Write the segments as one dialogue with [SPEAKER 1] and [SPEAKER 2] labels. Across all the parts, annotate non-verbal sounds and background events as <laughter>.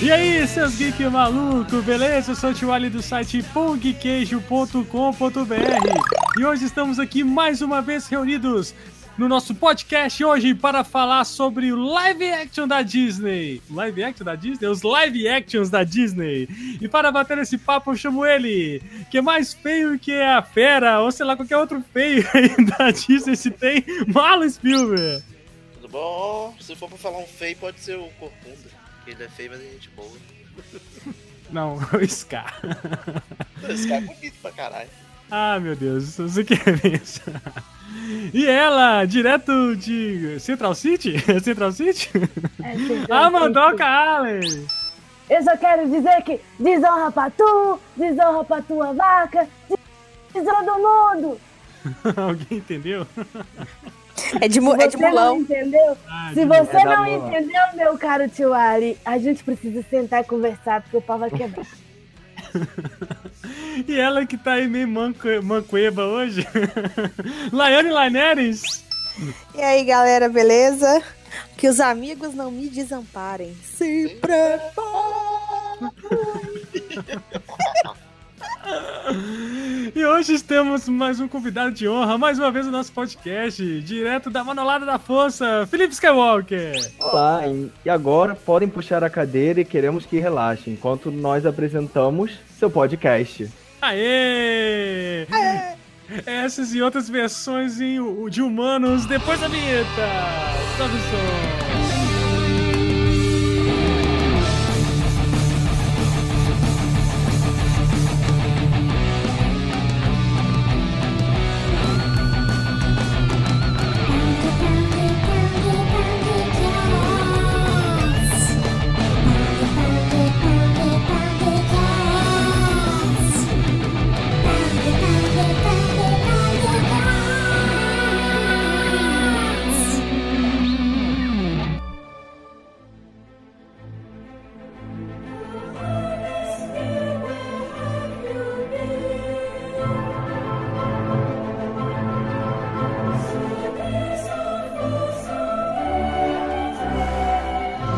[SPEAKER 1] E aí, seus geek maluco, beleza? Eu sou o Tiwali do site pongqueijo.com.br e hoje estamos aqui mais uma vez reunidos no nosso podcast hoje para falar sobre o live action da Disney. Live action da Disney? Os live actions da Disney. E para bater esse papo, eu chamo ele, que é mais feio que a fera, ou sei lá, qualquer outro feio <laughs> aí da Disney se tem, Marlon Spielberg.
[SPEAKER 2] Tudo bom? Se for pra falar um feio, pode ser o Corcunda. que Ele é feio, mas é gente boa.
[SPEAKER 1] Não, <laughs> o Scar.
[SPEAKER 2] Esse cara é bonito pra caralho.
[SPEAKER 1] Ah, meu Deus, isso aqui <laughs> é isso. E ela, direto de Central City? <laughs> É Central City?
[SPEAKER 3] É, sim, sim,
[SPEAKER 1] A
[SPEAKER 3] sim,
[SPEAKER 1] Mandoca Allen! <laughs>
[SPEAKER 3] sim. Eu só quero dizer que desonra pra tu, desonra pra tua vaca, desonra do mundo.
[SPEAKER 1] Alguém entendeu?
[SPEAKER 4] É de, mu- é de
[SPEAKER 3] Você não
[SPEAKER 4] mulão.
[SPEAKER 3] entendeu?
[SPEAKER 1] Ah,
[SPEAKER 3] Se
[SPEAKER 1] de-
[SPEAKER 3] você
[SPEAKER 5] é da
[SPEAKER 3] não
[SPEAKER 5] Moa.
[SPEAKER 3] entendeu, meu caro Tiwari, a gente precisa sentar e conversar, porque o pau vai quebrar.
[SPEAKER 1] E ela que tá aí meio manco- manqueba hoje? <laughs> Laiane Laineres!
[SPEAKER 4] E aí, galera, beleza? Que os amigos não me desamparem. Se prepara.
[SPEAKER 1] E hoje temos mais um convidado de honra, mais uma vez no nosso podcast, direto da Manolada da Força, Felipe Skywalker!
[SPEAKER 5] Olá, e- e agora podem puxar a cadeira e queremos que relaxem enquanto nós apresentamos seu podcast.
[SPEAKER 1] Aê! Essas e outras versões em- de humanos depois da vinheta! Sobe o som!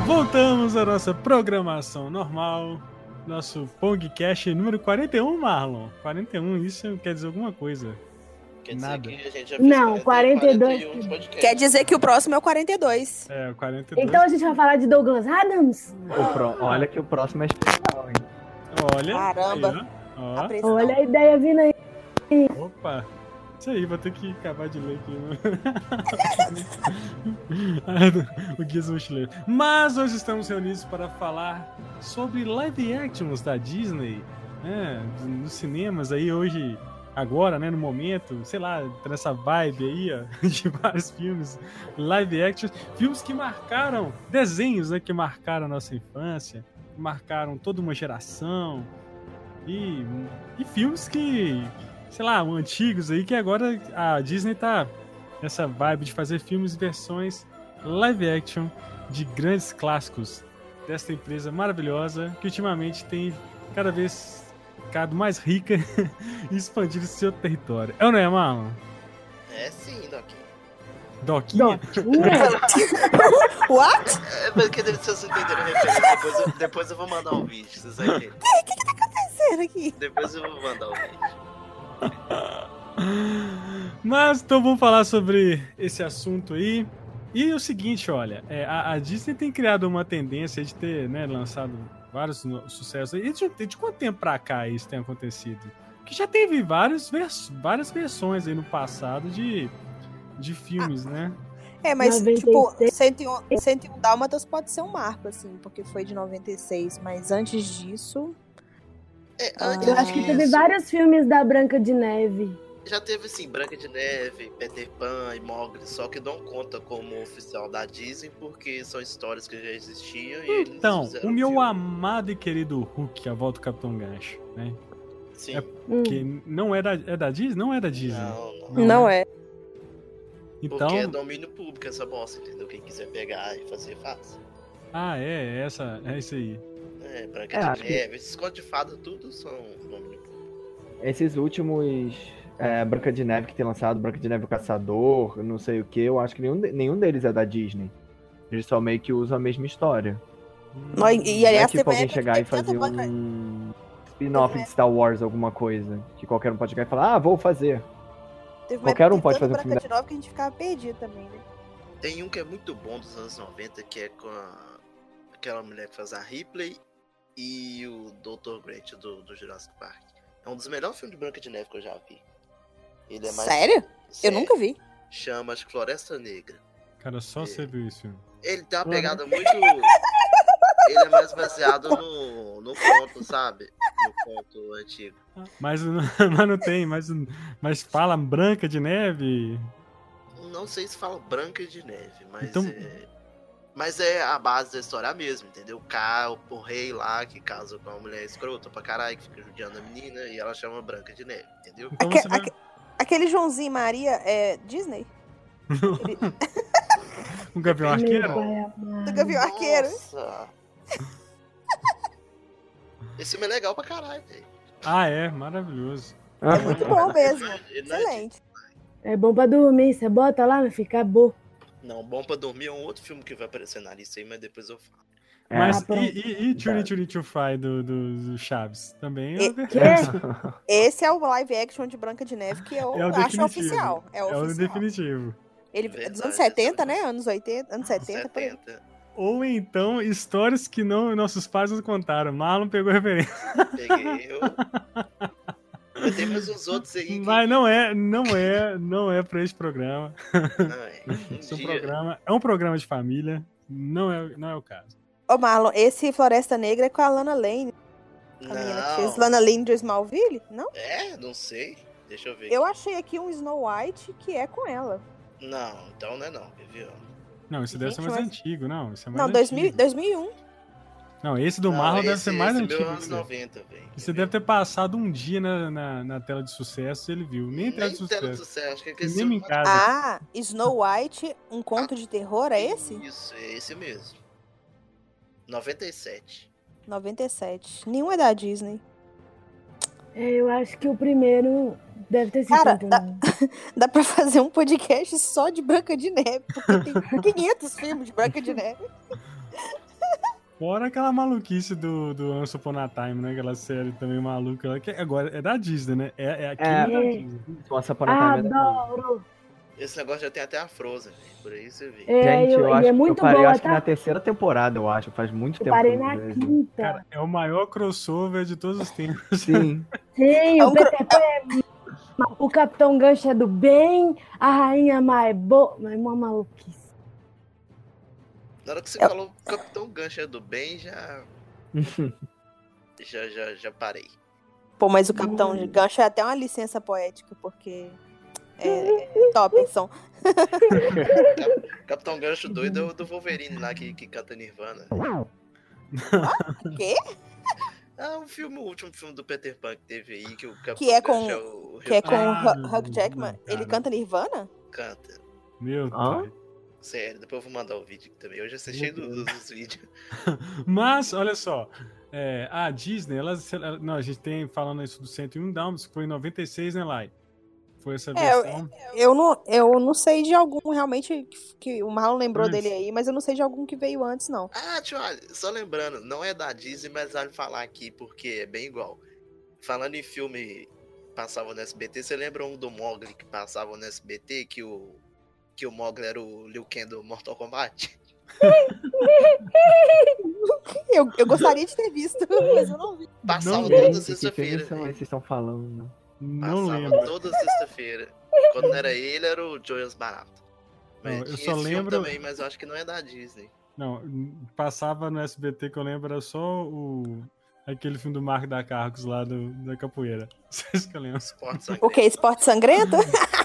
[SPEAKER 1] Voltamos à nossa programação normal, nosso Pongcast número 41, Marlon. 41, isso quer dizer alguma coisa.
[SPEAKER 2] Quer dizer
[SPEAKER 1] Nada.
[SPEAKER 2] que a gente já
[SPEAKER 3] Não, 42.
[SPEAKER 2] 41 podcasts.
[SPEAKER 4] Quer dizer que o próximo é o 42.
[SPEAKER 1] É, o 42.
[SPEAKER 3] Então a gente vai falar de Douglas Adams?
[SPEAKER 5] O pró- Olha que o próximo é especial, hein?
[SPEAKER 1] Olha.
[SPEAKER 4] Caramba.
[SPEAKER 1] aí, ó. Ó,
[SPEAKER 4] A pressão.
[SPEAKER 3] Olha a ideia vindo aí.
[SPEAKER 1] Opa. Isso aí, vou ter que acabar de ler aqui. né? <laughs> o Guiz Mochileiro. Mas hoje estamos reunidos para falar sobre live actions da Disney. né? nos cinemas aí hoje, agora, né? No momento, sei lá, tá nessa vibe aí, ó, <laughs> de vários filmes live action, filmes que marcaram, desenhos né, que marcaram a nossa infância, marcaram toda uma geração, e, e filmes que, sei lá, um antigos aí, que agora a Disney tá nessa vibe de fazer filmes e versões live action de grandes clássicos desta empresa maravilhosa que ultimamente tem cada vez ficado mais rica <laughs> e expandido seu território. É ou não é, Marlon?
[SPEAKER 2] É sim, Doc.
[SPEAKER 1] Doquinha?
[SPEAKER 3] Doquinha?
[SPEAKER 4] What?
[SPEAKER 2] É, mas quer dizer, se vocês entenderam a referência, depois eu, depois eu vou mandar o vídeo. Vocês vão ver.
[SPEAKER 4] Será que.
[SPEAKER 2] Depois eu vou mandar o vídeo.
[SPEAKER 1] Mas então vamos falar sobre esse assunto aí. E o seguinte, olha, é, a, a Disney tem criado uma tendência de ter né, lançado vários no- sucessos. aí. E de, de quanto tempo pra cá isso tem acontecido? Que já teve vários vers, várias versões aí no passado de, de filmes,
[SPEAKER 2] Ah,
[SPEAKER 1] né?
[SPEAKER 4] É, mas
[SPEAKER 3] 96.
[SPEAKER 4] tipo, 101, 101 Dálmatas pode ser um marco, assim, porque foi de 96. Mas antes disso.
[SPEAKER 2] É,
[SPEAKER 4] Ah.
[SPEAKER 2] antes
[SPEAKER 3] Eu acho que teve
[SPEAKER 2] disso,
[SPEAKER 3] vários filmes da Branca de Neve.
[SPEAKER 2] Já teve, assim, Branca de Neve, Peter Pan e Mogli, só que não conta como oficial da Disney, porque são histórias que já existiam e eles
[SPEAKER 1] Então,
[SPEAKER 2] fizeram
[SPEAKER 1] o meu
[SPEAKER 2] é um filme.
[SPEAKER 1] amado e querido Hulk, a volta do Capitão Gancho, né?
[SPEAKER 2] Sim.
[SPEAKER 1] é
[SPEAKER 3] Hum.
[SPEAKER 1] Que não é da, é da Disney? Não é da Disney.
[SPEAKER 2] Não, não.
[SPEAKER 5] Hum.
[SPEAKER 4] Não é.
[SPEAKER 1] Então,
[SPEAKER 2] Porque é domínio público essa bosta, entendeu? Quem quiser pegar e fazer, faz.
[SPEAKER 1] ah, é, é essa, é isso aí.
[SPEAKER 2] É, Branca
[SPEAKER 5] É,
[SPEAKER 2] de
[SPEAKER 5] acho que-
[SPEAKER 2] Neve, esses contos de fada, tudo são domínio público.
[SPEAKER 5] Esses últimos é, Branca de Neve que tem lançado, Branca de Neve o Caçador, não sei o que, eu acho que nenhum, de- nenhum deles é da Disney. Eles só meio que usam a mesma história.
[SPEAKER 6] Nós- e aliás,
[SPEAKER 5] é tipo
[SPEAKER 6] teve uma
[SPEAKER 5] alguém
[SPEAKER 6] época que
[SPEAKER 5] chegar e
[SPEAKER 6] teve tanta
[SPEAKER 5] fazer
[SPEAKER 6] voz-
[SPEAKER 5] um spin-off de Star Wars, alguma coisa. Que qualquer um pode chegar e falar, ah, vou fazer.
[SPEAKER 6] Teve uma
[SPEAKER 5] Qualquer
[SPEAKER 6] época
[SPEAKER 5] um pode
[SPEAKER 6] de tanta
[SPEAKER 5] fazer um filme
[SPEAKER 6] Branca de Neve que a gente ficava perdido também, né?
[SPEAKER 2] Tem um que é muito bom dos anos 90, que é com a- aquela mulher que faz a Ripley e o Dr. Grant do, do Jurassic Park. É um dos melhores filmes de Branca de Neve que eu já vi. Ele é mais.
[SPEAKER 6] Sério? Eu
[SPEAKER 2] sério.
[SPEAKER 6] nunca vi.
[SPEAKER 2] Chama, acho que Floresta Negra.
[SPEAKER 1] Cara,
[SPEAKER 2] É.
[SPEAKER 1] só você viu esse filme.
[SPEAKER 2] Ele tem uma
[SPEAKER 1] Uhum.
[SPEAKER 2] pegada muito. Ele é mais baseado no, no conto, sabe? No conto antigo.
[SPEAKER 1] Mas, não- <laughs> mas não tem, mas, mas fala Branca de Neve.
[SPEAKER 2] Não sei se fala Branca de Neve, mas
[SPEAKER 1] Então-
[SPEAKER 2] é. Mas é a base da história mesmo, entendeu? O cara, o rei lá que casa com uma mulher escrota pra caralho, que fica judiando a menina e ela chama Branca de Neve, entendeu?
[SPEAKER 1] Então
[SPEAKER 6] Aque-
[SPEAKER 1] você vai-
[SPEAKER 6] aque- Aquele Joãozinho e Maria é Disney?
[SPEAKER 1] um campeão arqueiro?
[SPEAKER 6] Do Gavião <laughs> Arqueiro?
[SPEAKER 2] Nossa! <laughs> Esse filme é legal pra caralho, velho.
[SPEAKER 1] Ah, é, maravilhoso.
[SPEAKER 5] Ah,
[SPEAKER 6] É muito bom mesmo.
[SPEAKER 2] <laughs> Ele não é
[SPEAKER 6] Excelente.
[SPEAKER 3] É bom pra dormir, você bota lá, meu filho, acabou.
[SPEAKER 2] Não, Bom pra Dormir é um outro filme que vai aparecer na lista aí, mas depois eu falo.
[SPEAKER 5] <laughs> é.
[SPEAKER 6] Ah,
[SPEAKER 1] Mas
[SPEAKER 3] pronto.
[SPEAKER 1] e, e, e Churi Churi Chufai do, do, do Chaves? Também é,
[SPEAKER 6] E-
[SPEAKER 1] o de-
[SPEAKER 3] Que?
[SPEAKER 6] Esse é o live action de Branca de Neve que eu
[SPEAKER 1] É o
[SPEAKER 6] acho
[SPEAKER 1] definitivo.
[SPEAKER 6] oficial. É,
[SPEAKER 1] é o
[SPEAKER 6] oficial.
[SPEAKER 1] definitivo.
[SPEAKER 6] Ele é dos
[SPEAKER 2] Verdade,
[SPEAKER 6] anos 70, né?
[SPEAKER 2] excelente.
[SPEAKER 6] Anos 80, anos 70. por aí.
[SPEAKER 2] 70.
[SPEAKER 1] Ou então, histórias que não, nossos pais nos contaram. Marlon pegou referência.
[SPEAKER 2] Peguei
[SPEAKER 6] <laughs>
[SPEAKER 2] eu. Mas tem mais uns outros aí que.
[SPEAKER 1] Mas não é, não é, não é pra esse programa.
[SPEAKER 2] Não, é. Um
[SPEAKER 1] Esse é um
[SPEAKER 2] dia-
[SPEAKER 1] programa, é um programa de família. Não é, não é o caso.
[SPEAKER 6] Ô, Marlon, esse Floresta Negra é com a Lana Lane. A menina que fez
[SPEAKER 2] Não.
[SPEAKER 6] Lana Lane de Smallville? Não?
[SPEAKER 2] É, não sei. Deixa eu ver.
[SPEAKER 6] Eu achei aqui um Snow White que é com ela.
[SPEAKER 2] Não, então não é não, viu?
[SPEAKER 1] Não, isso deve ser
[SPEAKER 6] Gente,
[SPEAKER 1] mais
[SPEAKER 6] mas-
[SPEAKER 1] antigo, não. Isso é mais
[SPEAKER 6] Não, 2000,
[SPEAKER 1] antigo. Ah,
[SPEAKER 6] 2001.
[SPEAKER 1] Não, esse do
[SPEAKER 2] Não,
[SPEAKER 1] Marlon deve
[SPEAKER 2] esse-
[SPEAKER 1] ser mais
[SPEAKER 2] esse
[SPEAKER 1] antigo.
[SPEAKER 2] Meu é anos
[SPEAKER 1] ainda.
[SPEAKER 2] 90, velho.
[SPEAKER 1] E Você deve ter passado um dia na, na, na tela de sucesso e ele viu. Nem tela de sucesso.
[SPEAKER 2] sucesso. Acho que é
[SPEAKER 1] Nem
[SPEAKER 2] aquele
[SPEAKER 1] em casa.
[SPEAKER 6] Ah, Snow White, um conto de terror, é esse?
[SPEAKER 2] Isso, é esse mesmo. 97.
[SPEAKER 6] 97. Nenhum é da Disney.
[SPEAKER 3] É, Eu acho que o primeiro deve ter sido.
[SPEAKER 6] Cara,
[SPEAKER 3] tudo,
[SPEAKER 6] dá-
[SPEAKER 3] né?
[SPEAKER 6] Dá pra <laughs> fazer um podcast só de Branca de Neve,
[SPEAKER 1] <laughs>
[SPEAKER 6] porque tem 500 filmes de Branca de Neve.
[SPEAKER 1] Fora aquela maluquice do, do Once Upon a Time, né? Aquela série também maluca. lá, Que agora é da Disney, né? É, é aquilo
[SPEAKER 5] É.
[SPEAKER 1] da Disney.
[SPEAKER 5] <laughs> Nossa, Panatime é da-
[SPEAKER 3] Adoro!
[SPEAKER 2] Esse negócio já tem até a Frozen, velho. Por aí você vê.
[SPEAKER 3] É,
[SPEAKER 5] Gente,
[SPEAKER 3] eu-
[SPEAKER 5] eu,
[SPEAKER 3] e
[SPEAKER 5] acho,
[SPEAKER 3] é muito
[SPEAKER 5] eu parei,
[SPEAKER 3] boa,
[SPEAKER 5] acho que na
[SPEAKER 3] tá?
[SPEAKER 5] terceira temporada, eu acho. Faz muito
[SPEAKER 3] Eu
[SPEAKER 5] tempo. né,
[SPEAKER 3] parei
[SPEAKER 5] que eu
[SPEAKER 3] na
[SPEAKER 5] vejo.
[SPEAKER 3] quinta.
[SPEAKER 1] Cara, é o maior crossover de todos os tempos. <laughs>
[SPEAKER 5] Sim.
[SPEAKER 3] Sim,
[SPEAKER 6] É
[SPEAKER 3] o
[SPEAKER 6] um cro-
[SPEAKER 3] Peter Pan é... ma- O Capitão Gancho é do bem, a rainha é mais boa. Mas uma maluquice. É
[SPEAKER 2] Na hora que você
[SPEAKER 6] Eu-
[SPEAKER 2] falou Capitão Gancho é do
[SPEAKER 1] <laughs>
[SPEAKER 2] bem, já. já, já, já parei.
[SPEAKER 6] Pô, mas o Capitão Gancho é até uma licença poética, porque é, é top, são.
[SPEAKER 2] Capitão Gancho doido é o do Wolverine lá que, que canta Nirvana.
[SPEAKER 6] Quê?
[SPEAKER 2] Ah, um filme, o último filme do Peter Pan que teve aí, que o Capitão
[SPEAKER 6] Que é com-
[SPEAKER 2] Gancho é o, o
[SPEAKER 6] Que é com o
[SPEAKER 1] Ah,
[SPEAKER 6] Hugh- Hugh Jackman.
[SPEAKER 1] não,
[SPEAKER 6] Ele
[SPEAKER 1] cara.
[SPEAKER 6] canta Nirvana?
[SPEAKER 2] canta.
[SPEAKER 1] Meu
[SPEAKER 5] Hã?
[SPEAKER 1] Deus.
[SPEAKER 2] Sério, depois eu vou mandar o vídeo também. Hoje eu sei cheio do- do- dos vídeos. <laughs>
[SPEAKER 1] Mas, olha só. é, a Disney, ela, se- ela- Não, a gente tem falando isso do 101 Dálmatas, que foi em 96, né, Lai? Foi essa
[SPEAKER 6] eu-
[SPEAKER 1] versão.
[SPEAKER 6] Eu não, eu não sei de algum realmente que- que o Marlon lembrou
[SPEAKER 1] Antes.
[SPEAKER 6] dele aí, mas eu não sei de algum que veio antes, não.
[SPEAKER 2] Ah, tio Ali, só lembrando, não é da Disney, mas vale falar aqui, porque é bem igual. Falando em filme que passava no SBT, você lembra um do Mogli que passava no SBT, que o. Que o Mogli era o Liu Kang do Mortal Kombat?
[SPEAKER 6] Eu, eu gostaria de ter visto, <laughs> mas eu não vi.
[SPEAKER 2] Passava
[SPEAKER 1] Não
[SPEAKER 2] toda
[SPEAKER 5] Gente, que
[SPEAKER 2] sexta-feira.
[SPEAKER 5] filmes são esses que estão falando? né?
[SPEAKER 1] Não
[SPEAKER 2] Passava
[SPEAKER 1] lembro.
[SPEAKER 2] toda sexta-feira. Quando não era ele, era o Joyous Barato. Mas
[SPEAKER 1] Não, eu
[SPEAKER 2] tinha
[SPEAKER 1] só
[SPEAKER 2] esse filme
[SPEAKER 1] lembro-
[SPEAKER 2] também, mas eu acho que não é
[SPEAKER 1] <laughs>
[SPEAKER 2] da Disney.
[SPEAKER 1] Não, n- passava no SBT que eu lembro era só o aquele filme do Marco da Carcos lá do, da capoeira. <laughs> Vocês que eu lembro.
[SPEAKER 2] Esporte
[SPEAKER 6] O que? Esporte <laughs> Sangrento?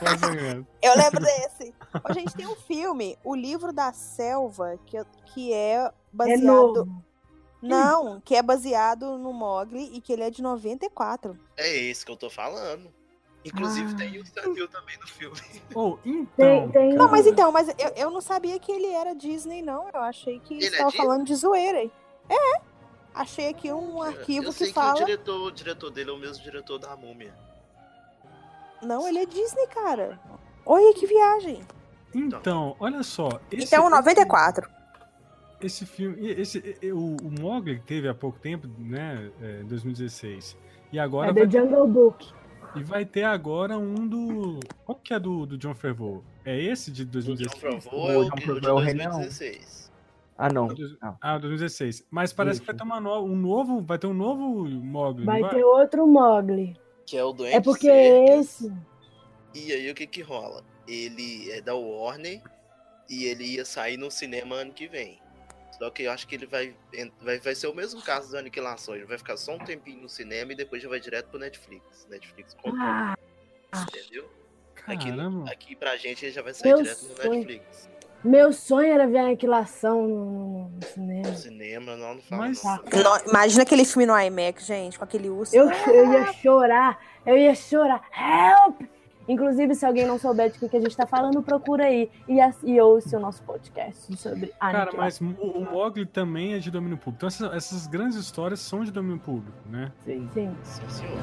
[SPEAKER 1] Mais ou menos.
[SPEAKER 6] Eu lembro desse. Ó, gente, tem um filme, O Livro da Selva, que, eu- que é
[SPEAKER 3] É
[SPEAKER 6] baseado.
[SPEAKER 3] novo.
[SPEAKER 6] não, que é baseado no Mogli e que ele é de 94.
[SPEAKER 2] É esse que eu tô falando. Inclusive
[SPEAKER 3] Ah.
[SPEAKER 2] tem o Sanil também no filme.
[SPEAKER 1] Ou então.
[SPEAKER 3] Tem, tem.
[SPEAKER 6] Não, mas então, mas eu, eu não sabia que ele era Disney, não. Eu achei que
[SPEAKER 2] Ele é
[SPEAKER 6] você tava
[SPEAKER 2] Disney?
[SPEAKER 6] falando de zoeira. aí. É. Achei aqui um arquivo
[SPEAKER 2] eu
[SPEAKER 6] que
[SPEAKER 2] sei
[SPEAKER 6] fala.
[SPEAKER 2] que é o diretor, o diretor dele é o mesmo diretor da múmia.
[SPEAKER 6] Não, ele é Disney, cara. Olha que viagem.
[SPEAKER 4] é
[SPEAKER 1] Então, olha só. esse-
[SPEAKER 6] Então, 94.
[SPEAKER 1] Esse filme, e esse, e- o, o Mogli teve há pouco tempo, né, é, 2016. E agora
[SPEAKER 3] É
[SPEAKER 1] vai,
[SPEAKER 3] The Jungle Book.
[SPEAKER 1] e vai ter agora um do, qual que é do, do John Favreau? É esse de
[SPEAKER 2] O John
[SPEAKER 1] 2016?
[SPEAKER 2] Favreau é o
[SPEAKER 5] John
[SPEAKER 2] de
[SPEAKER 5] Favreau é o Rei Leão.
[SPEAKER 2] 2016.
[SPEAKER 5] Ah, não. Ah.
[SPEAKER 1] Ah, 2016. Mas parece que vai ter uma no- um novo, vai ter um novo Mogli,
[SPEAKER 3] Vai ter outro Mogli.
[SPEAKER 2] Que é o Doente
[SPEAKER 3] É porque
[SPEAKER 2] Cercas.
[SPEAKER 3] esse.
[SPEAKER 2] E aí o que que rola? Ele é da Warner e ele ia sair no cinema ano que vem. Só que eu acho que ele vai, en- vai, vai ser o mesmo caso da Aniquilação. Ele vai ficar só um tempinho no cinema e depois já vai direto pro Netflix. Netflix compra,
[SPEAKER 3] Ah,
[SPEAKER 2] entendeu?
[SPEAKER 5] É
[SPEAKER 2] Aqui, no-
[SPEAKER 1] Caramba.
[SPEAKER 2] aqui pra gente ele já vai sair
[SPEAKER 3] Meu
[SPEAKER 2] direto no
[SPEAKER 3] sonho.
[SPEAKER 2] Netflix.
[SPEAKER 3] meu sonho era ver a Aniquilação no, no- no cinema.
[SPEAKER 2] No cinema, não, não fala
[SPEAKER 1] Mas-
[SPEAKER 2] não.
[SPEAKER 6] Tá.
[SPEAKER 4] No- imagina aquele filme no IMAX, gente, com aquele urso.
[SPEAKER 3] Eu, eu ia chorar, eu ia chorar. Help! Inclusive, se alguém não souber de que, que a gente tá falando, procura aí. E, as- e ouça o nosso podcast sobre
[SPEAKER 1] Cara,
[SPEAKER 3] Aniquilação.
[SPEAKER 1] mas o, o Mogli também é de domínio público. Então essas, essas grandes histórias são de domínio público, né?
[SPEAKER 5] Sim.
[SPEAKER 3] Sim.
[SPEAKER 2] Sim, senhor.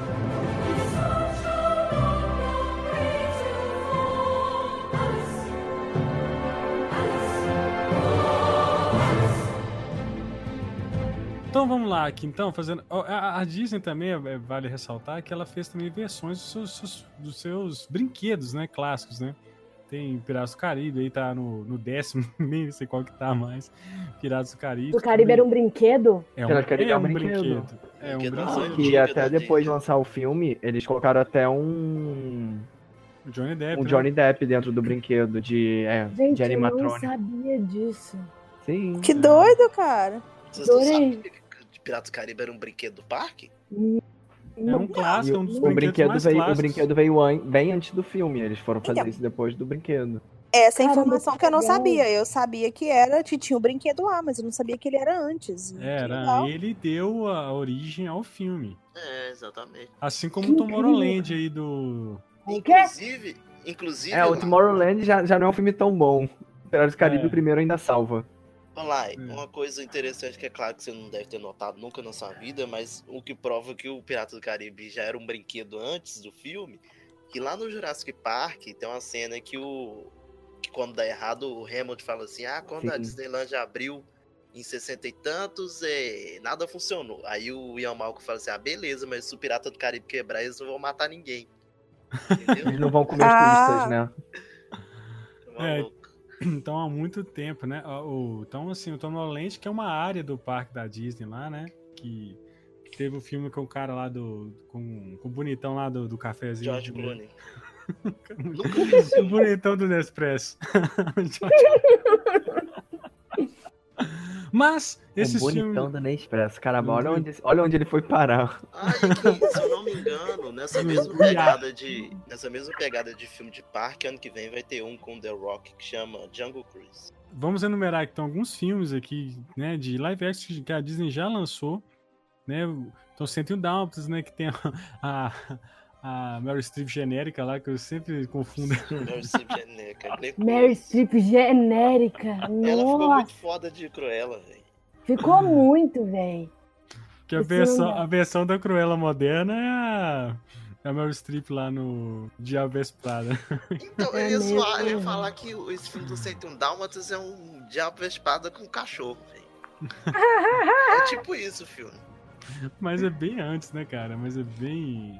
[SPEAKER 1] Então vamos lá aqui, então, fazendo. ó, A, a Disney também, é, vale ressaltar, que ela fez também versões dos seus, seus- dos seus brinquedos, né? Clássicos, né? Tem Piratas do Caribe, aí tá no, no décimo, <laughs> nem sei qual que tá mais. Piratas do Caribe.
[SPEAKER 3] O Caribe era um brinquedo?
[SPEAKER 1] é um,
[SPEAKER 5] Piratas do Caribe
[SPEAKER 1] é um brinquedo. É um
[SPEAKER 2] Brinquedo.
[SPEAKER 1] brinquedo.
[SPEAKER 5] E
[SPEAKER 2] Antiga
[SPEAKER 5] até
[SPEAKER 2] da
[SPEAKER 5] depois de
[SPEAKER 2] Disney.
[SPEAKER 5] lançar o filme, eles colocaram até um,
[SPEAKER 1] O Johnny Depp.
[SPEAKER 5] um
[SPEAKER 1] né?
[SPEAKER 5] Johnny Depp dentro do brinquedo de, é,
[SPEAKER 3] Gente,
[SPEAKER 5] de
[SPEAKER 3] eu não
[SPEAKER 5] animatrônico.
[SPEAKER 3] sabia disso.
[SPEAKER 5] Sim.
[SPEAKER 4] Que doido, cara.
[SPEAKER 2] Vocês não
[SPEAKER 3] Adorei.
[SPEAKER 2] sabem que Piratas do Caribe era um brinquedo do parque?
[SPEAKER 1] É um
[SPEAKER 5] E
[SPEAKER 1] clássico, é um dos
[SPEAKER 5] o, o
[SPEAKER 1] brinquedos
[SPEAKER 5] brinquedo
[SPEAKER 1] mais
[SPEAKER 5] veio, o
[SPEAKER 1] clássicos.
[SPEAKER 5] brinquedo veio an- bem antes do filme. Eles foram fazer
[SPEAKER 4] Então.
[SPEAKER 5] isso depois do brinquedo.
[SPEAKER 4] Essa é a
[SPEAKER 3] Caramba,
[SPEAKER 4] informação
[SPEAKER 3] que
[SPEAKER 4] que eu não
[SPEAKER 3] legal.
[SPEAKER 4] sabia. Eu sabia que era, que tinha o brinquedo lá, mas eu não sabia que ele É, era antes. Que
[SPEAKER 1] Era,
[SPEAKER 4] legal.
[SPEAKER 1] ele deu a origem ao filme.
[SPEAKER 2] É, exatamente.
[SPEAKER 1] Assim como
[SPEAKER 3] Que
[SPEAKER 1] o Tomorrowland aí do. <clears throat>
[SPEAKER 3] O quê?
[SPEAKER 2] Inclusive, inclusive
[SPEAKER 5] É, o
[SPEAKER 2] lá,
[SPEAKER 5] Tomorrowland já, já não é um filme tão bom. Piratas do Caribe
[SPEAKER 1] É.
[SPEAKER 5] o primeiro ainda salva.
[SPEAKER 2] Olá,
[SPEAKER 1] Hum.
[SPEAKER 2] uma coisa interessante que é claro que você não deve ter notado nunca na sua vida, mas o que prova que o Pirata do Caribe já era um brinquedo antes do filme, que lá no Jurassic Park tem uma cena que o que quando dá errado o Hammond fala assim, ah, quando a
[SPEAKER 5] Sim.
[SPEAKER 2] Disneylandia abriu em 60 e tantos, eh, nada funcionou. Aí o Ian Malcolm fala assim, ah, beleza, mas se o Pirata do Caribe quebrar, eles não vão matar
[SPEAKER 5] <laughs>
[SPEAKER 2] ninguém.
[SPEAKER 5] Eles
[SPEAKER 2] Entendeu?
[SPEAKER 5] não vão comer
[SPEAKER 4] Ah.
[SPEAKER 5] os turistas, né?
[SPEAKER 2] É Maluco.
[SPEAKER 1] Então há muito tempo, né? Ó, o- Então, assim, o Tomorrowland, que é uma área do parque da Disney lá, né? Que teve o filme com o cara lá do. com, com o bonitão lá do, do
[SPEAKER 5] É,
[SPEAKER 1] cafezinho.
[SPEAKER 2] George
[SPEAKER 5] né? <laughs>
[SPEAKER 2] Clooney.
[SPEAKER 1] Clooney.
[SPEAKER 2] Nunca vi esse
[SPEAKER 1] <laughs> O
[SPEAKER 2] filme.
[SPEAKER 1] bonitão do Nespresso. <laughs> George- Mas, esse
[SPEAKER 5] o Um É bonitão
[SPEAKER 1] filme.
[SPEAKER 5] da Nespresso. Caramba, olha
[SPEAKER 1] Muito.
[SPEAKER 5] onde, esse- olha onde ele foi parar.
[SPEAKER 2] Ai, que, se eu não me engano, nessa
[SPEAKER 1] Hum,
[SPEAKER 2] mesma
[SPEAKER 1] viado.
[SPEAKER 2] pegada de. Nessa mesma pegada de filme de parque, ano que vem vai ter um com The Rock que chama Jungle Cruise.
[SPEAKER 1] Vamos enumerar que estão alguns filmes aqui, né, de live action que a Disney já lançou, né? Então, 101 Dálmatas, né, que tem a, a, a Meryl Streep genérica lá, que eu sempre confundo.
[SPEAKER 2] Meryl Streep é genérica, Glenn
[SPEAKER 3] Mary
[SPEAKER 2] Close.
[SPEAKER 3] Streep genérica.
[SPEAKER 2] Ela ficou
[SPEAKER 3] Nossa,
[SPEAKER 2] muito foda de Cruella, velho.
[SPEAKER 3] ficou
[SPEAKER 1] Hum.
[SPEAKER 3] muito, velho.
[SPEAKER 1] Que a
[SPEAKER 3] Esse
[SPEAKER 1] versão,
[SPEAKER 3] filme é-
[SPEAKER 1] a versão da Cruella moderna é a, a Meryl Streep lá no Diabo Veste Prada. <laughs>
[SPEAKER 2] Então,
[SPEAKER 3] É
[SPEAKER 2] eu, ia zoar,
[SPEAKER 3] mesmo,
[SPEAKER 2] eu ia
[SPEAKER 3] né?
[SPEAKER 2] falar que o- esse filme do 101 Dálmatas é um diabo espada com um cachorro,
[SPEAKER 3] <laughs>
[SPEAKER 2] velho. É tipo isso o filme.
[SPEAKER 1] Mas é bem antes, né, cara? Mas é bem...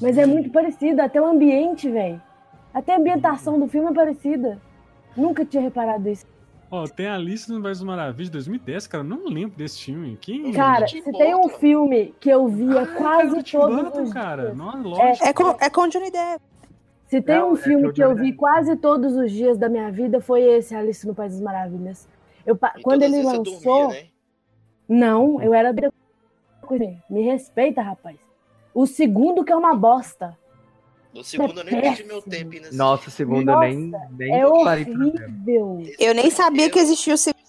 [SPEAKER 3] Mas
[SPEAKER 1] bem-
[SPEAKER 3] é muito parecido, até o ambiente, velho. Até a ambientação do filme é parecida. Nunca tinha reparado isso.
[SPEAKER 1] Ó, tem a Alice no País das Maravilhas de 2010, cara, eu não lembro desse time. Quem...
[SPEAKER 3] Cara,
[SPEAKER 2] Tim
[SPEAKER 3] se tem um
[SPEAKER 2] Burton.
[SPEAKER 3] filme que eu via
[SPEAKER 1] Ah, Cara, do
[SPEAKER 3] quase
[SPEAKER 1] Tim
[SPEAKER 3] todos
[SPEAKER 1] Burton,
[SPEAKER 3] os
[SPEAKER 1] cara.
[SPEAKER 3] dias.
[SPEAKER 1] Não, lógico.
[SPEAKER 4] É com, é com o Johnny Depp.
[SPEAKER 3] Se tem
[SPEAKER 5] Não,
[SPEAKER 3] um
[SPEAKER 5] é que
[SPEAKER 3] filme
[SPEAKER 5] eu
[SPEAKER 3] que eu
[SPEAKER 5] digo, né?
[SPEAKER 3] vi quase todos os dias da minha vida, foi esse, Alice no País das Maravilhas. Eu, pa-
[SPEAKER 2] E
[SPEAKER 3] quando
[SPEAKER 2] todas
[SPEAKER 3] ele
[SPEAKER 2] vezes eu
[SPEAKER 3] lançou.
[SPEAKER 2] dormia, né?
[SPEAKER 3] Não, eu era doida com ele. Me respeita, rapaz. O segundo que é uma bosta.
[SPEAKER 2] No segundo eu nem perdi meu
[SPEAKER 3] péssimo.
[SPEAKER 2] tempo nesse
[SPEAKER 5] Nossa, o segundo eu nem, nem
[SPEAKER 3] É
[SPEAKER 5] parei pra ver.
[SPEAKER 3] horrível.
[SPEAKER 4] Eu nem sabia que existia o segundo.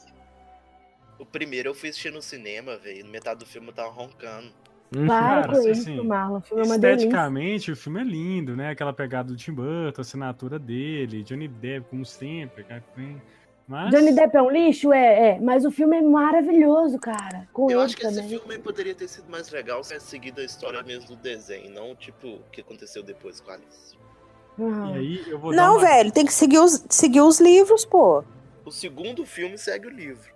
[SPEAKER 2] O primeiro eu fui assistir no cinema, velho. No metade do filme eu tava roncando.
[SPEAKER 5] Hum.
[SPEAKER 3] Uhum. Para
[SPEAKER 1] Cara,
[SPEAKER 3] com
[SPEAKER 1] assim,
[SPEAKER 3] isso, Marlon. O filme é uma delícia.
[SPEAKER 1] Esteticamente, o filme é lindo, né? Aquela pegada do Tim Burton, a assinatura dele, Johnny Depp, como sempre. cara, tem- Mas,
[SPEAKER 3] Johnny Depp é um lixo? É, é. Mas o filme é maravilhoso, cara. Com
[SPEAKER 2] Eu
[SPEAKER 3] ele
[SPEAKER 2] acho que
[SPEAKER 3] um também.
[SPEAKER 2] esse filme é poderia ter sido mais legal se é seguido a história mesmo do desenho, não tipo o que aconteceu depois com a Alice.
[SPEAKER 1] E
[SPEAKER 3] Aham.
[SPEAKER 1] aí eu vou dar
[SPEAKER 4] Não,
[SPEAKER 1] uma-
[SPEAKER 4] velho, tem que seguir os, seguir os livros, pô.
[SPEAKER 2] O segundo filme segue o livro.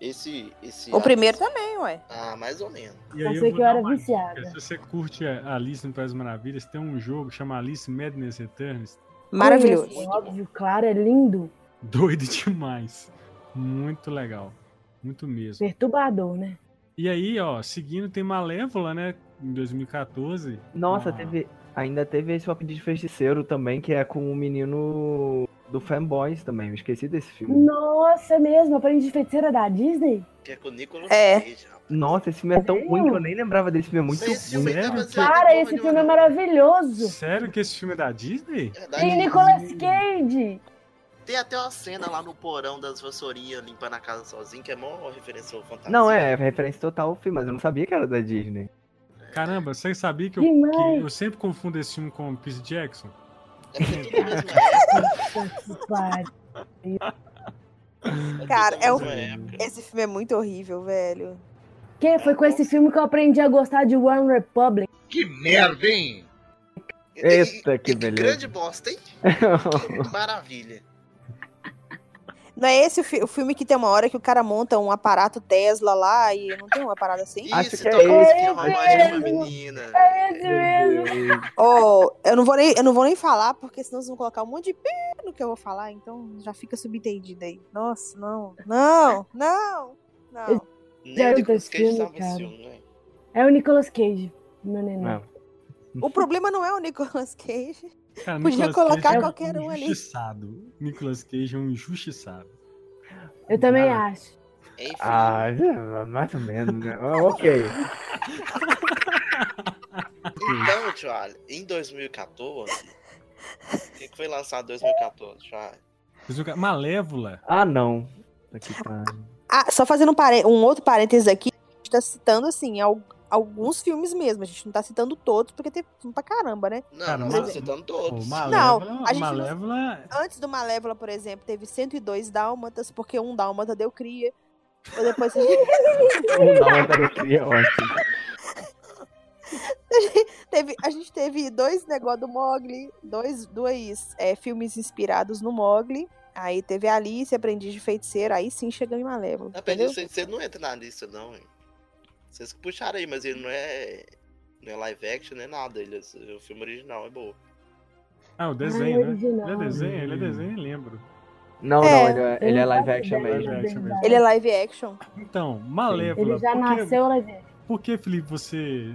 [SPEAKER 2] Esse. esse
[SPEAKER 6] O primeiro também, ué.
[SPEAKER 2] Ah, mais ou menos.
[SPEAKER 1] E
[SPEAKER 3] Eu
[SPEAKER 1] aí
[SPEAKER 3] sei
[SPEAKER 1] vou
[SPEAKER 3] que eu
[SPEAKER 1] dar
[SPEAKER 3] era
[SPEAKER 1] uma
[SPEAKER 3] viciada.
[SPEAKER 1] dica. assim. Se você curte a Alice no País das Maravilhas, tem um jogo que chama Alice Madness Returns.
[SPEAKER 6] Maravilhoso.
[SPEAKER 3] Conheço, óbvio, claro, é lindo.
[SPEAKER 1] Doido <laughs> demais. Muito legal. Muito mesmo.
[SPEAKER 3] Perturbador, né?
[SPEAKER 1] E aí, ó, seguindo tem Malévola, né? Em 2014.
[SPEAKER 5] Nossa,
[SPEAKER 1] Ah.
[SPEAKER 5] teve, ainda teve esse Aprendiz de Feiticeiro também, que é com o menino do Fanboys também. Eu esqueci desse filme.
[SPEAKER 3] Nossa, é mesmo, aprendi de feiticeira da Disney?
[SPEAKER 2] Que é com o Nicolas
[SPEAKER 6] É.
[SPEAKER 2] Cage, rapaz.
[SPEAKER 5] Nossa, esse filme é tão
[SPEAKER 3] Sério?
[SPEAKER 5] ruim que eu nem lembrava desse filme. É muito
[SPEAKER 2] Esse
[SPEAKER 5] ruim.
[SPEAKER 2] filme
[SPEAKER 1] né?
[SPEAKER 2] tá fazendo
[SPEAKER 3] Para,
[SPEAKER 2] porra
[SPEAKER 3] esse
[SPEAKER 2] nenhuma,
[SPEAKER 3] filme é
[SPEAKER 2] não.
[SPEAKER 3] maravilhoso.
[SPEAKER 1] Sério que esse filme é da Disney?
[SPEAKER 2] Verdade.
[SPEAKER 3] Tem Nicolas Cage.
[SPEAKER 2] Tem até uma cena lá no porão das vassourinhas limpando a casa sozinho, que é mó referência ao fantasma.
[SPEAKER 5] Não, é, é referência total ao filme, mas eu não sabia que era da Disney.
[SPEAKER 1] Caramba, você sabia que eu, que
[SPEAKER 3] Demais.
[SPEAKER 1] eu sempre confundo esse filme com o Peace Jackson?
[SPEAKER 2] É porque tudo mesmo
[SPEAKER 3] Que pariu.
[SPEAKER 2] é.
[SPEAKER 6] Cara,
[SPEAKER 2] tudo
[SPEAKER 6] é o-
[SPEAKER 2] mesmo época.
[SPEAKER 6] Esse filme é muito horrível, velho.
[SPEAKER 3] Que foi com esse filme que eu aprendi a gostar de One Republic.
[SPEAKER 7] Que merda, hein?
[SPEAKER 5] Eita, que beleza.
[SPEAKER 2] grande bosta, hein? Que
[SPEAKER 5] <laughs>
[SPEAKER 2] É maravilha.
[SPEAKER 6] Não é esse o, fi- o filme que tem uma hora que o cara monta um aparato Tesla lá e não tem uma parada assim?
[SPEAKER 5] Acho
[SPEAKER 2] Isso,
[SPEAKER 5] que é
[SPEAKER 2] tocou
[SPEAKER 5] esse.
[SPEAKER 2] que é uma imagem de uma menina.
[SPEAKER 5] <laughs>
[SPEAKER 3] Esse mesmo.
[SPEAKER 6] Oh, eu não vou nem, eu não vou nem falar, porque senão vocês vão colocar um monte de pi no que eu vou falar, então já fica subentendido aí. Nossa, não, não, não, não.
[SPEAKER 2] Nem o Nicolas
[SPEAKER 3] Garotas
[SPEAKER 2] Cage
[SPEAKER 3] filme,
[SPEAKER 2] sabe
[SPEAKER 3] cara.
[SPEAKER 2] esse filme, né?
[SPEAKER 3] É o Nicolas Cage, meu neném.
[SPEAKER 5] Não.
[SPEAKER 6] O problema não é o Nicolas Cage.
[SPEAKER 1] Cara,
[SPEAKER 6] Podia
[SPEAKER 1] Nicolas
[SPEAKER 6] colocar
[SPEAKER 1] Cage é
[SPEAKER 6] qualquer um ali.
[SPEAKER 1] Injustiçado. Nicolas Cage é um injustiçado.
[SPEAKER 3] Eu também
[SPEAKER 5] Ah.
[SPEAKER 3] acho.
[SPEAKER 2] Enfim,
[SPEAKER 5] Ah, <laughs> é, mais ou menos, né? Ah, Ok.
[SPEAKER 2] então, Charlie, em 2014... O que que foi lançado em 2014, Charlie?
[SPEAKER 1] Mas o cara- Malévola.
[SPEAKER 5] Ah, não. Tá que pariu.
[SPEAKER 6] Ah, só fazendo um, parê- um outro parênteses aqui, a gente tá citando, assim, al- alguns filmes mesmo. A gente não tá citando todos, porque tem filme pra caramba, né?
[SPEAKER 2] Não,
[SPEAKER 1] Cara,
[SPEAKER 2] não
[SPEAKER 1] mas-
[SPEAKER 2] estou citando
[SPEAKER 1] Pô,
[SPEAKER 2] todos.
[SPEAKER 1] Malévola,
[SPEAKER 6] a gente não-
[SPEAKER 1] Malévola é-
[SPEAKER 6] Antes do Malévola, por exemplo, teve 102 dálmatas, porque um dálmata deu cria. Ou depois a gente <laughs>
[SPEAKER 5] Não dá uma tarotia, ótimo.
[SPEAKER 6] teve, a gente teve dois negócios do Mogli, dois, dois é, filmes inspirados no Mogli. Aí teve Alice, Aprendiz de Feiticeiro, aí sim chegamos em Malévola.
[SPEAKER 2] Aprendiz
[SPEAKER 6] Entendeu?
[SPEAKER 2] de Feiticeiro não é entra na lista, não. hein? Vocês que puxaram aí, mas ele não é. Não é live action, nem nada. Ele é o filme original, é bom.
[SPEAKER 1] Ah, o
[SPEAKER 3] Ah,
[SPEAKER 1] desenho, né?
[SPEAKER 3] original.
[SPEAKER 1] Ele é desenho, ele é desenho, nem lembro.
[SPEAKER 5] Não,
[SPEAKER 6] É,
[SPEAKER 5] não, ele é, ele é
[SPEAKER 3] eu não tá
[SPEAKER 5] live
[SPEAKER 3] faço
[SPEAKER 5] action
[SPEAKER 3] ideia
[SPEAKER 5] mesmo.
[SPEAKER 1] Live action mesmo.
[SPEAKER 3] dele.
[SPEAKER 6] Ele é live action.
[SPEAKER 1] Então, Malévola.
[SPEAKER 3] Ele já
[SPEAKER 1] por que-
[SPEAKER 3] nasceu live action.
[SPEAKER 1] Por que, Felipe, você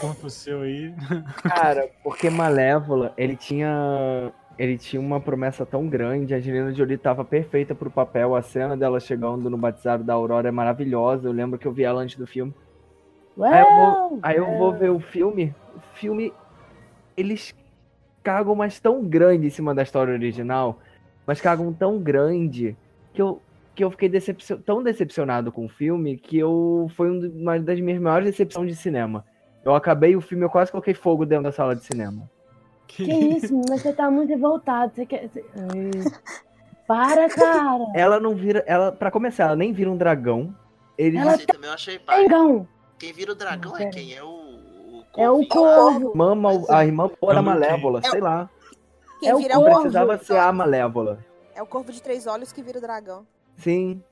[SPEAKER 1] conta o seu
[SPEAKER 3] <laughs>
[SPEAKER 1] aí?
[SPEAKER 5] Cara, porque Malévola, ele tinha. Ele tinha uma promessa tão grande, a Angelina Jolie tava perfeita pro papel, a cena dela chegando no batizado da Aurora é maravilhosa, eu lembro que eu vi ela antes do filme. Aí eu vou, aí eu vou ver É, o filme, o filme, eles cagam, mas tão grande em cima da história original, mas cagam tão grande, que eu, que eu fiquei decepcio- tão decepcionado com o filme, que eu foi um do- uma das minhas maiores decepções de cinema. Eu acabei o filme, eu quase coloquei fogo dentro da sala de cinema.
[SPEAKER 1] Que-
[SPEAKER 3] <laughs> Que isso, mas você tá muito revoltado. Você quer. você- Ai. Para, cara!
[SPEAKER 5] Ela não vira, ela para começar, ela nem vira um dragão. Eles
[SPEAKER 3] Ela
[SPEAKER 2] Esse também eu achei pai.
[SPEAKER 3] Engão!
[SPEAKER 2] Quem vira o dragão é
[SPEAKER 3] Pera.
[SPEAKER 2] quem? É o.
[SPEAKER 3] É o
[SPEAKER 2] Covid.
[SPEAKER 3] corvo!
[SPEAKER 5] mamam o- a irmã ou
[SPEAKER 1] Eu
[SPEAKER 5] da
[SPEAKER 1] não
[SPEAKER 5] Malévola,
[SPEAKER 6] sei.
[SPEAKER 5] sei lá.
[SPEAKER 6] um Quem
[SPEAKER 3] É o
[SPEAKER 6] vira um
[SPEAKER 5] Não
[SPEAKER 6] o
[SPEAKER 3] corvo.
[SPEAKER 5] precisava ser a Malévola.
[SPEAKER 6] É o corvo de três olhos que vira o dragão.
[SPEAKER 5] Sim.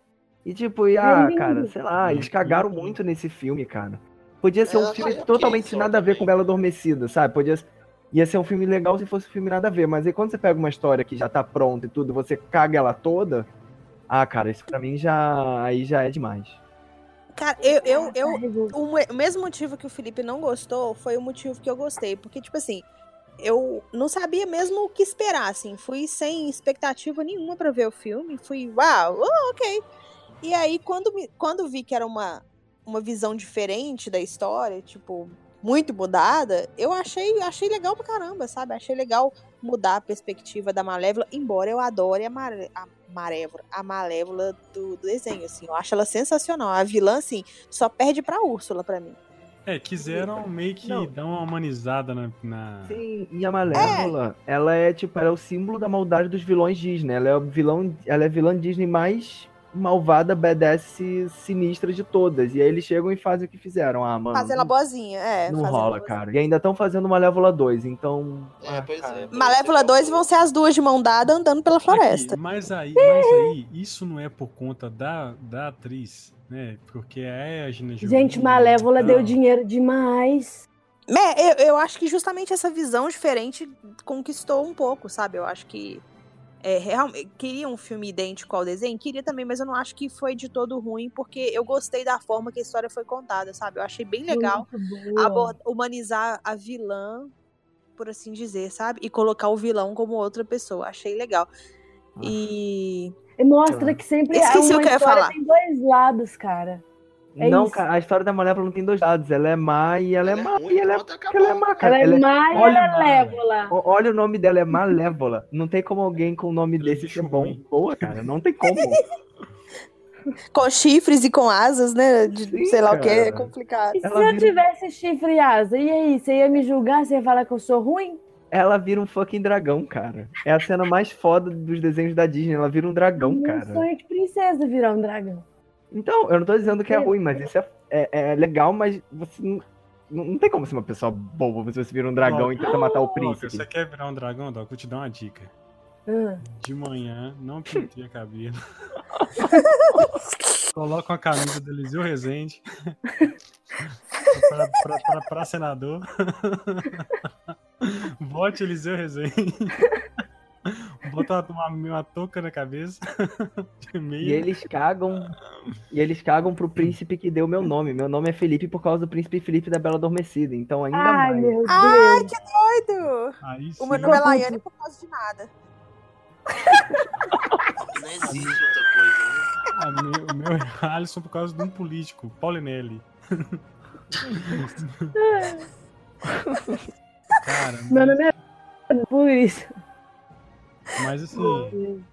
[SPEAKER 5] E tipo, e, ah,
[SPEAKER 3] lindo.
[SPEAKER 5] cara, sei lá, eles cagaram muito nesse filme, cara. Podia ser
[SPEAKER 2] Eu
[SPEAKER 5] um
[SPEAKER 2] achei
[SPEAKER 5] filme
[SPEAKER 2] ok
[SPEAKER 5] totalmente
[SPEAKER 2] só
[SPEAKER 5] nada a ver
[SPEAKER 2] também.
[SPEAKER 5] com Bela Adormecida, sabe? Podia ser- Ia ser um filme legal se fosse um filme nada a ver, mas aí quando você pega uma história que já tá pronta e tudo, você caga ela toda. Ah, cara, isso pra mim já aí já é demais.
[SPEAKER 6] Cara, eu, eu, eu,
[SPEAKER 3] Tá revoltado.
[SPEAKER 6] o mo- o mesmo motivo que o Felipe não gostou foi o motivo que eu gostei. Porque, tipo assim, eu não sabia mesmo o que esperar, assim. Fui sem expectativa nenhuma pra ver o filme. Fui, uau, oh, ok. E aí, quando, me- quando vi que era uma, uma visão diferente da história, tipo, muito mudada, eu achei, achei legal pra caramba, sabe? Achei legal mudar a perspectiva da Malévola, embora eu adore a, Mare- a Malévola, a Malévola do, do desenho, assim. Eu acho ela sensacional. A vilã, assim, só perde pra Úrsula pra mim.
[SPEAKER 1] É, quiseram meio que
[SPEAKER 5] Não.
[SPEAKER 1] dar uma humanizada na. na-
[SPEAKER 5] Sim, e a Malévola, ela é tipo, ela é o símbolo da maldade dos vilões Disney. Ela é o vilão, ela é a vilã Disney mais malvada, BDS sinistra de todas. E aí eles chegam e fazem o que fizeram. Ah, mano.
[SPEAKER 6] Fazer ela boazinha, é.
[SPEAKER 5] não
[SPEAKER 6] fazer ela
[SPEAKER 5] rola,
[SPEAKER 6] boazinha.
[SPEAKER 5] cara. E ainda estão fazendo Malévola 2, então.
[SPEAKER 2] É, pois é.
[SPEAKER 6] Malévola 2 vão ser as duas de mão dada andando pela floresta.
[SPEAKER 1] Aqui, mas aí, mas aí, isso não é por conta da, da atriz, né? Porque é a Gina tá? Giovannone.
[SPEAKER 3] Gente, Malévola
[SPEAKER 1] Não.
[SPEAKER 3] deu dinheiro demais.
[SPEAKER 6] É, eu, eu acho que justamente essa visão diferente conquistou um pouco, sabe? Eu acho que é, realmente queria um filme idêntico ao desenho, queria também, mas eu não acho que foi de todo ruim, porque eu gostei da forma que a história foi contada, sabe? Eu achei bem legal
[SPEAKER 3] Muito boa.
[SPEAKER 6] abor- humanizar a vilã, por assim dizer, sabe? E colocar o vilão como outra pessoa. Achei legal. E
[SPEAKER 3] Mostra que sempre é
[SPEAKER 6] Esqueci
[SPEAKER 3] uma
[SPEAKER 6] o que eu ia
[SPEAKER 3] história
[SPEAKER 6] falar.
[SPEAKER 3] tem dois lados, cara. É
[SPEAKER 5] não,
[SPEAKER 3] isso.
[SPEAKER 5] cara, a história da Malévola não tem dois lados. Ela é má e ela, é má.
[SPEAKER 2] ruim,
[SPEAKER 5] E ela é,
[SPEAKER 2] pronto,
[SPEAKER 5] porque ela é má, cara.
[SPEAKER 3] Ela é
[SPEAKER 5] Ela é-
[SPEAKER 3] mais
[SPEAKER 5] olha,
[SPEAKER 3] malévola.
[SPEAKER 5] O- Olha o nome dela, é Malévola. Não tem como alguém com o nome
[SPEAKER 1] Ela
[SPEAKER 5] desse ser
[SPEAKER 1] deixou
[SPEAKER 5] bom.
[SPEAKER 1] ruim.
[SPEAKER 5] Boa, cara. Não tem como.
[SPEAKER 6] com chifres e com asas, né? De,
[SPEAKER 5] Sim,
[SPEAKER 6] sei lá o que, é
[SPEAKER 5] cara.
[SPEAKER 6] complicado.
[SPEAKER 3] E se
[SPEAKER 5] ela
[SPEAKER 3] eu
[SPEAKER 5] vira- um
[SPEAKER 3] tivesse chifre e asa, e aí? Você ia me julgar? Você ia falar que eu sou ruim?
[SPEAKER 5] Ela vira um fucking dragão, cara. É a cena mais foda dos desenhos da Disney. Ela vira um dragão,
[SPEAKER 3] Meu
[SPEAKER 5] cara.
[SPEAKER 3] sonho de princesa virar um dragão.
[SPEAKER 5] Então, eu não tô dizendo que é
[SPEAKER 3] Sim.
[SPEAKER 5] ruim, mas isso é, é- é legal, mas você não, não não tem como ser uma pessoa boba se você vira um dragão e tenta matar o
[SPEAKER 1] Doca,
[SPEAKER 5] príncipe.
[SPEAKER 1] você quer virar um dragão, Doc? Vou te dar uma dica.
[SPEAKER 3] Ah.
[SPEAKER 1] De manhã, não pintei a cabelo. Coloca uma camisa do Eliseu Rezende. <laughs> pra, pra- pra- pra senador. <laughs> Vote Eliseu Rezende. Bota uma, uma touca na cabeça. <laughs> de
[SPEAKER 5] E
[SPEAKER 1] meia.
[SPEAKER 5] eles cagam. E eles cagam pro príncipe que deu meu nome. Meu nome é Felipe por causa do príncipe Felipe da Bela Adormecida. Então ainda
[SPEAKER 3] Ai,
[SPEAKER 5] mais.
[SPEAKER 3] meu Deus.
[SPEAKER 6] Ai, que doido!
[SPEAKER 1] Aí sim,
[SPEAKER 6] O meu nome é
[SPEAKER 3] Sim.
[SPEAKER 6] Laiane por causa de nada.
[SPEAKER 2] Não existe outra coisa, né?
[SPEAKER 1] a meu- o meu é Alisson por causa de um político, Paulinelli. Cara,
[SPEAKER 3] Meu nome é por isso.
[SPEAKER 1] Mas assim.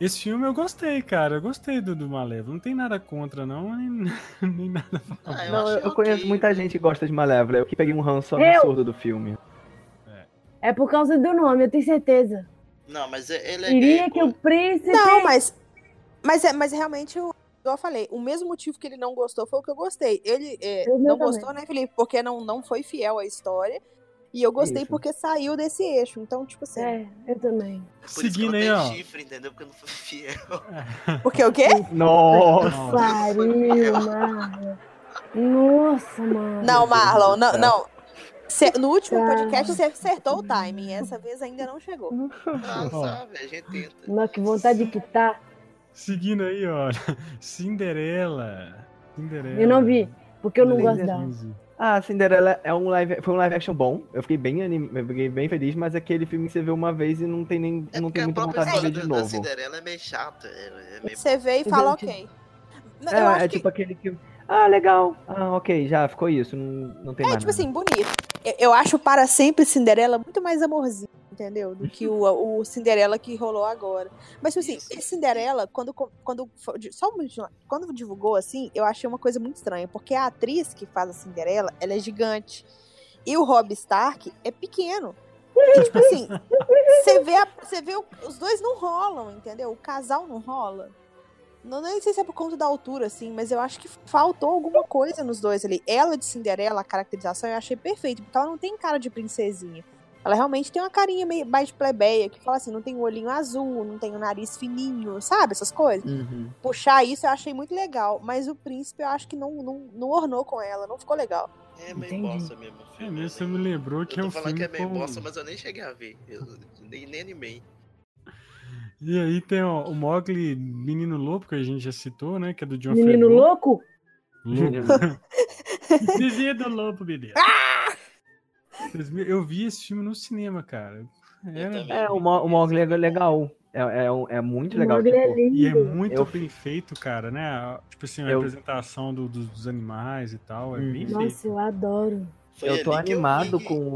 [SPEAKER 1] Esse filme eu gostei, cara. Eu gostei do, do Malévola. Não tem nada contra, não, nem, <laughs> nem nada.
[SPEAKER 2] Ah,
[SPEAKER 5] Não, eu,
[SPEAKER 2] achei
[SPEAKER 5] eu conheço
[SPEAKER 2] ok.
[SPEAKER 5] muita gente que gosta de Malévola. Eu que peguei um ranço
[SPEAKER 3] Eu?
[SPEAKER 5] absurdo do filme.
[SPEAKER 3] É por causa do nome, eu tenho certeza.
[SPEAKER 2] Não, mas é- ele é.
[SPEAKER 3] Queria
[SPEAKER 2] gay,
[SPEAKER 3] que
[SPEAKER 2] pô.
[SPEAKER 3] o príncipe.
[SPEAKER 6] Não, mas, mas, é, mas realmente, eu, igual eu falei, o mesmo motivo que ele não gostou foi o que eu gostei. Ele é,
[SPEAKER 3] Eu
[SPEAKER 6] não
[SPEAKER 3] também.
[SPEAKER 6] gostou, né, Felipe? Porque não, não foi fiel à história. E eu gostei
[SPEAKER 5] Isso.
[SPEAKER 6] porque saiu desse eixo. Então, tipo assim.
[SPEAKER 3] É, eu também.
[SPEAKER 2] Por isso que eu
[SPEAKER 1] Seguindo
[SPEAKER 2] não
[SPEAKER 1] aí,
[SPEAKER 2] tenho
[SPEAKER 1] né, ó.
[SPEAKER 2] chifre, entendeu? Porque eu não fui
[SPEAKER 3] <laughs>
[SPEAKER 2] fiel.
[SPEAKER 6] Porque
[SPEAKER 5] <laughs>
[SPEAKER 6] o quê?
[SPEAKER 5] Nossa!
[SPEAKER 1] Nossa.
[SPEAKER 3] Pariu, Marlon. Nossa, mano.
[SPEAKER 6] Não, Marlon, não.
[SPEAKER 5] céu.
[SPEAKER 6] não. Cê- no último
[SPEAKER 3] Tá.
[SPEAKER 6] podcast você acertou o timing. Essa vez ainda não chegou.
[SPEAKER 2] Ah,
[SPEAKER 1] Ó.
[SPEAKER 2] sabe, a gente tenta.
[SPEAKER 3] Nossa, é que vontade de quitar.
[SPEAKER 1] Seguindo aí, ó. <laughs> Cinderela. Cinderela.
[SPEAKER 5] É.
[SPEAKER 3] Eu não vi, porque eu não gosto dela.
[SPEAKER 1] 2015.
[SPEAKER 5] Ah, Cinderela é um live, foi um live action bom. Eu fiquei bem anim... eu fiquei bem feliz, mas é aquele filme que você vê uma vez e não tem nem
[SPEAKER 2] É
[SPEAKER 5] não
[SPEAKER 2] porque
[SPEAKER 5] tem
[SPEAKER 2] a
[SPEAKER 5] muita
[SPEAKER 2] própria
[SPEAKER 5] vontade de
[SPEAKER 2] história
[SPEAKER 5] ver de
[SPEAKER 2] da, da
[SPEAKER 5] novo.
[SPEAKER 2] Cinderela é meio chata. É, é meio...
[SPEAKER 6] Você vê e fala,
[SPEAKER 3] Gente.
[SPEAKER 6] ok.
[SPEAKER 5] É,
[SPEAKER 6] Eu acho
[SPEAKER 5] é
[SPEAKER 6] que
[SPEAKER 5] tipo aquele que ah, legal. Ah, OK, já ficou isso, não, não tem
[SPEAKER 6] É,
[SPEAKER 5] mais.
[SPEAKER 6] tipo
[SPEAKER 5] nada.
[SPEAKER 6] assim, bonito. Eu, eu acho Para Sempre Cinderela muito mais amorzinho, entendeu? Do que o, o Cinderela que rolou agora. Mas, tipo assim,
[SPEAKER 2] Isso.
[SPEAKER 6] esse Cinderela, quando, co- quando, fo- di- só um minutinho lá. quando divulgou, assim, eu achei uma coisa muito estranha. Porque a atriz que faz a Cinderela, ela é gigante. E o Rob Stark é pequeno. E, tipo assim, você vê, a- você vê o- os dois não rolam, entendeu? O casal não rola. Não, nem sei se é por conta da altura, assim, mas eu acho que faltou alguma coisa nos dois ali. Ela de Cinderela, a caracterização, eu achei perfeita, porque ela não tem cara de princesinha. Ela realmente tem uma carinha meio mais de plebeia, que fala assim, não tem o olhinho azul, não tem o nariz fininho, sabe? Essas coisas.
[SPEAKER 5] Uhum.
[SPEAKER 6] Puxar isso eu achei muito legal, mas o príncipe eu acho que não, não, não ornou com ela, não ficou legal.
[SPEAKER 2] É meio
[SPEAKER 3] Entendi.
[SPEAKER 2] bosta mesmo. o
[SPEAKER 1] É
[SPEAKER 2] filme,
[SPEAKER 1] mesmo,
[SPEAKER 2] eu
[SPEAKER 1] você
[SPEAKER 2] nem-
[SPEAKER 1] me lembrou que
[SPEAKER 2] eu
[SPEAKER 1] é
[SPEAKER 2] tô
[SPEAKER 1] um
[SPEAKER 2] falando
[SPEAKER 1] filme.
[SPEAKER 2] que é meio
[SPEAKER 1] com-
[SPEAKER 2] bosta, mas eu nem cheguei a ver. Eu nem, nem animei.
[SPEAKER 1] E aí tem ó, o Mogli Menino Louco, que a gente já citou, né? Que é do John
[SPEAKER 3] Menino
[SPEAKER 1] Favreau.
[SPEAKER 3] louco?
[SPEAKER 5] Hum. <laughs>
[SPEAKER 1] Lobo. <laughs> Menino Lobo, menino.
[SPEAKER 2] Ah!
[SPEAKER 1] Vocês me- Eu vi esse filme no cinema, cara. Era...
[SPEAKER 2] também.
[SPEAKER 5] É, o, Mo- o Mowgli é legal. É, é, um- é muito legal.
[SPEAKER 3] Magro é
[SPEAKER 5] tipo,
[SPEAKER 1] E é
[SPEAKER 3] lindo.
[SPEAKER 1] muito
[SPEAKER 5] Eu-
[SPEAKER 1] bem feito, cara, né? A- Tipo assim, a
[SPEAKER 5] Eu-
[SPEAKER 1] representação do- dos- dos animais e tal. É
[SPEAKER 5] Uhum.
[SPEAKER 1] bem feito.
[SPEAKER 3] Nossa, eu adoro.
[SPEAKER 2] Foi
[SPEAKER 5] eu tô
[SPEAKER 2] ali que eu
[SPEAKER 5] animado
[SPEAKER 2] vi que-
[SPEAKER 5] com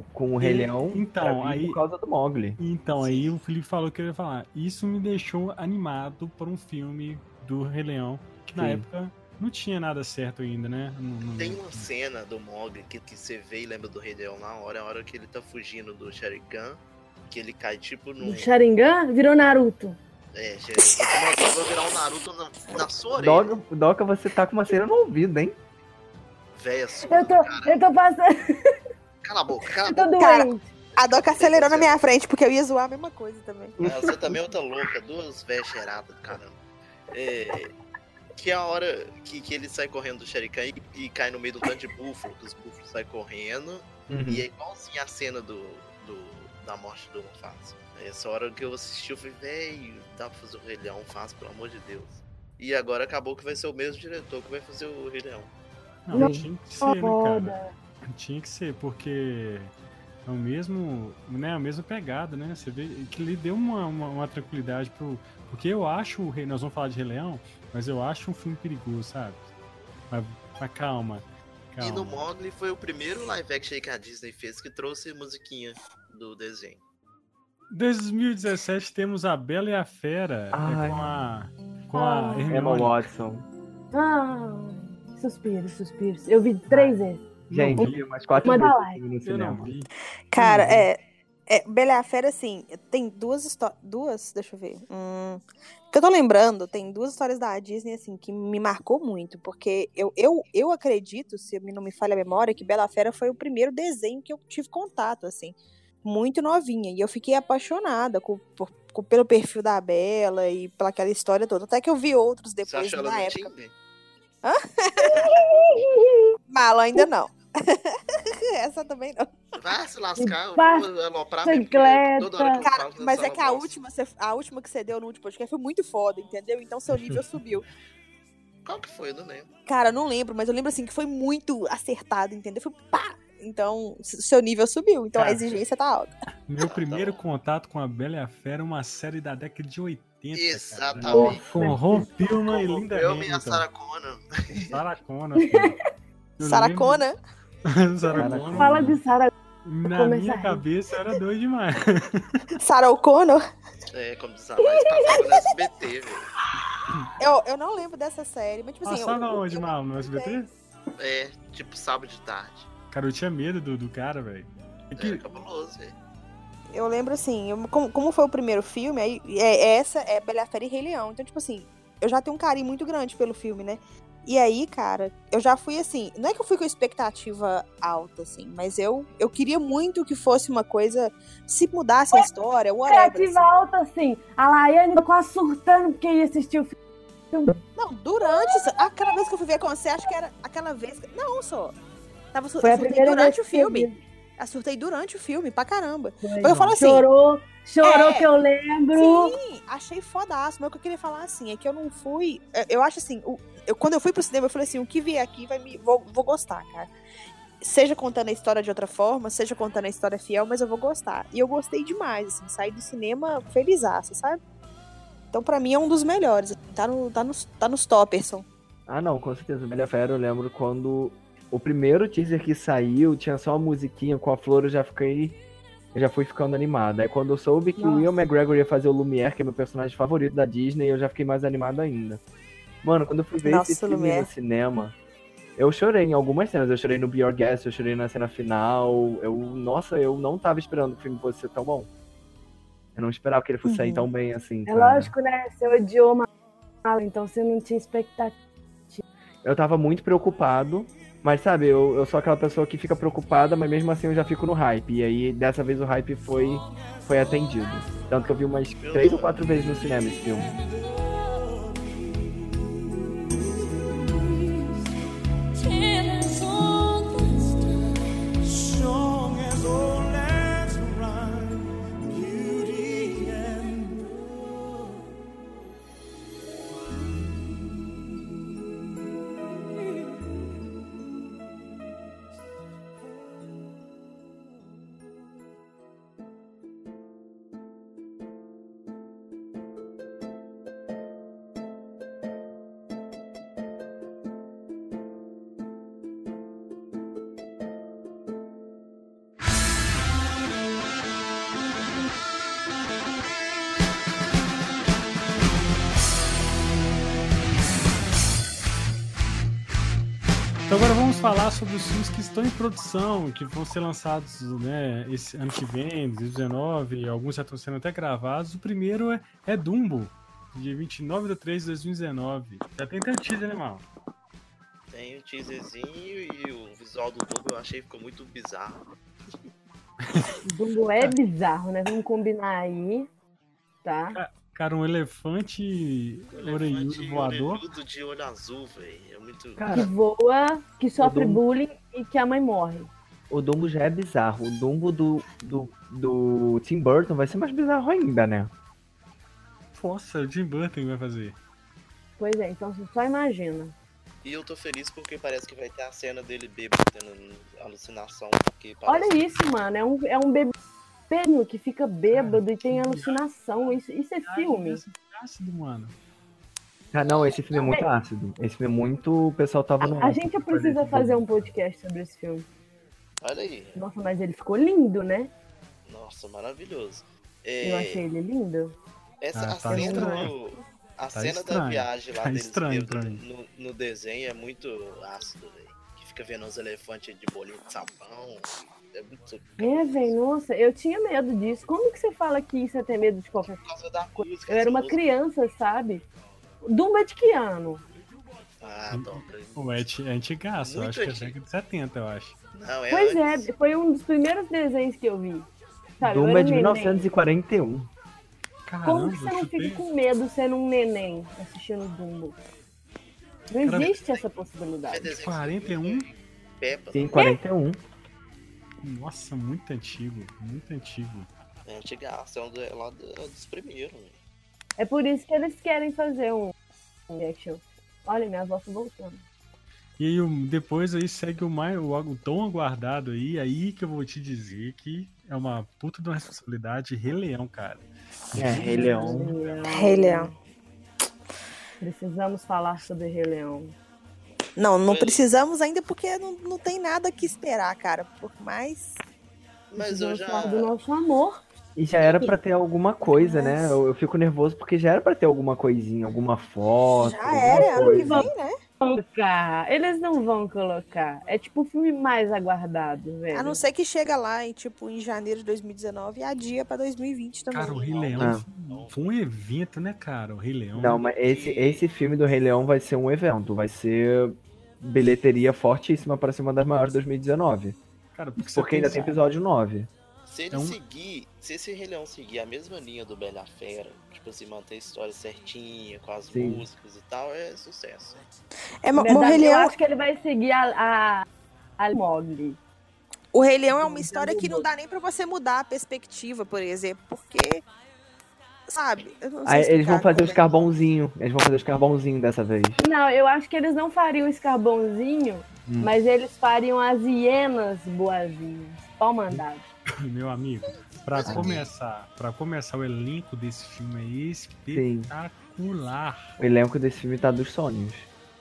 [SPEAKER 5] o com o Rei Leão.
[SPEAKER 1] então,
[SPEAKER 5] pra vir
[SPEAKER 1] aí-
[SPEAKER 5] por causa do Mowgli.
[SPEAKER 1] Então, aí o Felipe falou que eu ia falar. Isso me deixou animado para um filme do Rei Leão, que na
[SPEAKER 5] Sim. um
[SPEAKER 1] época não tinha nada certo ainda, né? Não- não-
[SPEAKER 2] Tem uma cena do Mogli que, que você vê e lembra do Rei Leão na hora, é a hora que ele tá fugindo do Sharikan, que ele cai tipo num.
[SPEAKER 3] O Sharingan virou Naruto.
[SPEAKER 2] É, gente, se eu começar, eu vou virar um Naruto na, na sua orelha.
[SPEAKER 5] Doca, Doca, você tá com uma cera no
[SPEAKER 2] <laughs>
[SPEAKER 5] ouvido, hein?
[SPEAKER 2] Véia sua.
[SPEAKER 3] Eu tô, eu tô passando,
[SPEAKER 2] Cala a boca, cala a
[SPEAKER 3] eu
[SPEAKER 2] boca.
[SPEAKER 3] tô
[SPEAKER 6] Cara,
[SPEAKER 3] doente.
[SPEAKER 6] A Doca acelerou na minha frente, porque eu ia zoar a mesma coisa também.
[SPEAKER 2] Ah, você também é outra louca, duas véias cheiradas do caramba. É, que é a hora que, que ele sai correndo do Sherikan e, e cai no meio do tanto de búfalo, que os búfalos saem correndo.
[SPEAKER 5] Uhum.
[SPEAKER 2] E é igualzinho a cena do, do- da morte do Mufasa. É Essa hora que eu assisti, eu falei, velho, dá pra fazer o Rei Leão fácil, pelo amor de Deus. E agora acabou que vai ser o mesmo diretor que vai fazer o Rei Leão.
[SPEAKER 1] Não,
[SPEAKER 5] Não.
[SPEAKER 1] tinha que ser, né, cara? Tinha que ser, porque é o mesmo, né, a mesma pegada, né? Você vê que ele deu uma, uma, uma tranquilidade pro... Porque eu acho o Rei... Nós vamos falar de Rei Leão, mas eu acho um filme perigoso, sabe? Mas, mas calma,
[SPEAKER 2] E no
[SPEAKER 1] calma.
[SPEAKER 2] Mogli foi o primeiro live action aí que a Disney fez que trouxe musiquinha do desenho.
[SPEAKER 1] 2017 temos a Bela e a Fera. É
[SPEAKER 5] Ai.
[SPEAKER 1] com a... Com a
[SPEAKER 3] Ai.
[SPEAKER 5] Emma
[SPEAKER 1] Hermione.
[SPEAKER 5] Watson.
[SPEAKER 3] Ah, suspiro, suspiro. Eu vi três vezes.
[SPEAKER 5] Gente,
[SPEAKER 1] vi.
[SPEAKER 5] vi umas quatro
[SPEAKER 3] Manda
[SPEAKER 5] vezes
[SPEAKER 3] lá.
[SPEAKER 5] assim no
[SPEAKER 1] Eu não
[SPEAKER 5] cinema.
[SPEAKER 1] vi.
[SPEAKER 6] Cara,
[SPEAKER 1] Uhum.
[SPEAKER 6] é. é Bela e a Fera, assim, tem duas histórias. Duas? Deixa eu ver. Hum, que eu tô lembrando, tem duas histórias da Disney, assim, que me marcou muito. Porque eu, eu, eu acredito, se me- não me falha a memória, que Bela Fera foi o primeiro desenho que eu tive contato, assim. Muito novinha. E eu fiquei apaixonada com, por- com- pelo perfil da Bela e pela aquela história toda. Até que eu vi outros
[SPEAKER 2] Você
[SPEAKER 6] depois
[SPEAKER 2] achou ela
[SPEAKER 6] na
[SPEAKER 2] no
[SPEAKER 6] época.
[SPEAKER 2] Tinder?
[SPEAKER 6] Mala ainda não. <laughs> Essa também não.
[SPEAKER 2] Vai se lascar, eu
[SPEAKER 3] Pá,
[SPEAKER 2] vou aloprar minha
[SPEAKER 3] bicicleta.
[SPEAKER 2] toda hora que eu
[SPEAKER 6] Cara,
[SPEAKER 2] falo, assim,
[SPEAKER 6] mas
[SPEAKER 2] essa
[SPEAKER 6] é que a
[SPEAKER 2] bosta.
[SPEAKER 6] última, você- a última que você deu no último podcast foi muito foda, entendeu? Então
[SPEAKER 1] <laughs>
[SPEAKER 6] seu nível subiu.
[SPEAKER 2] Qual que foi? Eu não lembro.
[SPEAKER 6] Cara, eu não lembro, mas eu lembro assim que foi muito acertado, entendeu? Foi pá! Então, s- seu nível subiu, então a
[SPEAKER 1] Cara.
[SPEAKER 6] exigência tá alta.
[SPEAKER 1] Meu
[SPEAKER 2] tá
[SPEAKER 1] primeiro
[SPEAKER 2] bom.
[SPEAKER 1] contato com a Bela e a Fera, é uma série da década de 80. cara.
[SPEAKER 2] Exatamente.
[SPEAKER 1] Com Ron Pillman e
[SPEAKER 2] Como
[SPEAKER 1] Linda
[SPEAKER 2] eu e a
[SPEAKER 1] Hamilton.
[SPEAKER 2] Sarah Connor.
[SPEAKER 1] Sarah
[SPEAKER 6] <laughs>
[SPEAKER 1] Connor, filho. Eu
[SPEAKER 6] Saracona,
[SPEAKER 1] lembro- Sarah
[SPEAKER 5] Sarah
[SPEAKER 1] Connor.
[SPEAKER 3] Fala de Sarah.
[SPEAKER 1] Na
[SPEAKER 3] Começa
[SPEAKER 1] minha
[SPEAKER 3] aí.
[SPEAKER 1] cabeça era doido demais.
[SPEAKER 6] Assim, Sarah O'Connor.
[SPEAKER 2] É, como diz a mais, passava no SBT, velho.
[SPEAKER 6] Eu, eu não lembro dessa série, mas tipo assim. eu-
[SPEAKER 1] Passava
[SPEAKER 6] eu-
[SPEAKER 1] onde,
[SPEAKER 6] eu-
[SPEAKER 1] mal? No SBT?
[SPEAKER 2] É, tipo sábado de tarde.
[SPEAKER 1] Cara, eu tinha medo do, do cara, velho. É
[SPEAKER 2] Era
[SPEAKER 1] que-
[SPEAKER 2] cabuloso, velho.
[SPEAKER 6] Eu lembro assim, eu- como, como foi o primeiro filme, aí é, essa é Bela Fera e Rei Leão. Então, tipo assim, eu já tenho um carinho muito grande pelo filme, né? E aí, cara, eu já fui assim, não é que eu fui com expectativa alta, assim, mas eu, eu queria muito que fosse uma coisa, se mudasse a história, whatever.
[SPEAKER 3] Criativa
[SPEAKER 6] Assim.
[SPEAKER 3] alta, assim. A Laiane ficou assurtando porque ia assistir o filme.
[SPEAKER 6] Não, durante, essa- aquela vez que eu fui ver com você, acho que era aquela vez, que- não só, tava sur-
[SPEAKER 3] Foi a
[SPEAKER 6] surtei
[SPEAKER 3] primeira vez
[SPEAKER 6] durante o
[SPEAKER 3] que eu
[SPEAKER 6] filme,
[SPEAKER 3] vi.
[SPEAKER 6] eu surtei durante o filme, pra caramba.
[SPEAKER 3] Foi.
[SPEAKER 6] Mas eu falo assim,
[SPEAKER 3] Chorou, chorou
[SPEAKER 6] É.
[SPEAKER 3] que eu lembro.
[SPEAKER 6] Sim, achei fodaço. Mas o que eu queria falar, assim, é que eu não fui. é, Eu acho assim, o- eu, quando eu fui pro cinema, eu falei assim: o que vier aqui vai me. Vou, vou gostar, cara. Seja contando a história de outra forma, seja contando a história fiel, mas eu vou gostar. E eu gostei demais, assim, saí do cinema felizaça, sabe? Então, pra mim, é um dos melhores. assim, Tá, no, tá, nos, tá nos topperson.
[SPEAKER 5] Ah, não, com certeza. Bela e a Fera, eu lembro quando o primeiro teaser que saiu tinha só uma musiquinha com a flor, eu já fiquei. Eu já fui ficando animado. Aí quando eu soube que o Will McGregor ia fazer o Lumière, que é meu personagem favorito da Disney, eu já fiquei mais animado ainda. Mano, quando eu fui ver
[SPEAKER 6] Nossa,
[SPEAKER 5] esse filme
[SPEAKER 6] Lumière.
[SPEAKER 5] no cinema, eu chorei em algumas cenas. Eu chorei no Be Your Guest, eu chorei na cena final. Eu, nossa, eu não tava esperando que o filme fosse ser tão bom. Eu não esperava que ele fosse sair
[SPEAKER 6] Uhum.
[SPEAKER 5] tão bem assim.
[SPEAKER 3] É
[SPEAKER 5] cara.
[SPEAKER 3] lógico, né? Você odiou uma mala, então você não tinha expectativa.
[SPEAKER 5] Eu tava muito preocupado, mas sabe, eu, eu sou aquela pessoa que fica preocupada, mas mesmo assim eu já fico no hype. E aí, dessa vez o hype foi, foi atendido. Tanto que eu vi umas três ou quatro vezes no cinema esse filme.
[SPEAKER 1] Então agora vamos falar sobre os filmes que estão em produção, que vão ser lançados né, esse ano que vem, 2019, alguns já estão sendo até gravados. O primeiro é, é Dumbo. Dia 29 de 3 de 2019. Já tem até o teaser, né, mal?
[SPEAKER 2] Tem o teaserzinho e o visual do Dumbo eu achei que ficou muito bizarro.
[SPEAKER 3] Dumbo é bizarro, né? Vamos combinar aí, tá?
[SPEAKER 1] Cara, um elefante, orelhudo
[SPEAKER 2] Elefante
[SPEAKER 1] voador.
[SPEAKER 2] orelhudo de olho azul, velho. É muito.
[SPEAKER 3] Que
[SPEAKER 5] Cara,
[SPEAKER 3] voa, que sofre
[SPEAKER 5] Dumbo.
[SPEAKER 3] bullying e que a mãe morre.
[SPEAKER 5] o Dumbo já é bizarro. O Dumbo do, do, do Tim Burton vai ser mais bizarro ainda, né?
[SPEAKER 1] Nossa, o Jim Burton vai fazer.
[SPEAKER 3] Pois é, então você só imagina.
[SPEAKER 2] E eu tô feliz porque parece que vai ter a cena dele bêbado tendo alucinação. Porque parece
[SPEAKER 3] Olha isso, mano. É um, é um bebê que fica bêbado e tem alucinação. Isso, isso é filme.
[SPEAKER 1] Esse ácido, mano.
[SPEAKER 5] Ah, não, esse filme é muito ácido. Esse filme é muito. O pessoal tava no.
[SPEAKER 3] A gente precisa fazer um podcast sobre esse filme.
[SPEAKER 2] Olha aí.
[SPEAKER 3] Nossa, mas ele ficou lindo, né?
[SPEAKER 2] Nossa, maravilhoso.
[SPEAKER 3] Eu
[SPEAKER 2] É,
[SPEAKER 3] achei ele lindo.
[SPEAKER 2] essa
[SPEAKER 1] Ah,
[SPEAKER 2] a
[SPEAKER 1] tá
[SPEAKER 2] cena,
[SPEAKER 1] estranho.
[SPEAKER 2] do- a
[SPEAKER 1] Tá
[SPEAKER 2] cena da
[SPEAKER 1] estranho.
[SPEAKER 2] viagem lá
[SPEAKER 1] Tá
[SPEAKER 2] deles
[SPEAKER 1] estranho
[SPEAKER 2] bêbados
[SPEAKER 1] pra
[SPEAKER 2] no, no desenho é muito ácido, velho. Que fica vendo os elefantes de bolinho de sabão. É muito.
[SPEAKER 3] É, velho, nossa, eu tinha medo disso. Como que você fala que isso é ter medo de qualquer
[SPEAKER 2] Por causa da música.
[SPEAKER 3] Eu era
[SPEAKER 2] essa
[SPEAKER 3] uma
[SPEAKER 2] música-
[SPEAKER 3] criança, sabe? Dumba de que ano?
[SPEAKER 2] Ah, dobra.
[SPEAKER 1] O é anti- é antigaço, eu
[SPEAKER 2] Muito
[SPEAKER 1] acho que é
[SPEAKER 2] antigo.
[SPEAKER 1] década de 70, eu acho.
[SPEAKER 2] Não, é
[SPEAKER 3] Pois
[SPEAKER 2] antes.
[SPEAKER 3] é, foi um dos primeiros desenhos que eu vi. Sabe, eu
[SPEAKER 5] Dumbo
[SPEAKER 3] era um
[SPEAKER 5] é de
[SPEAKER 3] neném.
[SPEAKER 5] 1941.
[SPEAKER 3] Como
[SPEAKER 1] Caramba,
[SPEAKER 3] que você
[SPEAKER 1] eu
[SPEAKER 3] não
[SPEAKER 1] chutei.
[SPEAKER 3] fica com medo sendo um neném assistindo Dumbo? Não
[SPEAKER 1] Cara,
[SPEAKER 3] existe essa
[SPEAKER 2] É
[SPEAKER 3] possibilidade.
[SPEAKER 2] desenho de é
[SPEAKER 1] 41?
[SPEAKER 2] Peppa. né?
[SPEAKER 5] Tem 41.
[SPEAKER 1] Nossa, muito antigo, muito antigo.
[SPEAKER 2] É antigaço, é um do- é lá do- dos primeiros, né? velho.
[SPEAKER 3] É por isso que eles querem fazer um um action. Olha, minha avó tá voltando.
[SPEAKER 1] E aí, um- depois aí segue o, mais, o, o tão aguardado aí, aí que eu vou te dizer que é uma puta de uma responsabilidade, Rei Leão, cara.
[SPEAKER 5] É, Rei Leão.
[SPEAKER 6] Rei Leão.
[SPEAKER 3] Precisamos falar sobre Rei Leão.
[SPEAKER 6] Não, não
[SPEAKER 2] Foi.
[SPEAKER 6] precisamos ainda porque não, não tem nada que esperar, cara. Por mais.
[SPEAKER 2] Mas eu
[SPEAKER 3] Precisamos
[SPEAKER 2] já.
[SPEAKER 3] falar do nosso amor.
[SPEAKER 5] E já era pra ter alguma coisa, né? Eu, eu fico nervoso porque já era pra ter alguma coisinha, alguma foto.
[SPEAKER 6] Já
[SPEAKER 5] alguma
[SPEAKER 6] era, ano que
[SPEAKER 5] coisa.
[SPEAKER 6] vem, né?
[SPEAKER 3] Colocar. Eles não vão colocar. É tipo o filme mais aguardado, velho.
[SPEAKER 6] A Ah, não ser que chega lá em, tipo, em janeiro de 2019 e adia pra 2020 também.
[SPEAKER 1] Cara, o Rei
[SPEAKER 2] Não,
[SPEAKER 1] Leão
[SPEAKER 5] não.
[SPEAKER 1] foi um- foi um evento, né, cara? O Rei Leão.
[SPEAKER 5] Ah. Não, mas esse, esse filme do Rei Leão vai ser um evento, vai ser bilheteria fortíssima pra ser uma das maiores de 2019.
[SPEAKER 1] cara, porque, você
[SPEAKER 5] Porque ainda tem
[SPEAKER 1] pensa-
[SPEAKER 5] episódio 9.
[SPEAKER 2] Se ele
[SPEAKER 1] É um-
[SPEAKER 2] seguir, se esse Rei Leão seguir a mesma linha do Bela Fera, tipo assim, manter a história certinha, com as
[SPEAKER 5] Sim.
[SPEAKER 2] músicas e tal, é sucesso.
[SPEAKER 6] É, mas o
[SPEAKER 3] Verdade,
[SPEAKER 6] Rei
[SPEAKER 3] eu
[SPEAKER 6] Leão,
[SPEAKER 3] acho que ele vai seguir a, a, a Mogli.
[SPEAKER 6] o Rei Leão é uma história que não dá nem pra você mudar a perspectiva, por exemplo, porque. Sabe? Eu não sei
[SPEAKER 5] Aí eles vão
[SPEAKER 6] explicar é.
[SPEAKER 5] fazer os
[SPEAKER 6] também.
[SPEAKER 5] carvãozinho, eles vão fazer os carvãozinho dessa vez.
[SPEAKER 3] Não, eu acho que eles não fariam esse carbãozinho,
[SPEAKER 1] Hum.
[SPEAKER 3] mas eles fariam as hienas boazinhas. Pau mandado.
[SPEAKER 1] Meu amigo, pra começar, para começar o elenco desse filme é
[SPEAKER 5] Sim.
[SPEAKER 1] espetacular.
[SPEAKER 5] O elenco desse filme tá dos sonhos.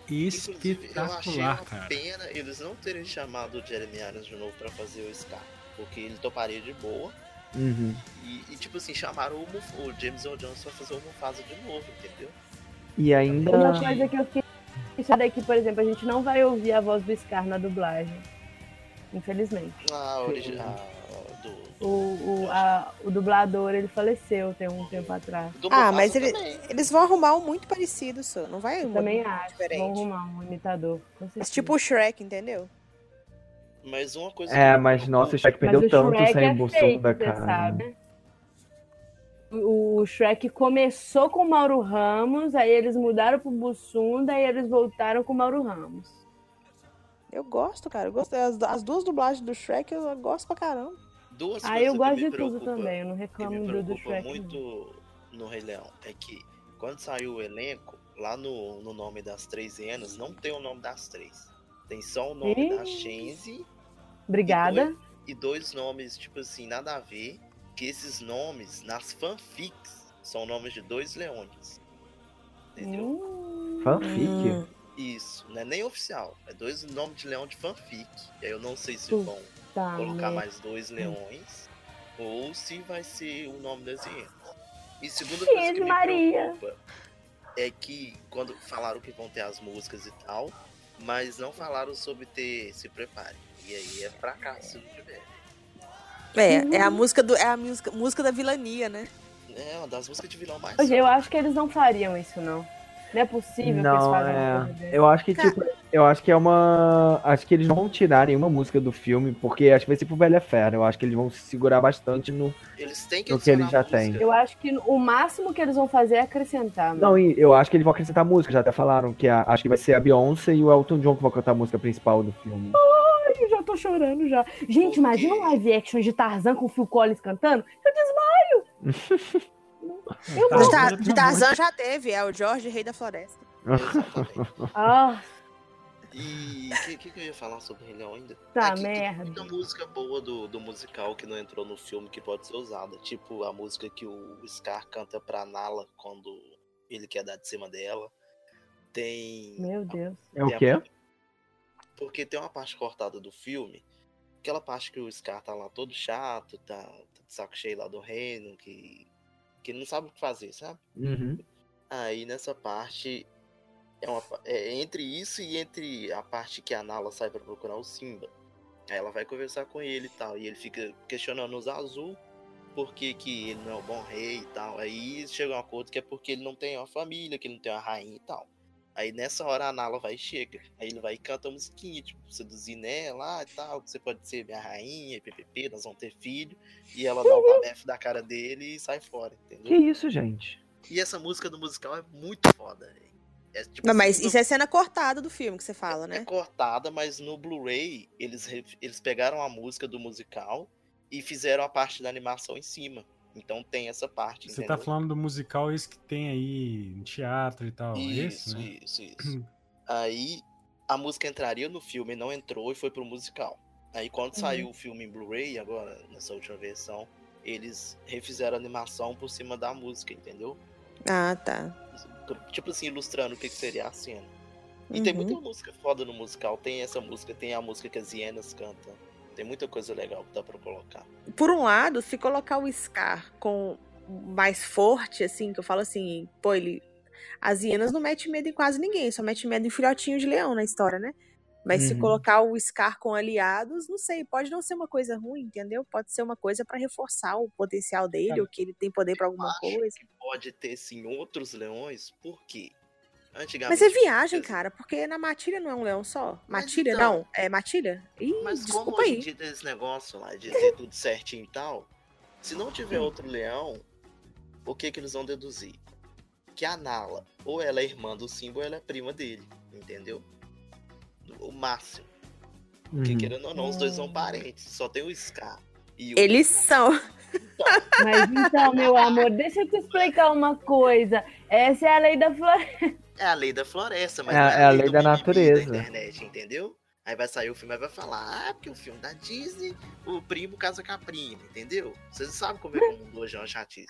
[SPEAKER 2] Inclusive, eu achei
[SPEAKER 1] Espetacular,
[SPEAKER 2] uma
[SPEAKER 1] cara.
[SPEAKER 2] pena eles não terem chamado o Jeremy Irons de novo pra fazer o Scar. Porque ele toparia de boa.
[SPEAKER 5] Uhum.
[SPEAKER 2] E, e, tipo assim, chamaram o, Muf o James Earl Jones pra fazer o Mufasa de novo, entendeu?
[SPEAKER 5] E ainda.
[SPEAKER 3] Uma coisa que eu fiquei pensando é que, por exemplo, a gente não vai ouvir a voz do Scar na dublagem. Infelizmente.
[SPEAKER 2] A original do.
[SPEAKER 3] O, o, a- o dublador, ele faleceu tem um tempo atrás.
[SPEAKER 2] do Mufasa
[SPEAKER 6] Ah, mas ele-
[SPEAKER 2] também.
[SPEAKER 6] Eles vão arrumar um muito parecido, só. Não vai
[SPEAKER 3] Eu
[SPEAKER 6] um
[SPEAKER 3] também
[SPEAKER 6] muito
[SPEAKER 3] acho.
[SPEAKER 6] diferente.
[SPEAKER 3] Vão arrumar um imitador. com
[SPEAKER 6] Mas
[SPEAKER 3] certeza.
[SPEAKER 6] tipo o Shrek, entendeu?
[SPEAKER 2] Mas uma coisa.
[SPEAKER 5] É,
[SPEAKER 2] que-
[SPEAKER 5] mas nossa, o Shrek
[SPEAKER 3] Mas
[SPEAKER 5] perdeu
[SPEAKER 3] o
[SPEAKER 5] tanto
[SPEAKER 3] Shrek
[SPEAKER 5] sem
[SPEAKER 3] é
[SPEAKER 5] Bussunda,
[SPEAKER 3] fake, você
[SPEAKER 5] cara. né?
[SPEAKER 3] sabe? O o Shrek começou com o Mauro Ramos, aí eles mudaram pro Bussunda e eles voltaram com o Mauro Ramos.
[SPEAKER 6] Eu gosto, cara. Eu gosto. As, as duas dublagens do Shrek eu gosto pra caramba.
[SPEAKER 2] Duas
[SPEAKER 3] aí Ah, eu
[SPEAKER 2] coisas
[SPEAKER 3] gosto
[SPEAKER 2] que me
[SPEAKER 3] de tudo
[SPEAKER 2] preocupam.
[SPEAKER 3] também, eu não
[SPEAKER 2] que me
[SPEAKER 3] reclamo do, do
[SPEAKER 2] preocupa
[SPEAKER 3] Shrek. não.
[SPEAKER 2] muito no Rei Leão é que quando saiu o elenco, lá no, no nome das três hienas, não tem o nome das três. Tem só o nome da
[SPEAKER 3] Ih.
[SPEAKER 2] Shenzi
[SPEAKER 3] Obrigada.
[SPEAKER 2] e dois nomes, tipo assim, nada a ver. Que esses nomes, nas fanfics, são nomes de dois leões. Entendeu?
[SPEAKER 3] Hum,
[SPEAKER 5] Fanfic.
[SPEAKER 2] Isso, não é nem oficial. É dois nomes de leão de fanfic. E aí eu não sei se
[SPEAKER 3] Puta
[SPEAKER 2] vão
[SPEAKER 3] tá,
[SPEAKER 2] colocar
[SPEAKER 3] né?
[SPEAKER 2] mais dois leões ou se vai ser o nome das hienas. E segunda
[SPEAKER 3] Sim,
[SPEAKER 2] coisa que
[SPEAKER 3] de
[SPEAKER 2] me
[SPEAKER 3] Maria.
[SPEAKER 2] preocupa é que quando falaram que vão ter as músicas e tal, mas não falaram sobre ter se prepare. E aí é fracasso se não tiver.
[SPEAKER 6] Uhum. É, é a música do é a música, música da vilania, né?
[SPEAKER 2] É uma das músicas de vilão mais.
[SPEAKER 3] Hoje, eu acho que eles não fariam isso, não. Não é possível que eles
[SPEAKER 5] Não,
[SPEAKER 3] façam uma
[SPEAKER 5] é.
[SPEAKER 3] coisa dessa.
[SPEAKER 5] Eu acho que, tipo, eu acho que é uma. Acho que eles não vão tirar nenhuma música do filme, porque acho que vai ser pro Velha Fera. Eu acho que eles vão se segurar bastante no.
[SPEAKER 2] Eles têm que
[SPEAKER 5] Do que ele
[SPEAKER 2] adicionar
[SPEAKER 5] já tem.
[SPEAKER 2] música.
[SPEAKER 3] Eu acho que o máximo que eles vão fazer é acrescentar. mano.
[SPEAKER 5] Não, e eu acho que eles vão acrescentar música, já até falaram, que a- acho que vai ser a Beyoncé e o Elton John que vão cantar a música principal do filme.
[SPEAKER 3] Eu já tô chorando já. Gente, imagina um live action de Tarzan com o Phil Collins cantando. Eu desmaio.
[SPEAKER 5] <laughs> Tá,
[SPEAKER 1] Eu
[SPEAKER 6] De Tar- de Tarzan já teve, é o Jorge, rei da floresta.
[SPEAKER 5] <laughs>
[SPEAKER 2] Exatamente.
[SPEAKER 3] Ah,
[SPEAKER 2] E o que, que, que eu ia falar sobre Rei Leão ainda?
[SPEAKER 3] tá
[SPEAKER 2] Aqui tem
[SPEAKER 3] merda.
[SPEAKER 2] muita música boa do, do musical que não entrou no filme que pode ser usada. Tipo a música que o Scar canta pra Nala quando ele quer dar de cima dela. Tem.
[SPEAKER 3] Meu Deus.
[SPEAKER 5] É o
[SPEAKER 2] tem a
[SPEAKER 5] quê?
[SPEAKER 2] parte- Porque tem uma parte cortada do filme. Aquela parte que o Scar tá lá todo chato, tá, tá de saco cheio lá do reino, que, que ele não sabe o que fazer, sabe?
[SPEAKER 5] Uhum.
[SPEAKER 2] Aí nessa parte. É, uma, pa- é entre isso e entre a parte que a Nala sai pra procurar o Simba. Aí ela vai conversar com ele e tal. E ele fica questionando os azul por que, que ele não é o bom rei e tal. Aí eles chegam a um acordo que é porque ele não tem uma família, que ele não tem uma rainha e tal. Aí nessa hora a Nala vai e chega. Aí ele vai e canta a musiquinha, tipo, seduzindo ela lá e tal. que Você pode ser minha rainha, e ppp, nós vamos ter filho. E ela dá o babef da cara dele e sai fora, entendeu?
[SPEAKER 5] Que isso, gente?
[SPEAKER 2] E essa música do musical é muito foda. velho. É, tipo,
[SPEAKER 6] Não, mas
[SPEAKER 2] assim,
[SPEAKER 6] isso é cena cortada do filme que você fala,
[SPEAKER 2] é
[SPEAKER 6] né?
[SPEAKER 2] cortada, mas no Blu-ray eles, re- eles pegaram a música do musical e fizeram a parte da animação em cima. Então tem essa parte.
[SPEAKER 1] Você tá
[SPEAKER 2] entendeu?
[SPEAKER 1] falando do musical, esse que tem aí em teatro e tal. é esse,
[SPEAKER 2] Isso,
[SPEAKER 1] né? <clears throat>
[SPEAKER 2] isso, isso. Aí a música entraria no filme, não entrou e foi pro musical. Aí quando
[SPEAKER 3] Uhum.
[SPEAKER 2] saiu o filme em Blu-ray, agora, nessa última versão, eles refizeram a animação por cima da música, entendeu?
[SPEAKER 6] Ah, tá.
[SPEAKER 2] Tipo assim, ilustrando o que que seria a cena. E
[SPEAKER 6] Uhum.
[SPEAKER 2] tem muita música foda no musical. Tem essa música, tem a música que as hienas cantam. Tem muita coisa legal que dá pra colocar.
[SPEAKER 6] Por um lado, se colocar o Scar com mais forte, assim, que eu falo assim, pô, ele. As hienas não mete medo em quase ninguém, só mete medo em filhotinho de leão na história, né? Mas se
[SPEAKER 5] Uhum.
[SPEAKER 6] colocar o Scar com aliados, não sei, pode não ser uma coisa ruim, entendeu? Pode ser uma coisa pra reforçar o potencial dele,
[SPEAKER 1] Cara,
[SPEAKER 6] ou que ele tem poder pra alguma
[SPEAKER 2] Tá. acho
[SPEAKER 6] coisa.
[SPEAKER 2] Pode ter, sim, outros leões, por quê? Antigamente.
[SPEAKER 6] Mas é viagem,
[SPEAKER 2] beleza.
[SPEAKER 6] cara, porque na matilha não é um leão só.
[SPEAKER 2] Mas
[SPEAKER 6] Matilha,
[SPEAKER 2] então-
[SPEAKER 6] não. É matilha? Ih,
[SPEAKER 2] Mas como
[SPEAKER 6] desculpa
[SPEAKER 2] hoje em
[SPEAKER 6] aí.
[SPEAKER 2] dia tem esse negócio lá, de dizer tudo certinho e tal, se não
[SPEAKER 6] Uhum.
[SPEAKER 2] tiver outro leão, o que que eles vão deduzir? Que a Nala, ou ela é irmã do Simba, ou ela é prima dele, entendeu? O máximo. Porque
[SPEAKER 5] Uhum.
[SPEAKER 2] querendo ou não, os dois são parentes. Só tem o Scar. E o é um
[SPEAKER 6] Eles são.
[SPEAKER 3] Mas então, meu amor, deixa eu te explicar uma coisa. Essa é a lei da floresta.
[SPEAKER 2] É a lei da floresta, mas
[SPEAKER 5] É-
[SPEAKER 2] não
[SPEAKER 5] é a lei
[SPEAKER 2] do
[SPEAKER 5] da
[SPEAKER 2] mimimi
[SPEAKER 5] natureza.
[SPEAKER 2] Da internet, entendeu? Aí vai sair o filme e vai falar, ah, porque o filme da Disney, o primo casa com a prima, entendeu? Vocês sabem como é que o mundo hoje é uma chatice.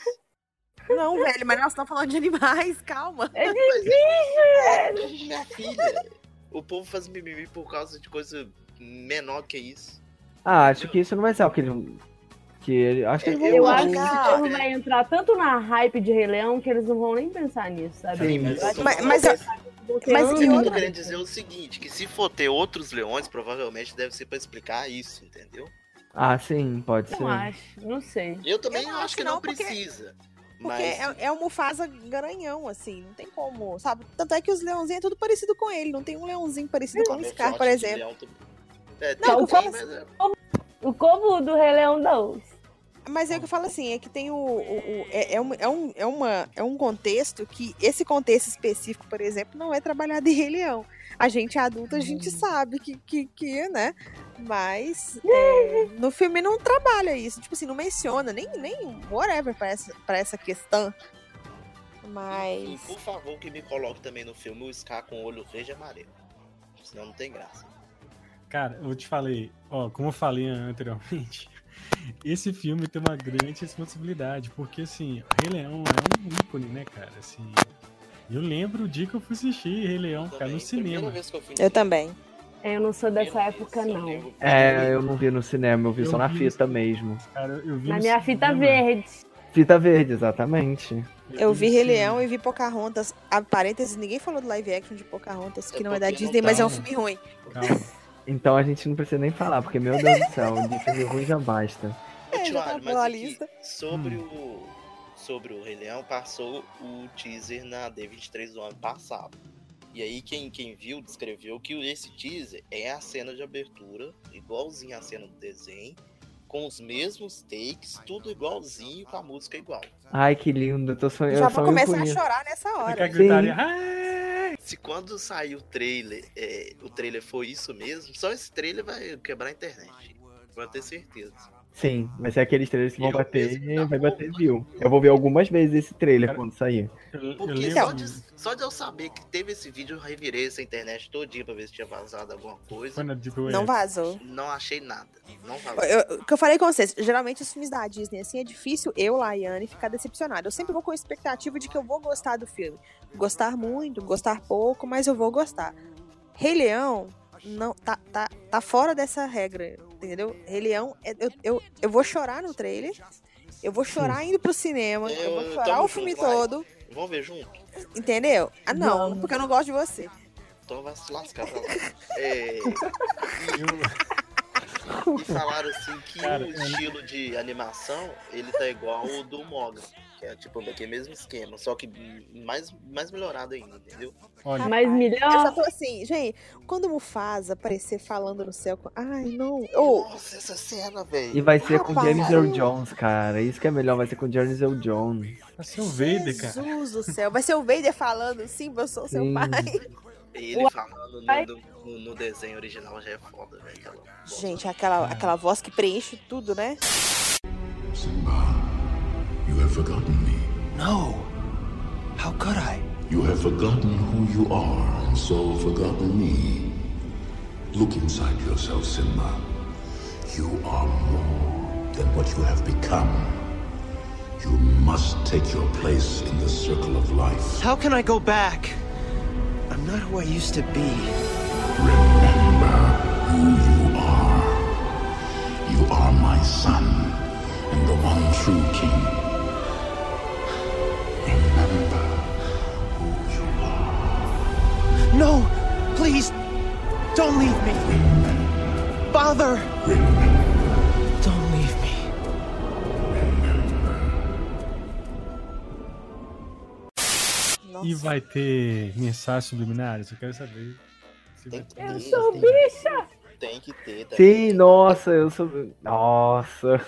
[SPEAKER 6] Não, velho, mas nós estamos falando de animais, calma.
[SPEAKER 3] É
[SPEAKER 2] Mas
[SPEAKER 3] difícil.
[SPEAKER 2] é como minha filha. O povo faz mimimi por causa de coisa menor que isso.
[SPEAKER 5] Ah, acho que isso não vai ser o que eles. Que ele... Acho que eles vão.
[SPEAKER 2] Eu
[SPEAKER 3] Eu acho que
[SPEAKER 2] acho
[SPEAKER 3] esse
[SPEAKER 5] Ah.
[SPEAKER 2] que- é,
[SPEAKER 3] povo vai entrar tanto na hype de Rei Leão que eles não vão nem pensar nisso, sabe?
[SPEAKER 5] Sim,
[SPEAKER 2] mas-
[SPEAKER 3] Eu acho que é
[SPEAKER 6] Mas-
[SPEAKER 3] eles
[SPEAKER 6] mas
[SPEAKER 3] vão
[SPEAKER 6] eu-
[SPEAKER 3] pensar que vão ter
[SPEAKER 6] mas
[SPEAKER 3] anos
[SPEAKER 6] que
[SPEAKER 2] Eu
[SPEAKER 3] pra
[SPEAKER 2] tô
[SPEAKER 6] outra-
[SPEAKER 2] querendo dizer o seguinte, que se for ter outros leões, provavelmente deve ser pra explicar isso, entendeu?
[SPEAKER 5] Ah, sim, pode
[SPEAKER 3] Não
[SPEAKER 5] ser.
[SPEAKER 3] acho, não sei.
[SPEAKER 2] Eu também
[SPEAKER 6] não
[SPEAKER 2] acho,
[SPEAKER 6] acho
[SPEAKER 2] que não,
[SPEAKER 6] não, porque-
[SPEAKER 2] precisa.
[SPEAKER 6] Porque
[SPEAKER 2] Mas
[SPEAKER 6] é, é o Mufasa garanhão, assim, não tem como, sabe? Tanto é que os leãozinhos é tudo parecido com ele, não tem um leããozinho parecido com o
[SPEAKER 2] Realmente, eu
[SPEAKER 6] Scar,
[SPEAKER 2] acho
[SPEAKER 6] por
[SPEAKER 2] que
[SPEAKER 6] exemplo.
[SPEAKER 2] leão também- É,
[SPEAKER 6] Não,
[SPEAKER 2] tem
[SPEAKER 6] eu
[SPEAKER 2] também,
[SPEAKER 6] falo-
[SPEAKER 2] mas é-
[SPEAKER 3] O combo do Rei Leão 2.
[SPEAKER 6] Mas é o que eu falo assim, é que tem o. o- o- é, é um, é, um, é, uma, é um contexto que esse contexto específico, por exemplo, não é trabalhado em Rei Leão. A gente é adulta, a gente sabe que, que, que, né? Mas é, no filme não trabalha isso. Tipo assim, não menciona, nem, nem whatever pra essa, pra essa questão.
[SPEAKER 2] E
[SPEAKER 6] Mas.
[SPEAKER 2] por favor, que me coloque também no filme o Scar com o olho verde e amarelo. Senão não tem graça.
[SPEAKER 1] Cara, eu te falei, ó, como eu falei anteriormente, <laughs> esse filme tem uma grande responsabilidade, porque assim, Rei Leão é um ícone, né, cara? Assim, eu lembro o dia que eu fui assistir Rei Leão, cara, no
[SPEAKER 2] Também, Primeira
[SPEAKER 1] cinema.
[SPEAKER 2] vez que eu fui no
[SPEAKER 6] Eu
[SPEAKER 2] cinema,
[SPEAKER 6] também.
[SPEAKER 3] Eu não sou dessa
[SPEAKER 2] primeira
[SPEAKER 3] época,
[SPEAKER 2] vez, eu
[SPEAKER 3] não.
[SPEAKER 2] lembro-
[SPEAKER 5] É, eu não vi no cinema, eu vi
[SPEAKER 1] Eu
[SPEAKER 5] só na
[SPEAKER 1] vi.
[SPEAKER 5] fita mesmo.
[SPEAKER 1] Cara, eu vi
[SPEAKER 3] Na
[SPEAKER 1] no
[SPEAKER 3] minha fita
[SPEAKER 1] cinema.
[SPEAKER 3] verde.
[SPEAKER 5] Fita verde, exatamente.
[SPEAKER 6] Eu
[SPEAKER 1] no
[SPEAKER 6] vi Rei
[SPEAKER 1] cinema.
[SPEAKER 6] Leão e vi Pocahontas. A parênteses, ninguém falou do live action de Pocahontas,
[SPEAKER 2] É
[SPEAKER 6] que não é da
[SPEAKER 2] porque não
[SPEAKER 6] Disney, mas é um
[SPEAKER 1] dá, né?
[SPEAKER 6] filme ruim. <laughs>
[SPEAKER 1] Calma.
[SPEAKER 5] Então a gente não precisa nem falar, porque, meu Deus do céu, de filme ruim já basta.
[SPEAKER 2] Ô,
[SPEAKER 6] É, já
[SPEAKER 2] Tiago,
[SPEAKER 6] tava
[SPEAKER 2] mas
[SPEAKER 6] pela
[SPEAKER 2] aqui,
[SPEAKER 6] lista.
[SPEAKER 2] sobre o. sobre o Rei Leão passou o teaser na D23 do ano passado. E aí quem, quem viu descreveu que esse teaser é a cena de abertura, igualzinho à cena do desenho, com os mesmos takes, tudo igualzinho, com a música igual.
[SPEAKER 5] Ai, que lindo. Tô sonhando.
[SPEAKER 6] Já
[SPEAKER 5] eu
[SPEAKER 6] vou
[SPEAKER 5] sonho com
[SPEAKER 6] começar a
[SPEAKER 5] isso.
[SPEAKER 6] chorar nessa
[SPEAKER 1] Fica a
[SPEAKER 6] hora.
[SPEAKER 1] gritaria.
[SPEAKER 2] Se quando sair o trailer, é, o trailer for isso mesmo, só esse trailer vai quebrar a internet. Pode ter certeza.
[SPEAKER 5] Sim, vai ser aqueles trailers que vão
[SPEAKER 2] Eu
[SPEAKER 5] bater,
[SPEAKER 2] mesmo não
[SPEAKER 5] vai bater
[SPEAKER 2] vou.
[SPEAKER 5] view. Eu vou ver algumas vezes esse trailer
[SPEAKER 1] Cara,
[SPEAKER 5] quando sair.
[SPEAKER 1] Eu, eu
[SPEAKER 2] Porque
[SPEAKER 1] lembro.
[SPEAKER 2] só de, só de eu saber que teve esse vídeo, eu revirei essa internet todinha pra ver se tinha vazado alguma
[SPEAKER 1] Foi
[SPEAKER 2] coisa.
[SPEAKER 1] na Deep Web.
[SPEAKER 6] Não vazou.
[SPEAKER 2] Não achei nada. Não vazou.
[SPEAKER 6] Eu- O que eu falei com vocês, geralmente os filmes da Disney, assim, é difícil eu, Laiane, ficar decepcionada. Eu sempre vou com a expectativa de que eu vou gostar do filme. Gostar muito, gostar pouco, mas eu vou gostar. Rei Leão não, tá, tá, tá fora dessa regra, entendeu? Rei Leão, é- eu, eu, eu vou chorar no trailer, eu vou chorar indo pro cinema, eu,
[SPEAKER 2] Eu-
[SPEAKER 6] vou
[SPEAKER 2] eu
[SPEAKER 6] chorar
[SPEAKER 2] tamo
[SPEAKER 6] o filme
[SPEAKER 2] junto, Lai.
[SPEAKER 6] todo,
[SPEAKER 2] Vamos ver junto?
[SPEAKER 6] entendeu? Ah, não,
[SPEAKER 3] Vamos.
[SPEAKER 6] porque eu não gosto de você.
[SPEAKER 2] Então vai se lascar pra lá. É,
[SPEAKER 1] Eu-
[SPEAKER 2] e falaram assim que
[SPEAKER 1] Cara,
[SPEAKER 2] o
[SPEAKER 1] eu-
[SPEAKER 2] estilo de animação, ele tá igual ao do Mogli. Que é tipo daquele mesmo esquema, só que mais, mais melhorado ainda, entendeu?
[SPEAKER 1] Olha,
[SPEAKER 3] Mas um
[SPEAKER 6] Eu só
[SPEAKER 3] melhor.
[SPEAKER 6] tô assim, gente, quando o Mufasa aparecer falando no céu, com- ai, não, ou...
[SPEAKER 2] Nossa, essa cena,
[SPEAKER 5] E
[SPEAKER 2] velho.
[SPEAKER 5] vai ser com
[SPEAKER 6] Rapaz.
[SPEAKER 5] James Earl Jones, cara. Isso que é melhor, vai ser com James Earl Jones.
[SPEAKER 1] tá seu Vader, cara.
[SPEAKER 6] Jesus do céu. Vai ser o Vader falando, sim, eu sou seu
[SPEAKER 5] Sim.
[SPEAKER 6] pai.
[SPEAKER 2] Ele falando no, no- no- no desenho original já é foda, velho. aquela bosta.
[SPEAKER 6] Gente, aquela, aquela voz que preenche tudo, né?
[SPEAKER 7] Simba, you have forgotten me.
[SPEAKER 8] No. How could I?
[SPEAKER 7] You have forgotten who you are, and so forgotten me. Look inside yourself, Simba. You are more than what you have become. You must take your place in the circle of life.
[SPEAKER 8] How can I go back? I'm not who I used to be.
[SPEAKER 7] Remember who you are. You are my son and the one true king. Remember who you are.
[SPEAKER 8] No! Please! Don't leave me! Father! Don't leave me.
[SPEAKER 6] Nossa.
[SPEAKER 1] E vai ter mensagens subliminares? Eu quero saber. se vai ter.
[SPEAKER 2] Tem que ter,
[SPEAKER 3] Eu sou
[SPEAKER 2] tem-
[SPEAKER 3] bicha!
[SPEAKER 2] Tem que ter, tá?
[SPEAKER 5] Sim, nossa, eu sou. Nossa.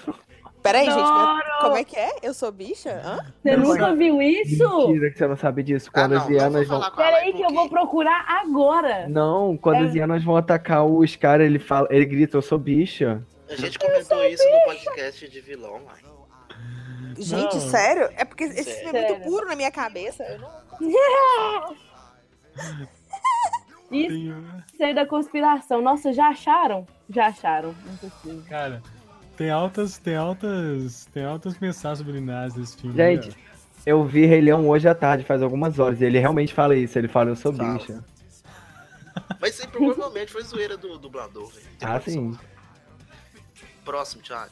[SPEAKER 6] Peraí, gente.
[SPEAKER 3] Adoro!
[SPEAKER 6] Como é que é? Eu sou bicha? Hã?
[SPEAKER 3] Você
[SPEAKER 5] Eu
[SPEAKER 3] nunca viu isso?
[SPEAKER 5] Mentira que você não sabe disso.
[SPEAKER 2] Ah,
[SPEAKER 5] Quando as hienas
[SPEAKER 2] vou
[SPEAKER 5] vão.
[SPEAKER 2] falar com a Lai,
[SPEAKER 3] Peraí que eu
[SPEAKER 2] porque-
[SPEAKER 3] vou procurar agora.
[SPEAKER 5] Não, quando
[SPEAKER 3] É.
[SPEAKER 5] as hienas vão atacar os caras, ele fala, ele grita, eu sou bicha.
[SPEAKER 2] A gente comentou isso no podcast de vilão, mãe.
[SPEAKER 6] Gente,
[SPEAKER 1] Não.
[SPEAKER 6] sério? É porque esse filme é muito
[SPEAKER 3] Sério.
[SPEAKER 6] puro na minha cabeça. Eu não...
[SPEAKER 3] Isso
[SPEAKER 1] Tem um-
[SPEAKER 3] aí da conspiração. Nossa, já acharam? Já acharam. Não precisa.
[SPEAKER 1] Cara, tem altas, tem altas, tem altas mensagens subliminares nesse filme.
[SPEAKER 5] Gente,
[SPEAKER 1] né?
[SPEAKER 5] eu vi Rei Leão hoje à tarde, faz algumas horas, e ele realmente fala isso, ele fala, eu sou
[SPEAKER 2] Fala.
[SPEAKER 5] bicha.
[SPEAKER 2] Mas isso aí provavelmente foi zoeira do dublador, velho. Tem
[SPEAKER 5] Ah,
[SPEAKER 2] condição.
[SPEAKER 5] sim.
[SPEAKER 2] Próximo, Thiago.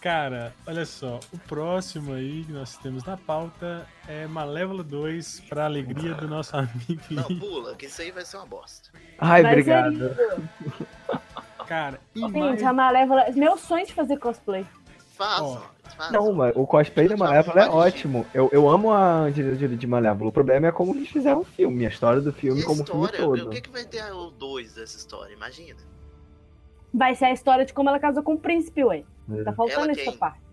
[SPEAKER 1] Cara, olha só, o próximo aí que nós temos na pauta é Malévola 2 pra alegria do nosso amigo.
[SPEAKER 2] Não,
[SPEAKER 1] Lee.
[SPEAKER 2] pula, que isso aí vai ser uma bosta.
[SPEAKER 5] Ai,
[SPEAKER 3] Mas é
[SPEAKER 5] obrigado.
[SPEAKER 3] lindo.
[SPEAKER 1] Cara, e mais-
[SPEAKER 3] Gente, a Malévola. Meu sonho de fazer cosplay.
[SPEAKER 2] Façam,
[SPEAKER 1] Ó,
[SPEAKER 2] façam.
[SPEAKER 5] Não, mano, o cosplay da Malévola é
[SPEAKER 2] Mas,
[SPEAKER 5] ótimo. Eu, eu amo a Angelina Jolie de Malévola. O problema é como eles fizeram o filme, a história do
[SPEAKER 2] E a
[SPEAKER 5] filme, como o filme
[SPEAKER 2] história,
[SPEAKER 5] todo.
[SPEAKER 2] o que, que vai ter o 2 dessa história? Imagina.
[SPEAKER 3] Vai ser a história de como ela casou com o príncipe, ué. Tá
[SPEAKER 5] É.
[SPEAKER 3] faltando
[SPEAKER 2] Ela
[SPEAKER 3] essa
[SPEAKER 2] quem?
[SPEAKER 3] parte. <laughs>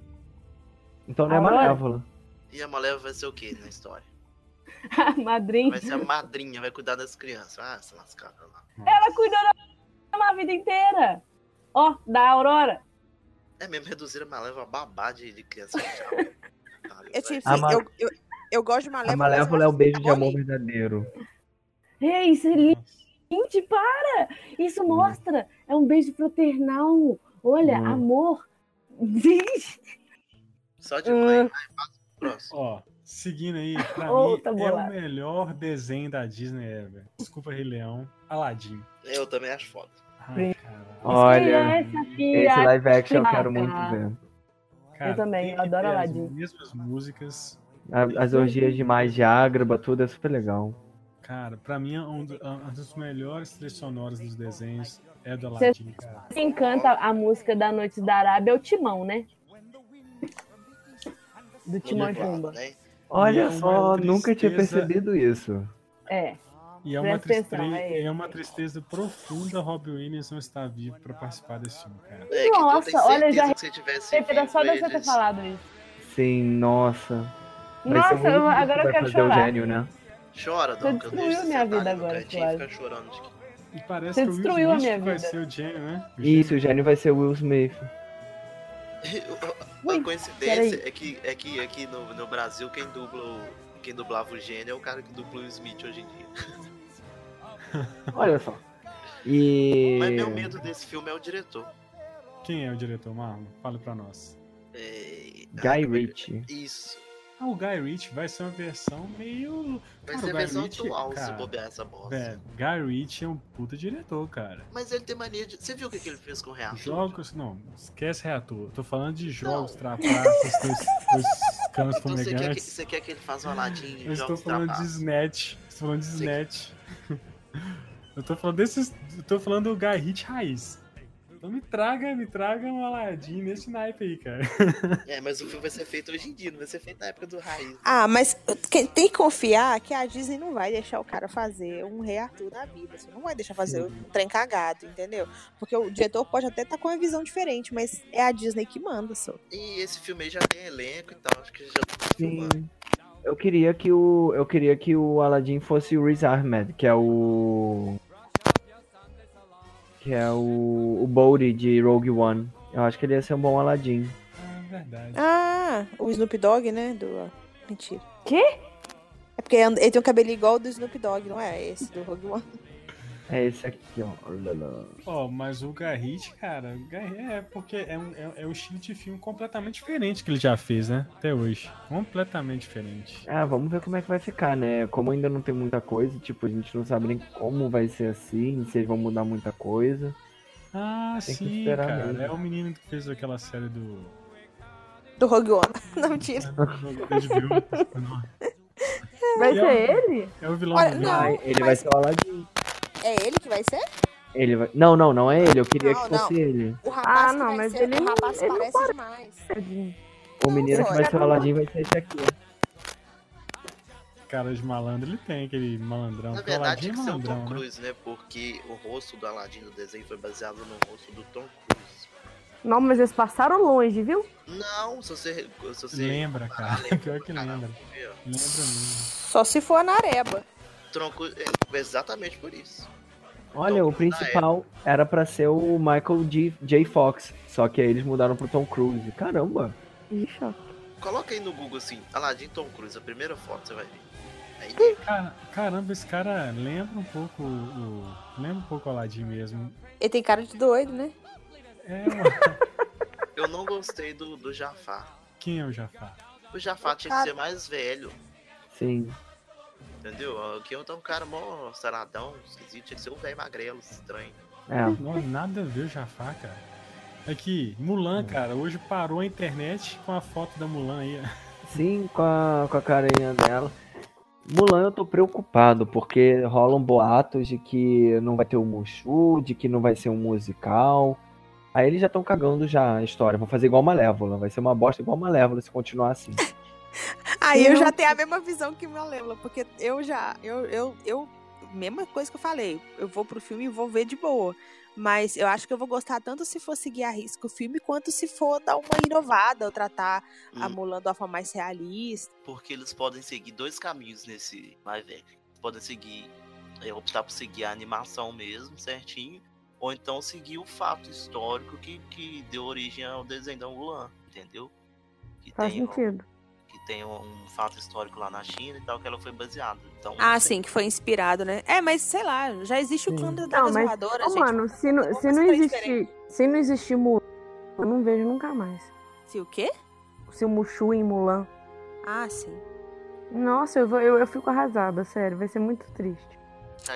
[SPEAKER 5] Então não é
[SPEAKER 3] Agora-
[SPEAKER 5] Malévola.
[SPEAKER 2] E a Malévola vai ser o quê na história?
[SPEAKER 3] A madrinha.
[SPEAKER 2] Vai ser a madrinha, vai cuidar das crianças. Ah, se lascada lá.
[SPEAKER 3] Ela cuidou da Malévola a vida inteira. Ó, da Aurora.
[SPEAKER 2] É mesmo, reduzir a Malévola a babá de, de
[SPEAKER 3] <laughs>
[SPEAKER 2] criança. Tchau. Otário, vai.
[SPEAKER 6] É tipo
[SPEAKER 5] A
[SPEAKER 6] assim,
[SPEAKER 5] Ma-
[SPEAKER 6] eu, eu, eu gosto de Malévola.
[SPEAKER 5] A
[SPEAKER 6] mas eu
[SPEAKER 5] Malévola é o
[SPEAKER 6] acho
[SPEAKER 5] beijo
[SPEAKER 6] que
[SPEAKER 5] de
[SPEAKER 6] tá
[SPEAKER 5] amor
[SPEAKER 6] bonito.
[SPEAKER 5] verdadeiro.
[SPEAKER 3] Ei, isso é lindo. Gente, para! Isso mostra. É um beijo fraternal. Olha,
[SPEAKER 5] Hum.
[SPEAKER 3] amor. <laughs> Vixe.
[SPEAKER 2] Só de mãe. Vai, faz o próximo.
[SPEAKER 1] Ó, seguindo aí, pra mim
[SPEAKER 3] Outra
[SPEAKER 1] é o
[SPEAKER 3] bolada.
[SPEAKER 1] melhor desenho da Disney ever. Desculpa, Rei Leão. Aladdin.
[SPEAKER 2] Eu também acho foda.
[SPEAKER 1] Ai, cara.
[SPEAKER 5] Olha,
[SPEAKER 3] é Essa
[SPEAKER 5] esse
[SPEAKER 3] filha.
[SPEAKER 5] live action eu quero
[SPEAKER 3] Ah,
[SPEAKER 5] muito
[SPEAKER 3] tá.
[SPEAKER 5] ver.
[SPEAKER 1] Cara,
[SPEAKER 3] também,
[SPEAKER 1] tem
[SPEAKER 3] eu
[SPEAKER 1] que
[SPEAKER 3] adoro
[SPEAKER 1] ter As
[SPEAKER 3] Aladdin.
[SPEAKER 1] mesmas músicas.
[SPEAKER 5] A- As orgias de magia, ágraba, tudo é super legal.
[SPEAKER 1] Cara, pra mim, é um, do- é um dos melhores trilhas sonoras dos desenhos é do Aladdin, cara.
[SPEAKER 3] Quem canta a música da Noite da Arábia é o Timão, né? do
[SPEAKER 2] no
[SPEAKER 3] Timão e
[SPEAKER 2] dublado,
[SPEAKER 3] Pumba.
[SPEAKER 2] né?
[SPEAKER 1] E
[SPEAKER 5] Olha
[SPEAKER 1] é
[SPEAKER 5] só,
[SPEAKER 1] uma
[SPEAKER 5] nunca tinha
[SPEAKER 1] tristeza-
[SPEAKER 5] percebido isso.
[SPEAKER 3] É.
[SPEAKER 1] E é uma,
[SPEAKER 3] Presta atenção,
[SPEAKER 1] tristeza,
[SPEAKER 3] é
[SPEAKER 1] é uma tristeza profunda Robbie Williams não estar vivo pra participar desse filme, cara.
[SPEAKER 2] É, que tu
[SPEAKER 3] Nossa,
[SPEAKER 2] tem certeza
[SPEAKER 3] olha, já
[SPEAKER 2] que se tivesse
[SPEAKER 3] Era
[SPEAKER 2] vivo,
[SPEAKER 3] só de você ter
[SPEAKER 2] eles-
[SPEAKER 3] falado isso.
[SPEAKER 5] Sim, nossa. Vai
[SPEAKER 3] Nossa,
[SPEAKER 5] ser muito
[SPEAKER 3] eu-
[SPEAKER 5] difícil
[SPEAKER 3] agora eu
[SPEAKER 5] pra
[SPEAKER 3] quero
[SPEAKER 5] fazer o
[SPEAKER 3] chorar.
[SPEAKER 5] gênio, né?
[SPEAKER 2] Chora,
[SPEAKER 3] Você
[SPEAKER 2] Doc. eu
[SPEAKER 3] destruiu
[SPEAKER 2] deixo você
[SPEAKER 3] minha vida
[SPEAKER 2] sentar ali no
[SPEAKER 3] agora,
[SPEAKER 2] cantinho e
[SPEAKER 3] Flávio.
[SPEAKER 2] ficar chorando de que-
[SPEAKER 1] E parece
[SPEAKER 3] Você
[SPEAKER 1] que o Will
[SPEAKER 3] destruiu a
[SPEAKER 1] Smith
[SPEAKER 3] minha
[SPEAKER 1] que vai
[SPEAKER 3] vida.
[SPEAKER 1] ser o Jenny, né? O
[SPEAKER 5] Isso,
[SPEAKER 1] Jenny.
[SPEAKER 5] o gênio vai ser o Will Smith.
[SPEAKER 2] A <laughs>
[SPEAKER 3] Ui,
[SPEAKER 2] coincidência é que, é que aqui no, no Brasil quem dubla o- quem dublava o gênio é o cara que dubla o Smith hoje em dia.
[SPEAKER 5] Olha só. E.
[SPEAKER 2] Mas meu medo desse filme é o diretor.
[SPEAKER 1] Quem é o diretor, Marlon? Fala pra nós.
[SPEAKER 2] É...
[SPEAKER 5] Guy Ritchie.
[SPEAKER 2] Isso.
[SPEAKER 1] Ah, o Guy Ritchie vai ser uma versão meio...
[SPEAKER 2] Vai
[SPEAKER 1] Cara,
[SPEAKER 2] ser
[SPEAKER 1] o
[SPEAKER 2] a
[SPEAKER 1] Guy
[SPEAKER 2] versão
[SPEAKER 1] Ritchie,
[SPEAKER 2] atual se
[SPEAKER 1] cara,
[SPEAKER 2] bobear essa bosta.
[SPEAKER 1] Velho, Guy Ritchie é um puta diretor, cara.
[SPEAKER 2] Mas ele tem mania de. Você viu o que, que ele fez com o reator?
[SPEAKER 1] Jogos... Não, esquece reator. Tô falando de jogos trapaços, dos, dos cães
[SPEAKER 2] Então você quer, que,
[SPEAKER 1] fumegantes.
[SPEAKER 2] você quer que ele faça um aladinho
[SPEAKER 1] Eu
[SPEAKER 2] em
[SPEAKER 1] estou
[SPEAKER 2] jogos
[SPEAKER 1] falando de
[SPEAKER 2] trapaços?
[SPEAKER 1] Snatch. Estou falando de
[SPEAKER 2] Você-
[SPEAKER 1] Snatch. <laughs> Eu tô falando desses. Eu tô falando do Guy Hit Raiz. Então me traga, me traga um Aladdin nesse naipe aí, cara.
[SPEAKER 2] É, mas o filme vai ser feito hoje em dia, não vai ser feito na época do raiz. né?
[SPEAKER 6] Ah, mas quem tem que confiar que a Disney não vai deixar o cara fazer um rei Arthur da vida. assim, não vai deixar fazer um trem cagado, entendeu? Porque o diretor pode até estar com uma visão diferente, mas é a Disney que manda, só.
[SPEAKER 2] E esse filme aí já tem elenco e tal, acho que já tá
[SPEAKER 5] Sim.
[SPEAKER 2] filmando.
[SPEAKER 5] Eu queria que o. Eu queria que o Aladdin fosse o Riz Ahmed, que é o. Que é o. o Bowie de Rogue One. Eu acho que ele ia ser um bom Aladdin.
[SPEAKER 1] Ah, é verdade.
[SPEAKER 6] Ah, o Snoop Dogg, né? Do... Mentira.
[SPEAKER 3] Quê?
[SPEAKER 6] É porque and- ele tem um cabelinho igual o do Snoop Dogg, não é esse do Rogue One. <laughs>
[SPEAKER 5] É esse aqui, ó. Olala.
[SPEAKER 1] Ó, mas o Garrit, cara, o Guy- é porque é um, é, é um estilo de filme completamente diferente que ele já fez, né? Até hoje. Completamente diferente.
[SPEAKER 5] Ah, vamos ver como é que vai ficar, né? Como ainda não tem muita coisa, tipo, a gente não sabe nem como vai ser assim, se eles vão mudar muita coisa.
[SPEAKER 1] Ah,
[SPEAKER 5] Tem que
[SPEAKER 1] sim,
[SPEAKER 5] esperar
[SPEAKER 1] cara.
[SPEAKER 5] mesmo.
[SPEAKER 1] É o menino que fez aquela série
[SPEAKER 5] <laughs>
[SPEAKER 1] do.
[SPEAKER 6] Do Rogue One. <laughs> Não, mentira.
[SPEAKER 1] do HBO.
[SPEAKER 3] Vai
[SPEAKER 1] Eu-
[SPEAKER 3] ser ele?
[SPEAKER 1] É o vilão
[SPEAKER 6] Olha,
[SPEAKER 1] do
[SPEAKER 6] não.
[SPEAKER 5] Vai, ele vai
[SPEAKER 6] mas-
[SPEAKER 5] ser o Aladdin.
[SPEAKER 6] É ele que vai ser?
[SPEAKER 5] Ele vai... Não, não, não é ele. Eu queria
[SPEAKER 6] Não,
[SPEAKER 5] que fosse
[SPEAKER 6] não.
[SPEAKER 5] ele.
[SPEAKER 6] O rapaz
[SPEAKER 3] Ah, não,
[SPEAKER 6] que vai
[SPEAKER 3] mas
[SPEAKER 6] ser,
[SPEAKER 3] ele
[SPEAKER 6] o
[SPEAKER 3] não-
[SPEAKER 6] rapaz
[SPEAKER 3] ele não
[SPEAKER 6] parece demais.
[SPEAKER 5] O menino que
[SPEAKER 6] foi.
[SPEAKER 5] vai ser o Aladdin vai ser esse aqui. ó.
[SPEAKER 1] Cara de malandro, ele tem aquele malandrão.
[SPEAKER 2] Na
[SPEAKER 1] Porque o Aladdin
[SPEAKER 2] verdade,
[SPEAKER 1] é
[SPEAKER 2] tinha que um ser o
[SPEAKER 1] malandrão,
[SPEAKER 2] Tom
[SPEAKER 1] né?
[SPEAKER 2] Cruise, né? Porque o rosto do Aladdin do desenho foi baseado no rosto do Tom Cruise.
[SPEAKER 3] Não, mas eles passaram longe, viu?
[SPEAKER 2] Não, se você. Se você
[SPEAKER 1] Lembra,
[SPEAKER 2] comparar,
[SPEAKER 1] cara. <laughs> Pior que
[SPEAKER 2] Caralho,
[SPEAKER 1] lembra.
[SPEAKER 2] viu?
[SPEAKER 1] Lembra mesmo.
[SPEAKER 6] Só se for a Nareba.
[SPEAKER 2] Tom Cruise- é exatamente por isso.
[SPEAKER 5] Olha,
[SPEAKER 2] Tom
[SPEAKER 6] Então, tá,
[SPEAKER 5] o
[SPEAKER 2] Cruise na
[SPEAKER 5] principal
[SPEAKER 6] é.
[SPEAKER 5] era pra ser o Michael G. J. Fox. Só que aí eles mudaram pro Tom Cruise. Caramba.
[SPEAKER 3] Ixi, ó.
[SPEAKER 2] Coloca aí no Google assim, Aladdin Tom Cruise, a primeira foto você vai ver. Aí,
[SPEAKER 1] Cara- caramba, esse cara lembra um pouco o. o- Lembra um pouco o Aladdin mesmo.
[SPEAKER 6] Ele tem cara de doido, né?
[SPEAKER 1] É, mano.
[SPEAKER 2] eu não gostei do, do Jafar.
[SPEAKER 1] <laughs> Quem é o Jafar?
[SPEAKER 2] O Jafar tinha que ser mais velho,
[SPEAKER 5] Sim.
[SPEAKER 2] entendeu? Aqui eu tô um cara mó saradão, esquisito, tinha que ser um velho magrelo, estranho.
[SPEAKER 5] É.
[SPEAKER 1] Não, nada a ver o Jafar, cara. Aqui, Mulan, cara, hoje parou a internet com a foto da Mulan aí. ó.
[SPEAKER 5] Sim, com a, com a carinha dela. Mulan, eu tô preocupado, porque rolam boatos de que não vai ter o Mushu, de que não vai ser um musical. Aí eles já estão cagando já a história. Vão fazer igual Malévola. Vai ser uma bosta igual Malévola se continuar assim.
[SPEAKER 6] Aí eu,
[SPEAKER 3] Eu-
[SPEAKER 6] já tenho a mesma visão que Malévola, porque eu já, eu, eu, eu, mesma coisa que eu falei, eu vou pro filme e vou ver de boa. Mas eu acho que eu vou gostar tanto se for seguir a risco o filme, quanto se for dar uma inovada ou tratar a
[SPEAKER 2] Hum.
[SPEAKER 6] Mulan de uma forma mais realista.
[SPEAKER 2] Porque eles podem seguir dois caminhos nesse live action. Eles podem seguir, é, optar por seguir a animação mesmo, certinho. Ou então seguir o fato histórico que, que deu origem ao desenho da Mulan, entendeu? Que
[SPEAKER 3] Faz
[SPEAKER 2] tem, ó,
[SPEAKER 3] sentido.
[SPEAKER 2] que tem um, um fato histórico lá na China e tal, que ela foi baseada. Então,
[SPEAKER 6] Ah,
[SPEAKER 2] não sei.
[SPEAKER 6] sim, que foi inspirado, né? É, mas sei lá, já existe o clã das
[SPEAKER 3] Não, mas-
[SPEAKER 6] voadoras,
[SPEAKER 3] Ô,
[SPEAKER 6] gente.
[SPEAKER 3] mano, se não,
[SPEAKER 6] vamos
[SPEAKER 3] se não
[SPEAKER 6] fazer
[SPEAKER 3] existir. Se não existir Mulan, eu não vejo nunca mais.
[SPEAKER 6] Se o quê?
[SPEAKER 3] Se o Mushu em Mulan.
[SPEAKER 6] Ah, sim.
[SPEAKER 3] Nossa, eu, vou- eu, eu fico arrasada, sério. Vai ser muito triste.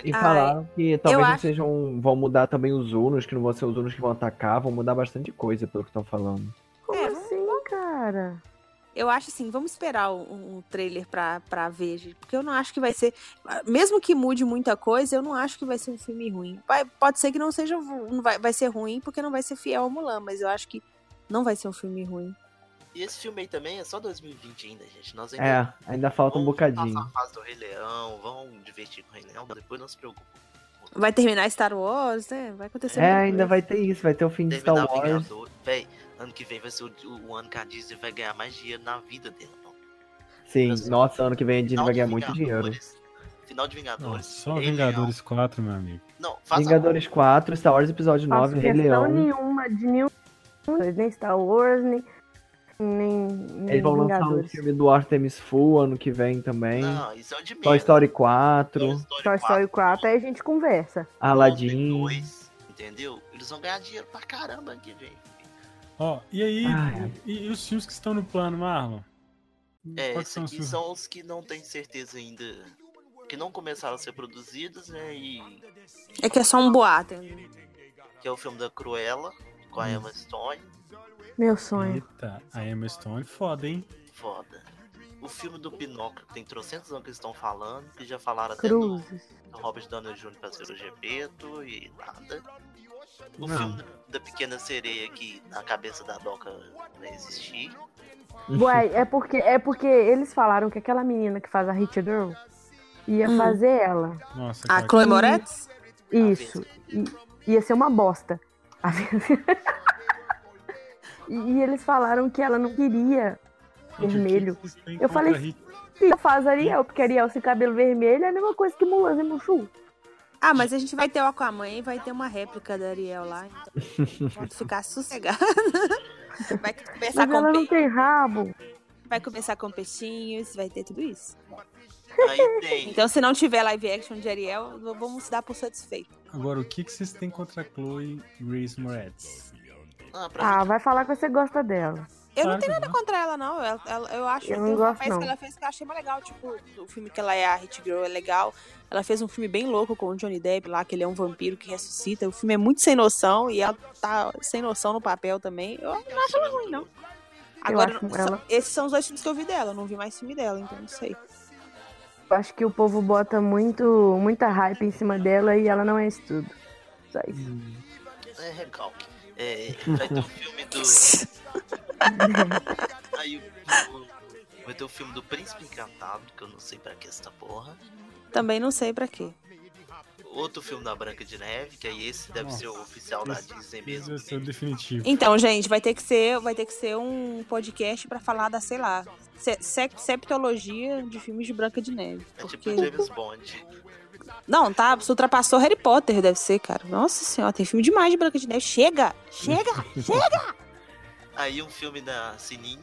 [SPEAKER 5] E
[SPEAKER 2] tá
[SPEAKER 6] Ai,
[SPEAKER 5] falaram que talvez não
[SPEAKER 6] acho-
[SPEAKER 5] sejam. Vão mudar também os Unos, que não vão ser os Unos que vão atacar, vão mudar bastante coisa, pelo que estão falando.
[SPEAKER 3] Como
[SPEAKER 6] É, vamos-
[SPEAKER 3] assim, cara?
[SPEAKER 6] Eu acho assim, vamos esperar um, um trailer pra, pra ver, gente, porque eu não acho que vai ser. Mesmo que mude muita coisa, eu não acho que vai ser um filme ruim. Vai- pode ser que não seja. ru- Não vai, vai ser ruim porque não vai ser fiel ao Mulan, mas eu acho que não vai ser um filme ruim.
[SPEAKER 2] E esse filme aí também é só 2020 ainda, gente. Nós ainda
[SPEAKER 5] É, ainda falta um
[SPEAKER 2] vamos
[SPEAKER 5] bocadinho.
[SPEAKER 2] Passar a fase do Rei Leão, vão divertir com o Rei Leão, depois não se preocupe.
[SPEAKER 6] Vai terminar Star Wars, né? Vai acontecer
[SPEAKER 5] É,
[SPEAKER 6] muita
[SPEAKER 5] ainda
[SPEAKER 6] coisa.
[SPEAKER 5] vai ter isso, vai ter o fim de Star
[SPEAKER 2] Terminar
[SPEAKER 5] Wars.
[SPEAKER 2] um Vingador, véi, ano que vem vai ser o, o ano que a Disney vai ganhar mais dinheiro na vida dela. Não.
[SPEAKER 5] Sim,
[SPEAKER 2] Vingadores.
[SPEAKER 5] nossa, ano que vem a Disney
[SPEAKER 2] Final
[SPEAKER 5] vai
[SPEAKER 2] de
[SPEAKER 5] ganhar muito dinheiro.
[SPEAKER 2] Vingadores, Final de Vingadores.
[SPEAKER 1] <laughs> Não, só
[SPEAKER 2] Rei
[SPEAKER 1] Vingadores 4, meu amigo.
[SPEAKER 2] Leão. Não, faça um-
[SPEAKER 5] Vingadores 4, Star Wars Episódio
[SPEAKER 3] Faço
[SPEAKER 5] 9, Rei
[SPEAKER 3] questão
[SPEAKER 5] Leão.
[SPEAKER 3] nenhuma de nenhum. Nem Star Wars, nem. Nem. nem
[SPEAKER 5] Eles vão lançar um
[SPEAKER 3] Vingadores.
[SPEAKER 5] filme do Artemis Fool ano que vem também.
[SPEAKER 2] Não, isso é o de menos.
[SPEAKER 5] Toy Story 4,
[SPEAKER 3] Só Story 4, aí a gente conversa.
[SPEAKER 5] Aladdin.
[SPEAKER 2] dois, entendeu? Eles vão ganhar dinheiro pra caramba ano que vem.
[SPEAKER 1] Ó, e aí,
[SPEAKER 5] Ai, ai.
[SPEAKER 1] e, e os filmes que estão no plano, Marlon?
[SPEAKER 2] É,
[SPEAKER 1] Hum, Quais
[SPEAKER 2] esses
[SPEAKER 1] são os
[SPEAKER 2] aqui
[SPEAKER 1] filmes?
[SPEAKER 2] são os que não tem certeza ainda. Que não começaram a ser produzidos, né? E
[SPEAKER 6] É que é só um boato.
[SPEAKER 2] que é o filme da Cruella, com a Emma Stone.
[SPEAKER 3] Meu sonho.
[SPEAKER 1] Eita, a Emma Stone, foda, hein?
[SPEAKER 2] Foda. O filme do Pinóquio, que tem trocentos anos que eles estão falando, que já
[SPEAKER 5] Uhum.
[SPEAKER 2] falaram até do,
[SPEAKER 3] Cruzes.
[SPEAKER 2] do Robert Downey Jr. pra ser o Gepeto e nada. O
[SPEAKER 1] Não.
[SPEAKER 2] filme da Pequena Sereia, que na cabeça da Doca não existir.
[SPEAKER 3] Ué, é porque, é porque eles falaram que aquela menina que faz a Hit Girl ia
[SPEAKER 6] Hum.
[SPEAKER 3] fazer ela.
[SPEAKER 1] Nossa,
[SPEAKER 6] A
[SPEAKER 1] cara.
[SPEAKER 6] Ah, Chloe Moretz?
[SPEAKER 3] Isso. I- ia ser uma bosta. A Ven- <laughs> e, e eles falaram que ela não queria
[SPEAKER 1] Gente,
[SPEAKER 3] vermelho.
[SPEAKER 1] o que vocês têm
[SPEAKER 3] Eu falei-
[SPEAKER 1] contra Hit-
[SPEAKER 3] E eu faz Ariel, porque Ariel sem cabelo vermelho é a mesma coisa que Mulan sem Mushu.
[SPEAKER 6] Ah, mas a gente vai ter o Aquaman e vai ter uma réplica da Ariel lá. Então
[SPEAKER 5] <laughs>
[SPEAKER 6] pode ficar sossegado. Vai conversar,
[SPEAKER 3] Mas
[SPEAKER 6] com
[SPEAKER 3] ela não
[SPEAKER 6] pe-
[SPEAKER 3] tem rabo.
[SPEAKER 6] vai conversar com peixinhos, vai ter tudo isso.
[SPEAKER 2] Aí tem.
[SPEAKER 6] <laughs> Então, se não tiver live action de Ariel, v- vamos se dar por satisfeito.
[SPEAKER 1] Agora, o que, que vocês têm contra a Chloe Grace Moretz?
[SPEAKER 2] Ah, pra
[SPEAKER 3] Ah, vai falar que você gosta dela.
[SPEAKER 6] Eu
[SPEAKER 1] Claro
[SPEAKER 6] não tenho
[SPEAKER 1] que
[SPEAKER 6] nada
[SPEAKER 1] não.
[SPEAKER 6] contra ela, não. Ela- ela- eu acho
[SPEAKER 3] Eu não
[SPEAKER 6] tem um
[SPEAKER 3] gosto,
[SPEAKER 6] papéis
[SPEAKER 3] não.
[SPEAKER 6] que ela fez que eu achei mais legal. Tipo, o filme que ela é a Hit Girl é legal. Ela fez um filme bem louco com o Johnny Depp lá, que ele é um vampiro que ressuscita. O filme é muito sem noção e ela tá sem noção no papel também. Eu não acho ela ruim, não. Agora,
[SPEAKER 3] acho
[SPEAKER 6] só-
[SPEAKER 3] ela-
[SPEAKER 6] esses são os dois filmes que eu vi dela. Eu não vi mais filme dela, então não sei.
[SPEAKER 3] Eu acho que o povo bota muito, muita hype em cima dela e ela não é isso tudo. Só isso.
[SPEAKER 2] É recalque. É, vai ter o filme do. Aí o- o- Vai ter o filme do Príncipe Encantado, que eu não sei pra que essa porra.
[SPEAKER 6] Também não sei pra quê.
[SPEAKER 2] Outro filme da Branca de Neve, que aí esse deve
[SPEAKER 1] Nossa.
[SPEAKER 2] ser o oficial da
[SPEAKER 1] Esse-
[SPEAKER 2] Disney
[SPEAKER 1] Esse
[SPEAKER 2] mesmo.
[SPEAKER 1] vai ser o definitivo.
[SPEAKER 6] Então, gente, vai ter que ser, vai ter que ser um podcast pra falar da, sei lá, se- se- septologia de filmes de Branca de Neve.
[SPEAKER 2] É tipo
[SPEAKER 6] Porque...
[SPEAKER 2] o James Bond.
[SPEAKER 6] Não, tá, você ultrapassou Harry Potter, deve ser, cara. Nossa senhora, tem filme demais de Branca de Neve. Chega! Chega!
[SPEAKER 2] <laughs> Aí um filme da Sininho,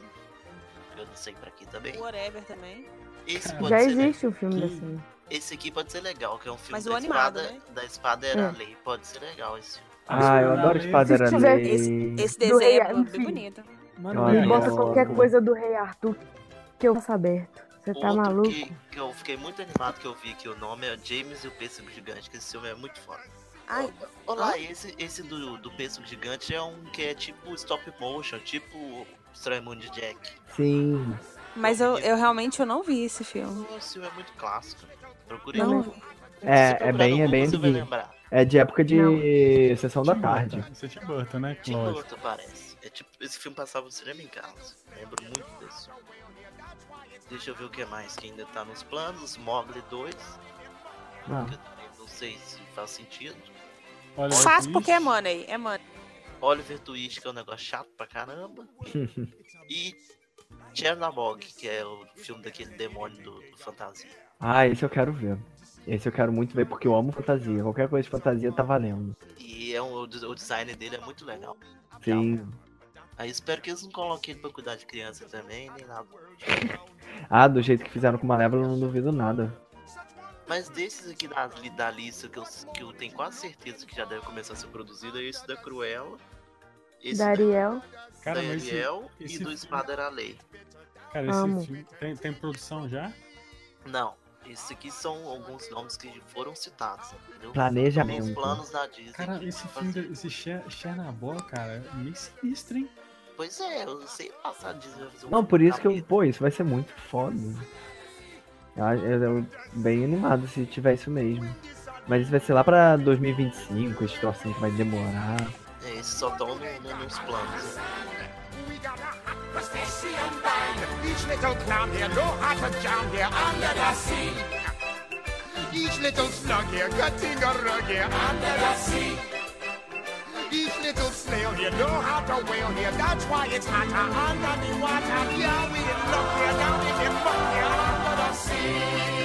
[SPEAKER 2] que eu não sei pra que também.
[SPEAKER 6] Whatever também.
[SPEAKER 2] Esse
[SPEAKER 1] Já
[SPEAKER 2] pode
[SPEAKER 3] Já
[SPEAKER 2] ser né?
[SPEAKER 3] existe um filme
[SPEAKER 1] Que-
[SPEAKER 3] assim.
[SPEAKER 2] Esse aqui pode ser legal, que é um filme
[SPEAKER 6] Mas o
[SPEAKER 2] da
[SPEAKER 6] animado,
[SPEAKER 2] espada.
[SPEAKER 6] né?
[SPEAKER 2] Da espada era
[SPEAKER 3] É.
[SPEAKER 2] a lei. Pode ser legal esse filme.
[SPEAKER 5] Ah, eu
[SPEAKER 1] Não,
[SPEAKER 5] adoro
[SPEAKER 1] esse-
[SPEAKER 5] Espada
[SPEAKER 3] se tiver-
[SPEAKER 5] Aranha.
[SPEAKER 6] Esse
[SPEAKER 3] Do Rei
[SPEAKER 6] desenho é
[SPEAKER 3] Arthur.
[SPEAKER 6] bem bonito.
[SPEAKER 1] Mano,
[SPEAKER 5] Olha,
[SPEAKER 1] é,
[SPEAKER 3] E bota
[SPEAKER 5] eu-
[SPEAKER 3] qualquer coisa do Rei Arthur que eu faço aberto. Você tá
[SPEAKER 2] Outro
[SPEAKER 3] maluco?
[SPEAKER 2] Que, que eu fiquei muito animado que eu vi que o nome é James e o Pêssego Gigante, que esse filme é muito foda.
[SPEAKER 6] Ai,
[SPEAKER 2] Olá, esse, esse do, do Pêssego Gigante é um que é tipo stop motion, tipo Estranho Mundo de Jack.
[SPEAKER 5] Sim.
[SPEAKER 6] mas eu, eu realmente eu não vi esse filme.
[SPEAKER 2] Esse filme é muito clássico. Procure
[SPEAKER 6] Não,
[SPEAKER 2] ele. Se
[SPEAKER 5] É,
[SPEAKER 2] procurar
[SPEAKER 5] é bem,
[SPEAKER 2] no Google, Você
[SPEAKER 5] é bem
[SPEAKER 2] vai
[SPEAKER 5] antiguinho.
[SPEAKER 2] lembrar.
[SPEAKER 5] É de época de
[SPEAKER 3] Não.
[SPEAKER 5] sessão da tarde.
[SPEAKER 1] Você tinha Burton, né?
[SPEAKER 2] Tim
[SPEAKER 1] Lógico.
[SPEAKER 2] Burton parece. É tipo, esse filme passava no cinema em casa. Lembro muito desse. Deixa eu ver o que mais que ainda tá nos planos. Mogli 2.
[SPEAKER 5] Ah.
[SPEAKER 2] que eu também não sei se faz sentido.
[SPEAKER 1] Olha,
[SPEAKER 6] faz
[SPEAKER 1] isso.
[SPEAKER 6] porque é money, é money.
[SPEAKER 2] Oliver Twist, que é um negócio chato pra caramba. e Chernabog, que é o filme daquele demônio do, do fantasia.
[SPEAKER 5] Ah, esse eu quero ver. Esse eu quero muito ver porque eu amo fantasia. Qualquer coisa de fantasia tá valendo.
[SPEAKER 2] E é um, o des- o design dele é muito legal.
[SPEAKER 5] Sim.
[SPEAKER 2] Aí espero que eles não coloquem ele pra cuidar de criança também, nem nada.
[SPEAKER 5] Ah, do jeito que fizeram com Malévola, eu não duvido nada.
[SPEAKER 2] Mas desses aqui da, li- da lista que eu, s- que eu tenho quase certeza que já deve começar a ser produzido, é esse da Cruella, esse
[SPEAKER 3] Da
[SPEAKER 2] da,
[SPEAKER 3] Ariel.
[SPEAKER 1] Cara,
[SPEAKER 2] da
[SPEAKER 1] mas esse,
[SPEAKER 2] Ariel
[SPEAKER 1] esse
[SPEAKER 2] e do
[SPEAKER 1] filme-
[SPEAKER 2] Espada era Lei.
[SPEAKER 1] cara, esse
[SPEAKER 3] Amo.
[SPEAKER 1] filme tem, tem produção já?
[SPEAKER 2] Não, esses aqui são alguns nomes que foram citados, entendeu?
[SPEAKER 5] Planejamento.
[SPEAKER 2] Os planos da Disney.
[SPEAKER 1] Cara,
[SPEAKER 2] de
[SPEAKER 1] esse filme,
[SPEAKER 2] fazer.
[SPEAKER 1] da- esse Cher- Chernobyl, cara, é meio sinistro, hein?
[SPEAKER 2] Pois é, eu não sei passar a Disney vai fazer um
[SPEAKER 5] Não,
[SPEAKER 2] filme
[SPEAKER 5] por isso que eu.
[SPEAKER 2] capeta.
[SPEAKER 5] Pô, isso vai ser muito foda. Eu, acho- eu, eu bem animado se tiver isso mesmo. Mas isso vai ser lá pra 2025, esse trocinho que vai demorar.
[SPEAKER 2] É, esses só estão no, no, nos planos. né?
[SPEAKER 9] superstition bind each little clown here, no heart to jam here under the sea. Each little slug here, cutting a rug here under the sea. Each little snail here, know how to wail here. That's why it's hotter under the water. Yeah, we in luck here, down in the muck here under the sea.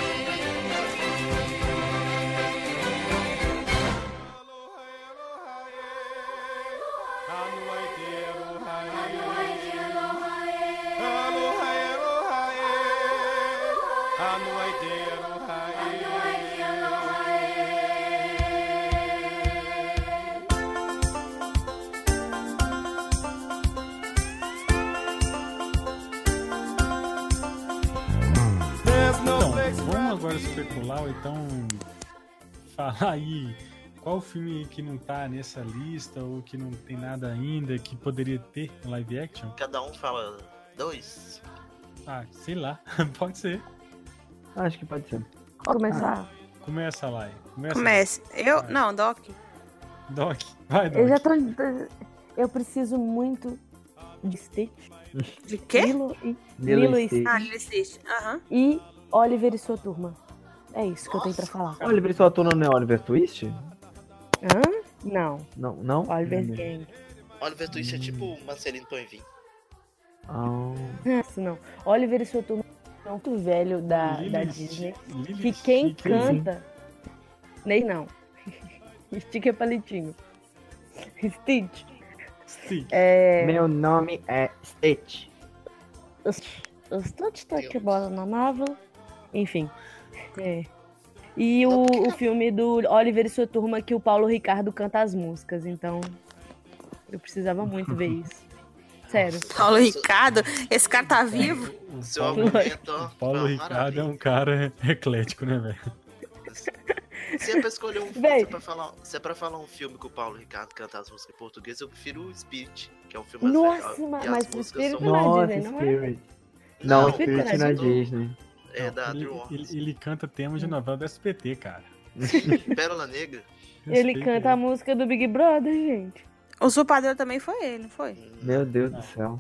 [SPEAKER 1] Então, vamos agora especular ou então falar aí qual filme que não tá nessa lista ou que não tem nada ainda que poderia ter em live action?
[SPEAKER 2] Cada um fala dois.
[SPEAKER 1] Ah, sei lá, <laughs> pode ser.
[SPEAKER 5] Acho que pode ser. <laughs>
[SPEAKER 3] Vou começar.
[SPEAKER 1] Começa lá. Começa.
[SPEAKER 6] Comece. Eu. Não, Doc.
[SPEAKER 1] Doc, vai, Doc.
[SPEAKER 3] Eu já tô. Eu preciso muito de Stitch.
[SPEAKER 6] De quê?
[SPEAKER 3] Lilo e,
[SPEAKER 5] Lilo
[SPEAKER 3] Lilo
[SPEAKER 5] e
[SPEAKER 3] e
[SPEAKER 5] Stitch.
[SPEAKER 6] Ah, ele existe. Aham.
[SPEAKER 3] e Oliver e sua turma. É isso que eu tenho pra falar.
[SPEAKER 5] Oliver sua turma não é Oliver Twist?
[SPEAKER 3] Hã? Não.
[SPEAKER 5] Não, não?
[SPEAKER 3] Oliver
[SPEAKER 5] Hum.
[SPEAKER 3] Gang.
[SPEAKER 2] Oliver Twist é tipo Marcelino Panvin.
[SPEAKER 5] Ah,
[SPEAKER 3] Isso não. Oliver e sua turma é um muito velho da,
[SPEAKER 1] Lilo
[SPEAKER 3] da
[SPEAKER 1] e
[SPEAKER 3] Disney.
[SPEAKER 1] Stitch- Lilo
[SPEAKER 3] Que
[SPEAKER 1] e
[SPEAKER 3] quem
[SPEAKER 1] Stitch.
[SPEAKER 3] canta. Nem não. <laughs> Stick é palitinho. Stitch.
[SPEAKER 1] Stitch.
[SPEAKER 3] É.
[SPEAKER 5] Meu nome é Stitch.
[SPEAKER 3] Eu estou de toque bola tá na novel. Enfim. É. E o, o filme do Oliver e sua turma que o Paulo Ricardo canta as músicas. Então, eu precisava muito ver
[SPEAKER 2] <laughs>
[SPEAKER 3] isso. Sério.
[SPEAKER 6] Paulo Ricardo, esse cara tá vivo?
[SPEAKER 1] O
[SPEAKER 2] Seu
[SPEAKER 1] Paulo-
[SPEAKER 2] argumento, ó.
[SPEAKER 1] o Paulo
[SPEAKER 2] foi uma
[SPEAKER 1] Ricardo é
[SPEAKER 2] maravilha.
[SPEAKER 1] um cara eclético, né, velho?
[SPEAKER 2] Se é pra escolher um
[SPEAKER 3] Véi.
[SPEAKER 2] se é pra falar, se é pra falar um filme que o Paulo Ricardo canta as músicas em português, eu prefiro o Spirit, que é um filme
[SPEAKER 3] Nossa,
[SPEAKER 2] legal,
[SPEAKER 3] mas-
[SPEAKER 2] e as
[SPEAKER 3] mas o
[SPEAKER 2] músicas
[SPEAKER 3] Spirit
[SPEAKER 2] são-
[SPEAKER 3] não é
[SPEAKER 5] Nossa,
[SPEAKER 3] Disney, não é?
[SPEAKER 5] Spirit. Não,
[SPEAKER 3] Spirit não é
[SPEAKER 5] Spirit na
[SPEAKER 2] do-
[SPEAKER 5] Disney.
[SPEAKER 2] É da
[SPEAKER 1] ele,
[SPEAKER 2] DreamWorks.
[SPEAKER 1] ele- ele canta tema de novela do SPT, cara.
[SPEAKER 2] <laughs> Pérola Negra?
[SPEAKER 3] Ele canta a música do Big Brother, gente.
[SPEAKER 6] O usurpador também foi ele, não foi?
[SPEAKER 5] Meu Deus do céu.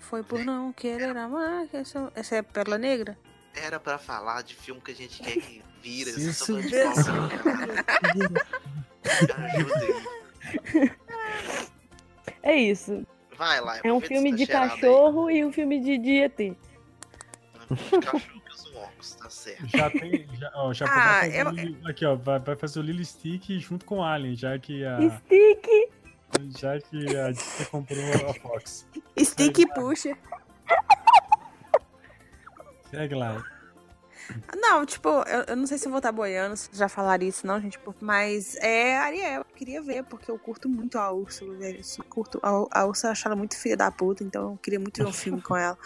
[SPEAKER 6] Foi por não querer amar. que Essa, essa é Pérola Negra?
[SPEAKER 2] Hum, Era pra falar de filme que a gente quer que vira.
[SPEAKER 1] Sim, sim.
[SPEAKER 2] Sim, sim. De pau, cara. Me ajuda aí.
[SPEAKER 3] É isso.
[SPEAKER 2] Vai lá.
[SPEAKER 3] É um
[SPEAKER 2] aproveita
[SPEAKER 3] filme
[SPEAKER 2] essa
[SPEAKER 3] de
[SPEAKER 2] cheirada tá aí.
[SPEAKER 3] cachorro e um filme de, de ET.
[SPEAKER 2] Um filme de cachorro que usa um óculos, tá certo.
[SPEAKER 1] Já tem. Já, ó, já
[SPEAKER 6] Ah,
[SPEAKER 1] vai fazer o Lilo- Aqui, ó. Vai, vai fazer o Lily Stick junto com o Alien, já que a.
[SPEAKER 3] Stick!
[SPEAKER 1] Já que a Disney comprou a Fox.
[SPEAKER 6] Stick e puxa.
[SPEAKER 1] Segue lá.
[SPEAKER 6] Não, tipo, eu, eu não sei se eu vou estar boiando, se já falaram isso, não, gente, por- mas é Ariel. Eu queria ver, porque eu curto muito a Úrsula, velho. Eu só curto, a, a Úrsula eu achava muito filha da puta, então eu queria muito ver um filme com ela.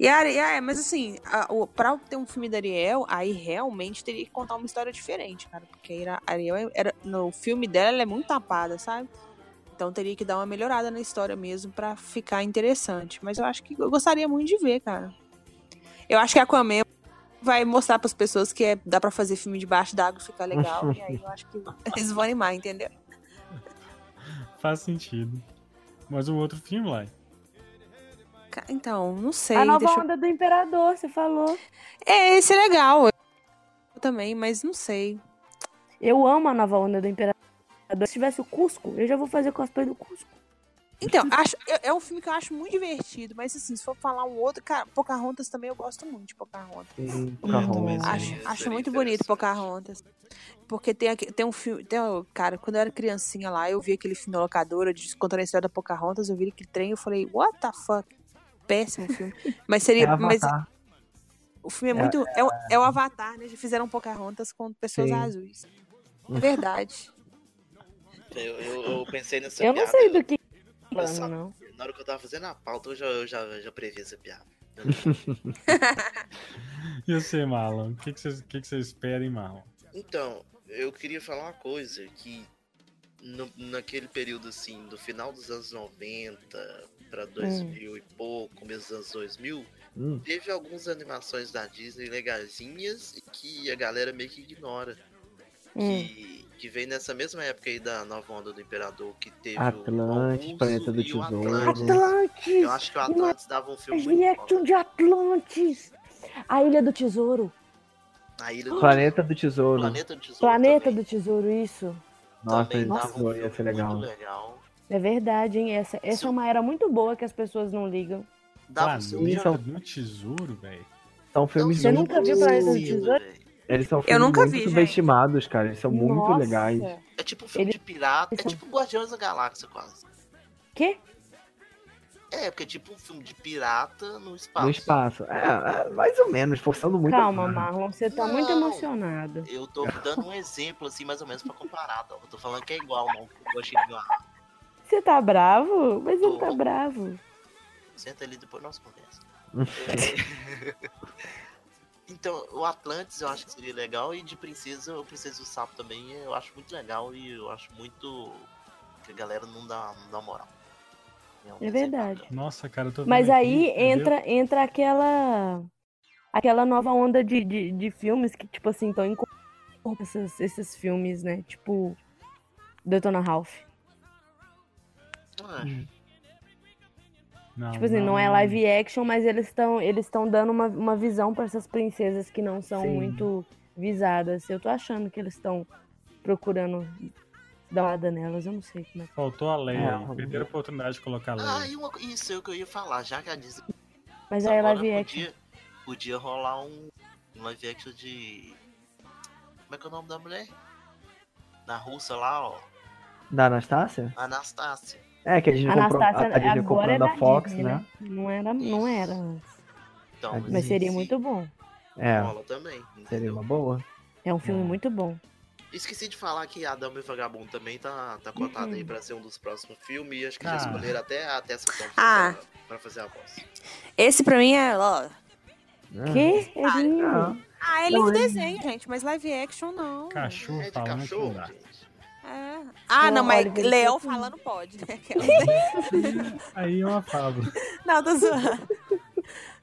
[SPEAKER 6] E a Ariel, é, mas assim, a, o, pra ter um filme da Ariel, aí realmente teria que contar uma história diferente, cara. Porque a Ariel, é- era, no filme dela, ela é muito tapada, sabe? Então teria que dar uma melhorada na história mesmo pra ficar interessante. Mas eu acho que eu gostaria muito de ver, cara. Eu acho que a Aquaman vai mostrar para as pessoas que é, dá pra fazer filme debaixo d'água e ficar legal. e aí eu acho que <laughs> eles vão animar, entendeu?
[SPEAKER 1] Faz sentido. Mas um outro filme lá.
[SPEAKER 6] Ca- Então, não sei.
[SPEAKER 3] A nova
[SPEAKER 6] deixa eu-
[SPEAKER 3] onda do Imperador, você falou.
[SPEAKER 6] É, esse é legal. Eu também, mas não sei.
[SPEAKER 3] Eu amo a nova onda do Imperador. Se tivesse o Cusco, eu já vou fazer cosplay do Cusco.
[SPEAKER 6] Então, <laughs> acho, é- é um filme que eu acho muito divertido, mas assim, se for falar um outro, cara, Pocahontas também eu gosto muito de Pocahontas.
[SPEAKER 5] Hum,
[SPEAKER 1] também
[SPEAKER 5] Pocahontas.
[SPEAKER 1] Sim,
[SPEAKER 6] Acho,
[SPEAKER 2] seria
[SPEAKER 6] acho muito bonito
[SPEAKER 2] interessante.
[SPEAKER 6] Pocahontas. Porque tem, aqui- tem um filme. Tem, um- cara, quando eu era criancinha lá, eu vi aquele filme na locadora de contando a história da Pocahontas, eu vi aquele trem e eu falei, what the fuck? Péssimo filme. Mas
[SPEAKER 5] É
[SPEAKER 6] seria. mas
[SPEAKER 5] Avatar.
[SPEAKER 6] O filme é
[SPEAKER 5] É-
[SPEAKER 6] muito. É, o- é o Avatar, né? Já
[SPEAKER 10] um
[SPEAKER 6] fizeram Pocahontas com pessoas
[SPEAKER 5] Sim.
[SPEAKER 6] azuis. É verdade.
[SPEAKER 2] Eu, eu, eu pensei nessa
[SPEAKER 3] Eu não
[SPEAKER 2] piada.
[SPEAKER 3] sei do que. tá né?
[SPEAKER 2] Eu só-
[SPEAKER 3] Plano, não.
[SPEAKER 2] Na hora que eu tava fazendo a pauta, eu já, eu já, eu já previ essa piada.
[SPEAKER 1] E você, Marlon? O que que vocês que que vocês esperam, hein, Marlon?
[SPEAKER 2] Então, eu queria falar uma coisa, que no- naquele período assim, do final dos anos 90 pra 2000 e pouco, começo dos anos 2000,
[SPEAKER 5] Hum.
[SPEAKER 2] teve algumas animações da Disney legazinhas e que a galera meio que ignora.
[SPEAKER 3] Hum.
[SPEAKER 2] Que, que veio nessa mesma época aí da nova onda do Imperador, que teve
[SPEAKER 5] Atlantis,
[SPEAKER 2] o Augusto
[SPEAKER 5] Planeta
[SPEAKER 2] e
[SPEAKER 5] do
[SPEAKER 2] o
[SPEAKER 5] Tesouro.
[SPEAKER 2] Atlantis.
[SPEAKER 3] Atlantis!
[SPEAKER 2] Eu acho que o Atlantis dava um filme muito bom.
[SPEAKER 3] Reaction de Atlantis! A Ilha do Tesouro.
[SPEAKER 2] A Ilha do
[SPEAKER 5] Hum. Planeta do Tesouro.
[SPEAKER 2] Planeta do Tesouro.
[SPEAKER 3] Planeta
[SPEAKER 2] também.
[SPEAKER 3] do Tesouro, isso.
[SPEAKER 5] Nossa,
[SPEAKER 2] Também
[SPEAKER 5] ele
[SPEAKER 2] dava um
[SPEAKER 5] tesouro ia
[SPEAKER 2] filme
[SPEAKER 5] ser legal.
[SPEAKER 2] Muito legal.
[SPEAKER 3] É verdade, hein? Essa, essa é uma era muito boa que as pessoas não ligam.
[SPEAKER 2] Dava um filme
[SPEAKER 1] Planeta
[SPEAKER 5] São-
[SPEAKER 1] do tesouro, velho.
[SPEAKER 5] São filmes
[SPEAKER 3] Você
[SPEAKER 5] muito,
[SPEAKER 3] nunca viu Planeta do
[SPEAKER 2] esquecido,
[SPEAKER 3] Tesouro?
[SPEAKER 2] velho.
[SPEAKER 5] eles são filmes
[SPEAKER 10] nunca
[SPEAKER 5] muito
[SPEAKER 10] vi, gente.
[SPEAKER 5] subestimados, cara. Eles são muito
[SPEAKER 3] Nossa!
[SPEAKER 5] legais.
[SPEAKER 2] É tipo um filme
[SPEAKER 3] Ele-
[SPEAKER 2] de pirata, é
[SPEAKER 3] Isso.
[SPEAKER 2] tipo Guardiões da Galáxia quase.
[SPEAKER 3] Quê?
[SPEAKER 2] É, porque é tipo um filme de pirata no espaço.
[SPEAKER 5] No espaço. É, é, mais ou menos, forçando muito. a
[SPEAKER 3] Calma,
[SPEAKER 5] barra.
[SPEAKER 3] Marlon, você tá muito
[SPEAKER 2] Não.
[SPEAKER 3] emocionado.
[SPEAKER 2] Eu tô dando um exemplo, assim, mais ou menos, pra comparar. Tá? Eu tô falando que é igual, não. Eu achei que não.
[SPEAKER 3] Você tá bravo? Mas ele tá
[SPEAKER 2] Tô.
[SPEAKER 3] bravo.
[SPEAKER 2] Senta ali, depois nós conversa. É. <laughs> então, o Atlantis eu acho que seria legal. E de Princesa, o Princesa e o Sapo também eu acho muito legal. E eu acho muito... Que a galera não dá, não dá moral. um
[SPEAKER 3] É
[SPEAKER 2] desenho
[SPEAKER 3] verdade.
[SPEAKER 2] bacana.
[SPEAKER 1] Nossa, cara, eu tô
[SPEAKER 3] Mas
[SPEAKER 1] vendo aqui,
[SPEAKER 3] aí
[SPEAKER 1] entendeu?
[SPEAKER 3] entra, entra aquela aquela nova onda de, de, de filmes que, tipo assim, estão incorporando esses, esses filmes, né? Tipo, Detona Ralph.
[SPEAKER 2] Ah,
[SPEAKER 1] Não,
[SPEAKER 3] Tipo assim, não, é live action, mas eles estão eles tão dando uma, uma visão pra essas princesas que não são
[SPEAKER 5] Sim.
[SPEAKER 3] muito visadas. Eu tô achando que eles estão procurando dar uma olhada nelas, eu não sei como é. que-
[SPEAKER 1] Faltou a Leia.
[SPEAKER 5] É,
[SPEAKER 1] aí.
[SPEAKER 5] ó.
[SPEAKER 1] Perderam a oportunidade de colocar a
[SPEAKER 2] Ah,
[SPEAKER 1] Leia.
[SPEAKER 2] e uma, co- isso é o que eu ia falar, já que a Disney tá
[SPEAKER 3] Mas aí é
[SPEAKER 2] agora
[SPEAKER 3] live action.
[SPEAKER 2] podia, podia rolar um um live action de. Como é que é o nome da mulher? Da russa lá, ó.
[SPEAKER 5] Da Anastácia?
[SPEAKER 2] Anastácia.
[SPEAKER 5] É, que a gente comprou a,
[SPEAKER 3] Anastácia
[SPEAKER 5] a Disney
[SPEAKER 3] agora é
[SPEAKER 5] comprando
[SPEAKER 3] da
[SPEAKER 5] a Fox,
[SPEAKER 3] Disney,
[SPEAKER 5] né?
[SPEAKER 3] né? Não era, não era antes.
[SPEAKER 2] Então,
[SPEAKER 5] A
[SPEAKER 3] Mas
[SPEAKER 5] Sim,
[SPEAKER 3] seria
[SPEAKER 2] se
[SPEAKER 3] muito bom. né?
[SPEAKER 5] É,
[SPEAKER 2] Rola também.
[SPEAKER 5] seria
[SPEAKER 2] Entendeu?
[SPEAKER 5] uma boa.
[SPEAKER 3] É um filme
[SPEAKER 1] É.
[SPEAKER 3] muito bom.
[SPEAKER 2] Esqueci de falar que Adão e Vagabundo também tá, tá cotado
[SPEAKER 3] Uhum.
[SPEAKER 2] aí pra ser um dos próximos filmes. E acho que já
[SPEAKER 1] Ah.
[SPEAKER 2] escolheram até a Tessa Thompson
[SPEAKER 10] Ah.
[SPEAKER 2] pra, pra fazer a voz.
[SPEAKER 10] Esse pra mim é. Ó.
[SPEAKER 5] É.
[SPEAKER 3] Que? É
[SPEAKER 10] Ah,
[SPEAKER 3] lindo.
[SPEAKER 5] Ah,
[SPEAKER 10] Ah, é lindo desenho, gente, mas live action não.
[SPEAKER 1] Cachorro
[SPEAKER 2] É de
[SPEAKER 1] falando que não
[SPEAKER 2] cachorro,
[SPEAKER 3] <laughs>
[SPEAKER 1] dá.
[SPEAKER 2] gente.
[SPEAKER 10] É. Ah,
[SPEAKER 3] Não,
[SPEAKER 10] não, mas
[SPEAKER 3] Oliver,
[SPEAKER 10] leão
[SPEAKER 3] isso é
[SPEAKER 10] falando pode, né? Aquela- <laughs>
[SPEAKER 1] Aí é uma fábula.
[SPEAKER 10] Não, tô zoando.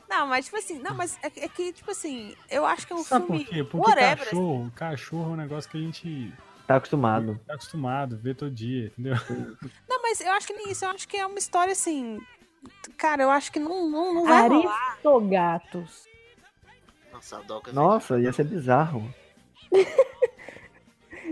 [SPEAKER 10] Não, mas tipo assim, não, mas é, é que, tipo assim, eu acho que é um
[SPEAKER 1] Sabe por
[SPEAKER 10] filme.
[SPEAKER 1] quê? Porque
[SPEAKER 3] né?
[SPEAKER 10] whatever.
[SPEAKER 1] cachorro, cachorro é um negócio que a gente
[SPEAKER 5] Tá acostumado.
[SPEAKER 1] tá acostumado a ver todo dia, entendeu? <laughs>
[SPEAKER 10] assim. Não, mas eu acho que nem isso, eu acho que é uma história assim. Cara, eu acho que não, não, não vai rolar.
[SPEAKER 3] Aristogatos.
[SPEAKER 2] Nossa, a Doca.
[SPEAKER 5] Nossa, ia ser bizarro.
[SPEAKER 2] fez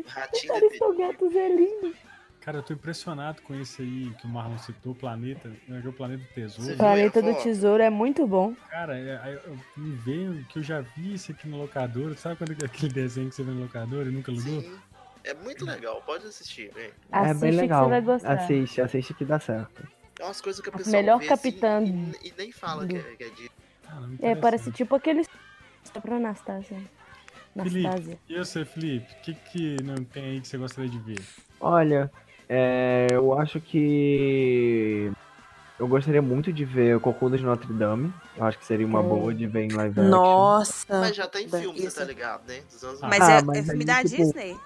[SPEAKER 2] Ratinho
[SPEAKER 3] Então
[SPEAKER 2] detetive.
[SPEAKER 3] Aristogatos é lindo.
[SPEAKER 1] Cara, eu tô impressionado com esse aí que o Marlon citou, o planeta, né, que é o planeta do
[SPEAKER 2] Você
[SPEAKER 1] tesouro.
[SPEAKER 2] viu?
[SPEAKER 3] Planeta
[SPEAKER 2] Foi a
[SPEAKER 3] do
[SPEAKER 2] foto.
[SPEAKER 3] Tesouro é muito bom.
[SPEAKER 1] Cara, é- é- eu- me veio que eu já vi isso aqui no locador. Sabe quando <laughs> é aquele desenho que você vê no locador e nunca alugou?
[SPEAKER 2] Sim. É muito legal, pode assistir, velho.
[SPEAKER 5] é
[SPEAKER 3] Assiste
[SPEAKER 5] bem legal.
[SPEAKER 3] que você
[SPEAKER 5] Assim,
[SPEAKER 3] vai gostar.
[SPEAKER 5] Assiste, assiste que dá certo.
[SPEAKER 2] É umas coisas que a
[SPEAKER 3] A
[SPEAKER 2] pessoa
[SPEAKER 3] melhor
[SPEAKER 2] vê assim
[SPEAKER 3] capitã
[SPEAKER 2] e, e nem fala que é, que é de
[SPEAKER 1] Cara,
[SPEAKER 3] É,
[SPEAKER 1] interessante.
[SPEAKER 3] parece tipo aquele. Só pra Anastácia. Anastácia.
[SPEAKER 1] Felipe, e você, Felipe? O que, que não tem aí que você gostaria de ver?
[SPEAKER 5] Olha, é, eu acho que. Eu gostaria muito de ver o Cocundas de Notre Dame. Eu acho que seria uma
[SPEAKER 3] Hum.
[SPEAKER 5] boa de ver em live action.
[SPEAKER 6] Ah,
[SPEAKER 10] Nossa.
[SPEAKER 2] Mas já tá em filme,
[SPEAKER 10] Isso.
[SPEAKER 2] você tá ligado, né? Dos anos
[SPEAKER 1] Ah,
[SPEAKER 10] Mas,
[SPEAKER 5] Ah,
[SPEAKER 10] é,
[SPEAKER 5] mas
[SPEAKER 10] é
[SPEAKER 5] aí,
[SPEAKER 10] filme da
[SPEAKER 5] tipo,
[SPEAKER 10] Disney?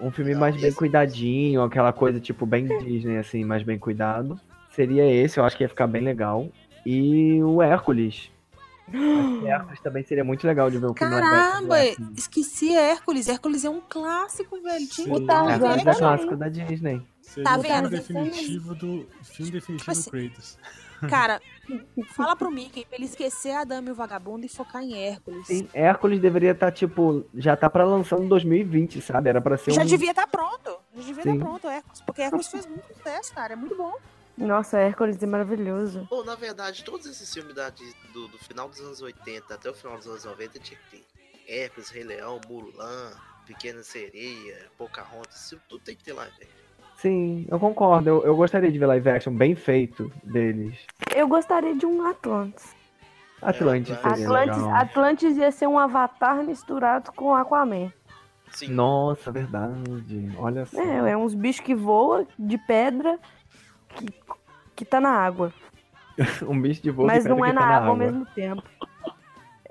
[SPEAKER 5] Um filme
[SPEAKER 2] Não,
[SPEAKER 5] mais bem
[SPEAKER 2] esse-
[SPEAKER 5] cuidadinho, aquela coisa
[SPEAKER 3] <laughs>
[SPEAKER 5] tipo bem Disney, assim, mais bem cuidado. Seria esse, eu acho que ia ficar bem legal. E o Hércules. Acho que Hércules também seria muito legal de ver um filme live action do
[SPEAKER 10] Caramba,
[SPEAKER 5] Hércules.
[SPEAKER 10] esqueci Hércules. Hércules é um clássico, velho. Tinha que
[SPEAKER 1] Sim.
[SPEAKER 10] dar um
[SPEAKER 3] Tarzan
[SPEAKER 5] Hércules é
[SPEAKER 10] Hércules.
[SPEAKER 3] também.
[SPEAKER 5] clássico da Disney.
[SPEAKER 1] Seria
[SPEAKER 3] Tá
[SPEAKER 1] o
[SPEAKER 10] vendo?
[SPEAKER 1] filme definitivo do
[SPEAKER 3] Tipo
[SPEAKER 1] filme definitivo
[SPEAKER 10] assim,
[SPEAKER 1] do Kratos.
[SPEAKER 10] <laughs> Cara, fala pro Mickey pra ele esquecer a Dama e o Vagabundo e focar em Hércules.
[SPEAKER 5] Sim, Hércules deveria estar, tipo, já tá pra lançar em 2020, sabe? Era pra ser
[SPEAKER 10] Já
[SPEAKER 5] um...
[SPEAKER 10] devia estar pronto. Já devia estar
[SPEAKER 5] Sim.
[SPEAKER 10] pronto, Hércules. Porque Hércules fez muito sucesso, cara. É muito bom.
[SPEAKER 3] Nossa, Hércules é maravilhoso.
[SPEAKER 2] Bom, na verdade, todos esses filmes da Disney, do, do final dos anos 80 até o final dos anos 90 tinha que ter. Hércules, Rei Leão, Mulan, Pequena Sereia, Pocahontas, isso tudo tem que ter lá, velho.
[SPEAKER 5] Sim, eu concordo. Eu, eu gostaria de ver live action bem feito deles.
[SPEAKER 3] Eu gostaria de um Atlantis.
[SPEAKER 5] Atlantis seria
[SPEAKER 3] Atlantis,
[SPEAKER 5] legal.
[SPEAKER 3] Atlantis ia ser um avatar misturado com Aquaman.
[SPEAKER 2] Sim,
[SPEAKER 5] Nossa, verdade. Olha só.
[SPEAKER 3] É,
[SPEAKER 5] <laughs>
[SPEAKER 3] é uns bichos que voam de pedra que, que tá na água.
[SPEAKER 5] Um bicho de voo
[SPEAKER 3] Mas
[SPEAKER 5] de
[SPEAKER 3] não
[SPEAKER 5] pedra
[SPEAKER 3] é
[SPEAKER 5] que
[SPEAKER 3] na
[SPEAKER 5] tá
[SPEAKER 3] água ao mesmo tempo.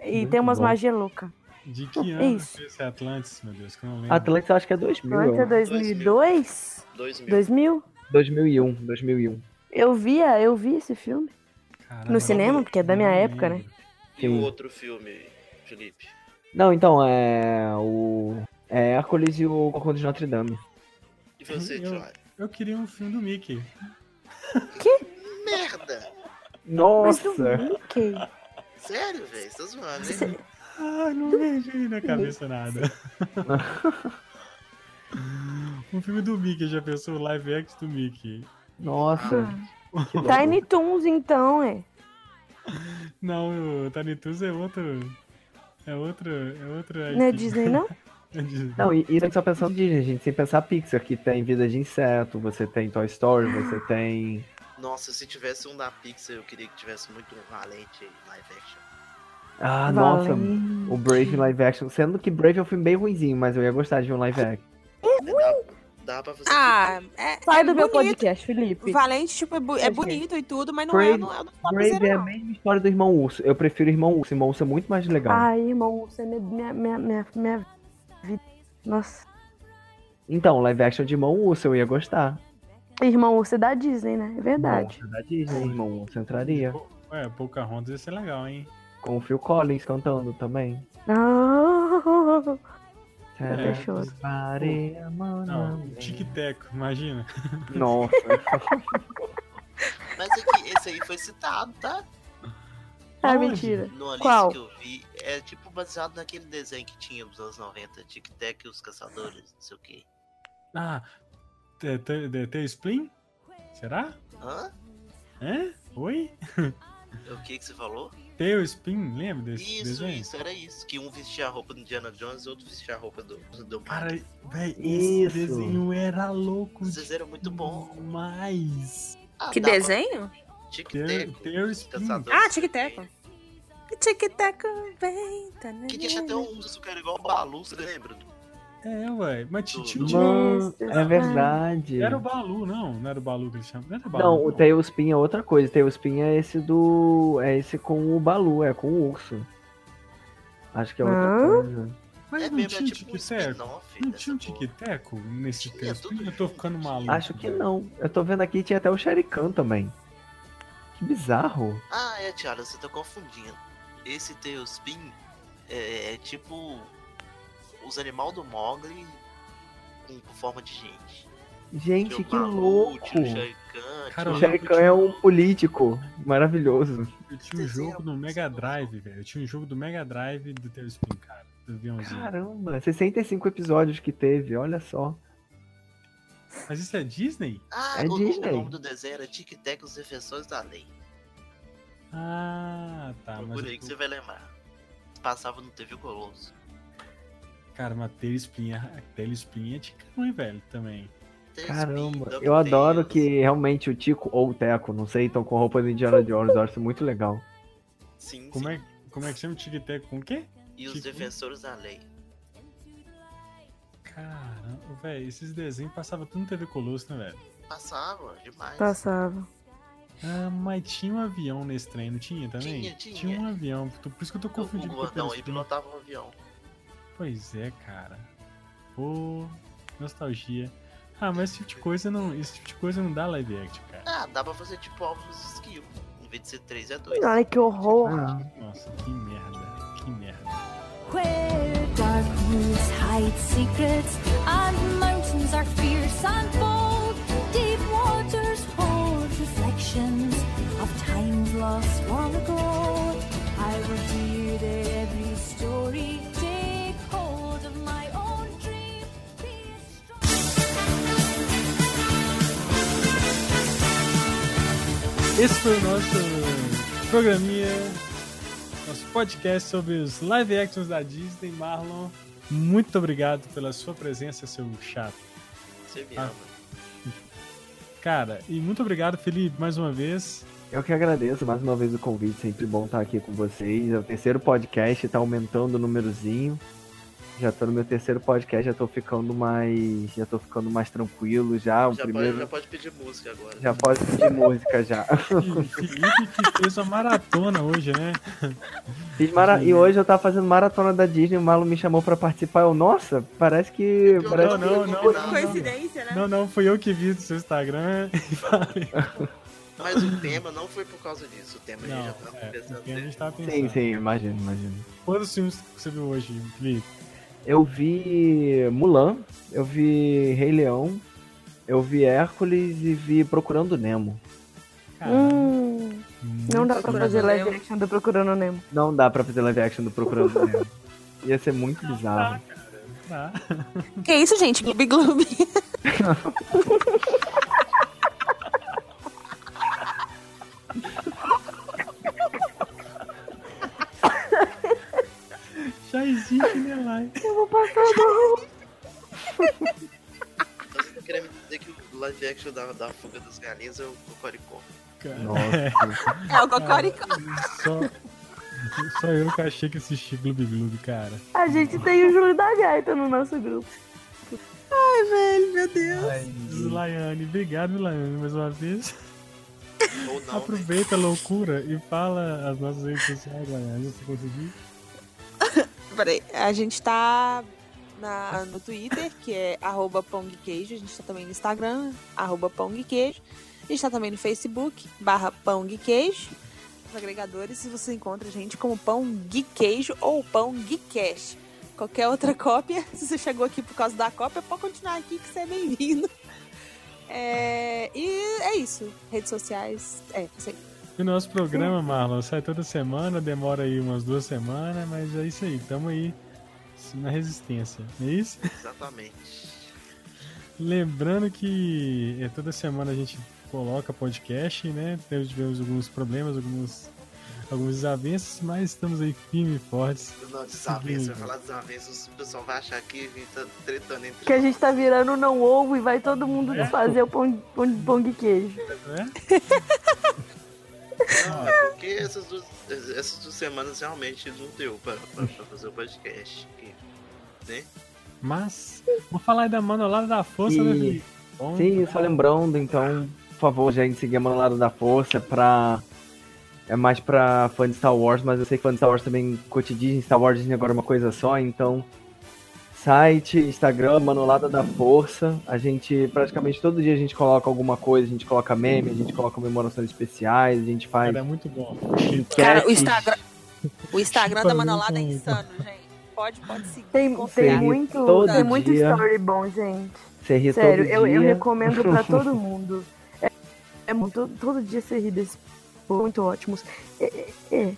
[SPEAKER 3] E
[SPEAKER 5] Muito
[SPEAKER 3] tem umas
[SPEAKER 5] bom.
[SPEAKER 3] magias loucas.
[SPEAKER 1] De
[SPEAKER 3] <laughs>
[SPEAKER 1] que
[SPEAKER 3] É
[SPEAKER 1] ano
[SPEAKER 3] isso.
[SPEAKER 1] foi esse Atlantis, meu Deus? Que eu não lembro.
[SPEAKER 5] Atlantis eu acho que é 2000.
[SPEAKER 3] Antes é
[SPEAKER 5] eu-
[SPEAKER 3] 2002?
[SPEAKER 2] 2000.
[SPEAKER 3] 2000?
[SPEAKER 5] 2001, 2001.
[SPEAKER 3] Eu via, eu vi esse filme.
[SPEAKER 1] Caramba,
[SPEAKER 3] no cinema, porque é da minha
[SPEAKER 1] não
[SPEAKER 3] época,
[SPEAKER 1] lembro.
[SPEAKER 2] E o
[SPEAKER 5] Sim.
[SPEAKER 2] outro filme, Felipe?
[SPEAKER 5] Não, então, é... O... É Hércules e o Cocô de Notre Dame.
[SPEAKER 2] E você,
[SPEAKER 1] Eu-
[SPEAKER 2] Johnny?
[SPEAKER 1] Eu queria um filme do Mickey.
[SPEAKER 2] Merda!
[SPEAKER 5] Nossa!
[SPEAKER 3] Mickey.
[SPEAKER 2] Sério, velho? Você tá zoando, hein?
[SPEAKER 1] Ah, não vejo aí na cabeça nada. <laughs> um filme do Mickey, já pensou? Live action do Mickey.
[SPEAKER 5] Nossa!
[SPEAKER 3] Tiny Toons, então, é.
[SPEAKER 1] Não, o Tiny Toons é outro. É outro. É outra.
[SPEAKER 3] Não é
[SPEAKER 1] equipe.
[SPEAKER 3] Disney, não?
[SPEAKER 1] É <laughs> Disney.
[SPEAKER 5] Não, e isso é só pensando Disney, gente, sem pensar Pixar, que tem Vida de Inseto, você tem Toy Story, você tem.
[SPEAKER 2] Nossa, se tivesse um da Pixar, eu queria que tivesse muito um valente aí, live action.
[SPEAKER 5] Ah, nossa!
[SPEAKER 3] Valente.
[SPEAKER 5] O Brave live action. Sendo que Brave é um filme bem ruimzinho, mas eu ia gostar de um live action.
[SPEAKER 2] Dá pra fazer.
[SPEAKER 10] Ah, é,
[SPEAKER 3] Sai
[SPEAKER 10] é
[SPEAKER 3] do meu
[SPEAKER 10] bonito.
[SPEAKER 3] podcast, Felipe.
[SPEAKER 10] Valente, tipo, é, bu- é
[SPEAKER 3] Gente.
[SPEAKER 10] bonito e tudo, mas não é,
[SPEAKER 5] Brave-
[SPEAKER 10] não é o do Topzera,
[SPEAKER 5] Brave é a
[SPEAKER 10] não.
[SPEAKER 5] mesma história do Irmão Urso. Eu prefiro Irmão Urso. Irmão Urso é muito mais legal.
[SPEAKER 3] Ai, irmão, você é minha, minha, minha, minha, minha vida. Nossa.
[SPEAKER 5] Então, live action de Irmão Urso eu ia gostar.
[SPEAKER 3] Irmão, você é da Disney, né? É verdade.
[SPEAKER 5] Nossa, da Disney, Irmão Urso entraria.
[SPEAKER 1] Ué, Pocahontas ia ser legal, hein?
[SPEAKER 5] Com o Phil Collins cantando também.
[SPEAKER 3] Ah, <laughs>
[SPEAKER 5] Sério.
[SPEAKER 3] fechou.
[SPEAKER 5] Pare, mano.
[SPEAKER 1] Não, tic-teco, imagina.
[SPEAKER 3] <laughs>
[SPEAKER 5] Nossa.
[SPEAKER 2] Mas é que esse aí foi citado, tá?
[SPEAKER 3] Ah,
[SPEAKER 1] Aonde?
[SPEAKER 3] mentira.
[SPEAKER 2] Numa lista
[SPEAKER 3] Qual?
[SPEAKER 2] que eu vi. É tipo baseado naquele desenho que tinha dos anos 90, Tic Tac e os Caçadores, não sei o quê.
[SPEAKER 1] Ah, te- te- te- tem Spleen? Será?
[SPEAKER 2] Hã?
[SPEAKER 1] Hã? Oi?
[SPEAKER 2] É O que que você falou?
[SPEAKER 1] Tail Spin, lembra desse
[SPEAKER 2] Isso,
[SPEAKER 1] desenho?
[SPEAKER 2] isso, era isso. Que um vestia a roupa do Indiana Jones, outro vestia a roupa do, do
[SPEAKER 1] Cara, é
[SPEAKER 2] Mario.
[SPEAKER 1] véi, esse
[SPEAKER 5] Isso.
[SPEAKER 1] desenho era louco
[SPEAKER 2] Vocês eram é muito bom.
[SPEAKER 1] demais.
[SPEAKER 2] Ah,
[SPEAKER 10] Que
[SPEAKER 2] dava
[SPEAKER 10] desenho?
[SPEAKER 2] Tic
[SPEAKER 1] Ter-
[SPEAKER 2] Tac,
[SPEAKER 1] Ter
[SPEAKER 2] os
[SPEAKER 1] Spin.
[SPEAKER 2] Caçadores.
[SPEAKER 10] Ah, Tic Tac. Tic Tac vem. tá, né,
[SPEAKER 2] Que tinha
[SPEAKER 10] né,
[SPEAKER 2] até um dos que era igual o Balu, você lembra?
[SPEAKER 1] É, ué. Mas ti- ti- ti-
[SPEAKER 5] Mano,
[SPEAKER 3] Jesus,
[SPEAKER 5] é verdade.
[SPEAKER 1] não era o Balu, não. Não era o Balu que ele chama. Não era o Balu.
[SPEAKER 5] Não, o Tailspin é outra coisa. Tailspin é esse do. É esse com o Balu, é com o urso. Acho que é outra
[SPEAKER 3] Hã?
[SPEAKER 5] coisa.
[SPEAKER 1] Mas
[SPEAKER 2] é
[SPEAKER 1] não
[SPEAKER 2] mesmo,
[SPEAKER 1] tinha
[SPEAKER 2] é
[SPEAKER 1] um
[SPEAKER 2] tipo um
[SPEAKER 1] tic-teco?
[SPEAKER 2] spin-off.
[SPEAKER 1] Não
[SPEAKER 2] dessa
[SPEAKER 1] tinha um
[SPEAKER 2] porra.
[SPEAKER 1] tic-teco nesse
[SPEAKER 2] Tinha,
[SPEAKER 1] Tail Spin?
[SPEAKER 2] tudo
[SPEAKER 1] Eu tô ficando
[SPEAKER 2] junto.
[SPEAKER 1] maluco.
[SPEAKER 5] Acho que
[SPEAKER 1] velho.
[SPEAKER 5] não. Eu tô vendo aqui tinha até o Sharikan também. Que bizarro.
[SPEAKER 2] Ah, é, Thiago, você tá confundindo. Esse Tailspin é, é tipo os animais do Mogli com, com forma de gente. Tinha
[SPEAKER 5] Gente,
[SPEAKER 2] o
[SPEAKER 5] que
[SPEAKER 2] Balu,
[SPEAKER 5] louco.
[SPEAKER 2] tinha o Shere Khan,
[SPEAKER 1] Cara,
[SPEAKER 5] O
[SPEAKER 2] tinha-
[SPEAKER 1] Shere
[SPEAKER 5] Sharikan é um político maravilhoso.
[SPEAKER 1] Eu tinha um
[SPEAKER 2] Desenho
[SPEAKER 1] jogo no
[SPEAKER 2] muito
[SPEAKER 1] Mega
[SPEAKER 2] gostoso.
[SPEAKER 1] Drive, velho. Eu tinha um jogo do Mega Drive do Tail Spin, cara. Do aviãozinho.
[SPEAKER 5] Caramba, 65 episódios que teve, olha só.
[SPEAKER 1] Mas isso é Disney?
[SPEAKER 2] Ah,
[SPEAKER 5] é
[SPEAKER 2] o,
[SPEAKER 5] Disney.
[SPEAKER 2] o nome do desenho era Tic Tac e os Defensores da Lei.
[SPEAKER 1] Ah, tá. Mas
[SPEAKER 2] Procura aí
[SPEAKER 1] eu
[SPEAKER 2] que
[SPEAKER 1] tô-
[SPEAKER 2] você vai lembrar. Passava no TV Colosso.
[SPEAKER 1] Cara, mas Tail Spin é, Tail Spin é ticão, hein, velho, também.
[SPEAKER 2] Tailspin,
[SPEAKER 5] Caramba,
[SPEAKER 2] DuckTales.
[SPEAKER 5] eu adoro que realmente o Tico ou o Teco, não sei, estão com roupa do Indiana Jones, eu acho muito legal.
[SPEAKER 2] Sim,
[SPEAKER 1] Como
[SPEAKER 2] sim.
[SPEAKER 1] é, como é que chama tic-tac com o quê?
[SPEAKER 2] E os
[SPEAKER 1] Tic-
[SPEAKER 2] Defensores da Lei.
[SPEAKER 1] Caramba, velho, esses desenhos passavam tudo no TV Colosso, né, velho?
[SPEAKER 2] Passava demais.
[SPEAKER 5] Tá
[SPEAKER 3] Passava.
[SPEAKER 1] Ah, mas tinha um avião nesse trem, não tinha também?
[SPEAKER 2] Tinha, tinha.
[SPEAKER 1] um avião, por por isso que eu tô
[SPEAKER 2] Então, O, o
[SPEAKER 1] confundindo com o
[SPEAKER 2] gordão
[SPEAKER 1] Tail
[SPEAKER 2] aí
[SPEAKER 1] Spin.
[SPEAKER 2] pilotava um avião.
[SPEAKER 1] Pois é, cara. Pô, nostalgia. Ah, mas esse tipo de coisa não, esse tipo de coisa não dá live action, cara.
[SPEAKER 2] Ah, dá pra fazer tipo alvos esquivo. Em vez de ser 3, é 2.
[SPEAKER 3] Ai, que horror.
[SPEAKER 5] Ah,
[SPEAKER 1] Nossa, que merda, que merda.
[SPEAKER 11] Where dark woods hide secrets and mountains are fierce and bold, deep waters hold reflections of times lost long ago. I will hear every story, take hold of my own dream. be a
[SPEAKER 1] Esse foi o nosso programinha, nosso podcast sobre os live actions da Disney. Marlon, muito obrigado pela sua presença, seu chato.
[SPEAKER 2] Você me
[SPEAKER 1] Ah.
[SPEAKER 2] ama.
[SPEAKER 1] Cara, e muito obrigado, Felipe, mais uma vez.
[SPEAKER 5] Eu que agradeço mais uma vez o convite, sempre bom estar aqui com vocês. É o terceiro podcast, tá aumentando o númerozinho. Já tô no meu terceiro podcast, já tô ficando mais. Já tô ficando mais tranquilo já. O
[SPEAKER 2] Já,
[SPEAKER 5] primeiro
[SPEAKER 2] pode, já pode pedir música agora.
[SPEAKER 5] já pode
[SPEAKER 2] <laughs>
[SPEAKER 5] pedir música já. <laughs>
[SPEAKER 1] E Felipe que fez uma maratona hoje, né?
[SPEAKER 5] Fiz mara- E hoje eu tava fazendo maratona da Disney, o Malo me chamou pra participar. Eu, nossa, parece que.
[SPEAKER 2] Não,
[SPEAKER 5] Parece
[SPEAKER 1] não, não, não, não.
[SPEAKER 10] Coincidência, né?
[SPEAKER 1] Não, não, fui eu que vi do seu Instagram.
[SPEAKER 2] Mas o tema não foi por causa disso. O tema a
[SPEAKER 1] Não,
[SPEAKER 2] gente já tá tava
[SPEAKER 1] é,
[SPEAKER 2] pensando.
[SPEAKER 1] porque a gente
[SPEAKER 2] desde-
[SPEAKER 1] tava
[SPEAKER 5] Sim,
[SPEAKER 1] pensando.
[SPEAKER 5] sim, imagino, imagino.
[SPEAKER 1] Quantos filmes que você viu hoje, Felipe?
[SPEAKER 5] Eu vi Mulan, eu vi Rei Leão, eu vi Hércules e vi Procurando Nemo. Ah,
[SPEAKER 3] Hum, não dá pra fazer live action do Procurando Nemo.
[SPEAKER 5] Não dá pra fazer live action do Procurando Nemo. Ia ser muito bizarro.
[SPEAKER 1] tá.
[SPEAKER 6] Que isso, gente? Gloob Gloob.
[SPEAKER 5] <laughs>
[SPEAKER 1] Já existe, né, live?
[SPEAKER 3] Eu vou passar mal.
[SPEAKER 2] Então você tá querendo me dizer que o live action da, da fuga das galinhas é o Cocoricó.
[SPEAKER 1] Nossa.
[SPEAKER 6] É o Cocoricó.
[SPEAKER 1] Só, só eu que achei que assisti Gloob Gloob, cara.
[SPEAKER 3] A gente tem o Júlio da Gaita no nosso grupo.
[SPEAKER 12] Ai, velho, meu Deus.
[SPEAKER 2] Hum.
[SPEAKER 1] Laiane, obrigado, Laiane, mais uma vez.
[SPEAKER 2] Ou não, né?
[SPEAKER 1] <laughs> Aproveita a loucura e fala as nossas redes sociais, Laiane, se você conseguir.
[SPEAKER 6] Peraí, a gente tá na- no Twitter, que é arroba pong queijo. A gente tá também no Instagram, arroba pong queijo. A gente tá também no Facebook, barra pong queijo. Nos agregadores você encontra a gente como pão Gui queijo ou pão Gui cash. Qualquer outra cópia, <laughs> se você chegou aqui por causa da cópia, pode continuar aqui que você é bem-vindo. É, e é isso. Redes sociais, é, isso aí.
[SPEAKER 1] E o nosso programa, Marlon, sai toda semana, demora aí umas duas semanas, mas é isso aí, tamo aí na resistência, não é isso?
[SPEAKER 2] Exatamente.
[SPEAKER 1] Lembrando que é, toda semana a gente coloca podcast, né? Teve- Tivemos alguns problemas, alguns, algumas desavenças, mas estamos aí firmes e fortes.
[SPEAKER 2] Não, desavença, vai falar desavença, o pessoal vai achar que a gente tá tretando entre
[SPEAKER 3] Que a gente tá virando não ovo e vai todo mundo desfazer o pão, pão, pão de queijo.
[SPEAKER 1] né?
[SPEAKER 5] <laughs>
[SPEAKER 2] Não, é porque essas duas, essas duas semanas realmente não deu pra, pra- pra fazer o podcast. Que- Né?
[SPEAKER 1] Mas, vou falar aí da Manolada da Força, né, Felipe? Bom,
[SPEAKER 5] Sim, só lembrando, então, por favor, gente, seguir a Manolada da Força pra. É mais pra fã de Star Wars, mas eu sei que fã de Star Wars também curte Disney, Star Wars Disney agora é uma coisa só, então. Site, Instagram, Manolada da Força. A gente, praticamente todo dia a gente coloca alguma coisa, a gente coloca meme, a gente coloca comemorações especiais, a gente faz.
[SPEAKER 1] Cara, é muito bom.
[SPEAKER 6] Cara, o
[SPEAKER 5] enquetes.
[SPEAKER 6] Instagram, o Instagram da
[SPEAKER 5] Falando
[SPEAKER 6] Manolada é
[SPEAKER 5] é com-
[SPEAKER 6] insano, gente. Pode, pode seguir.
[SPEAKER 3] Tem, tem
[SPEAKER 5] Sim,
[SPEAKER 3] é muito,
[SPEAKER 5] todo
[SPEAKER 3] tem muito
[SPEAKER 5] dia.
[SPEAKER 3] story bom, gente.
[SPEAKER 5] Você ri
[SPEAKER 3] Sério,
[SPEAKER 5] todo
[SPEAKER 3] eu, eu
[SPEAKER 5] dia.
[SPEAKER 3] recomendo
[SPEAKER 5] <laughs>
[SPEAKER 3] pra todo mundo. É, é muito, todo dia você ri desse povo, muito ótimos. É, é, é.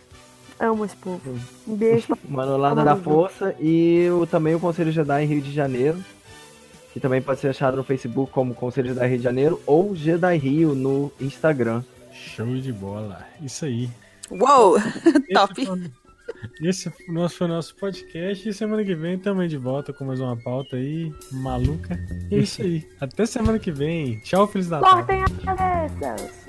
[SPEAKER 3] Amo esse povo.
[SPEAKER 5] Hum.
[SPEAKER 3] Um beijo pra
[SPEAKER 5] Manolada da Força e o, também o Conselho Jedi Rio de Janeiro, que também pode ser achado no Facebook como Conselho Jedi Rio de Janeiro ou Jedi Rio no Instagram.
[SPEAKER 1] Show de bola. Isso aí.
[SPEAKER 6] Uou, <laughs> top.
[SPEAKER 1] Esse nosso, foi o nosso podcast. E semana que vem também de volta com mais uma pauta aí maluca. E é isso aí. Até semana que vem. Tchau, Feliz Natal.
[SPEAKER 3] Cortem as cabeças!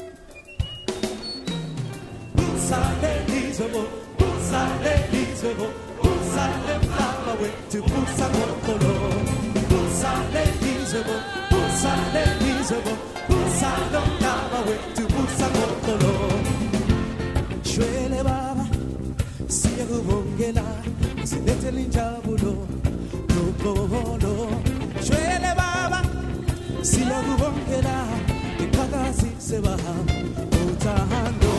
[SPEAKER 13] Shwele baba, siyakubongela ikhakhasi sebahamba uthando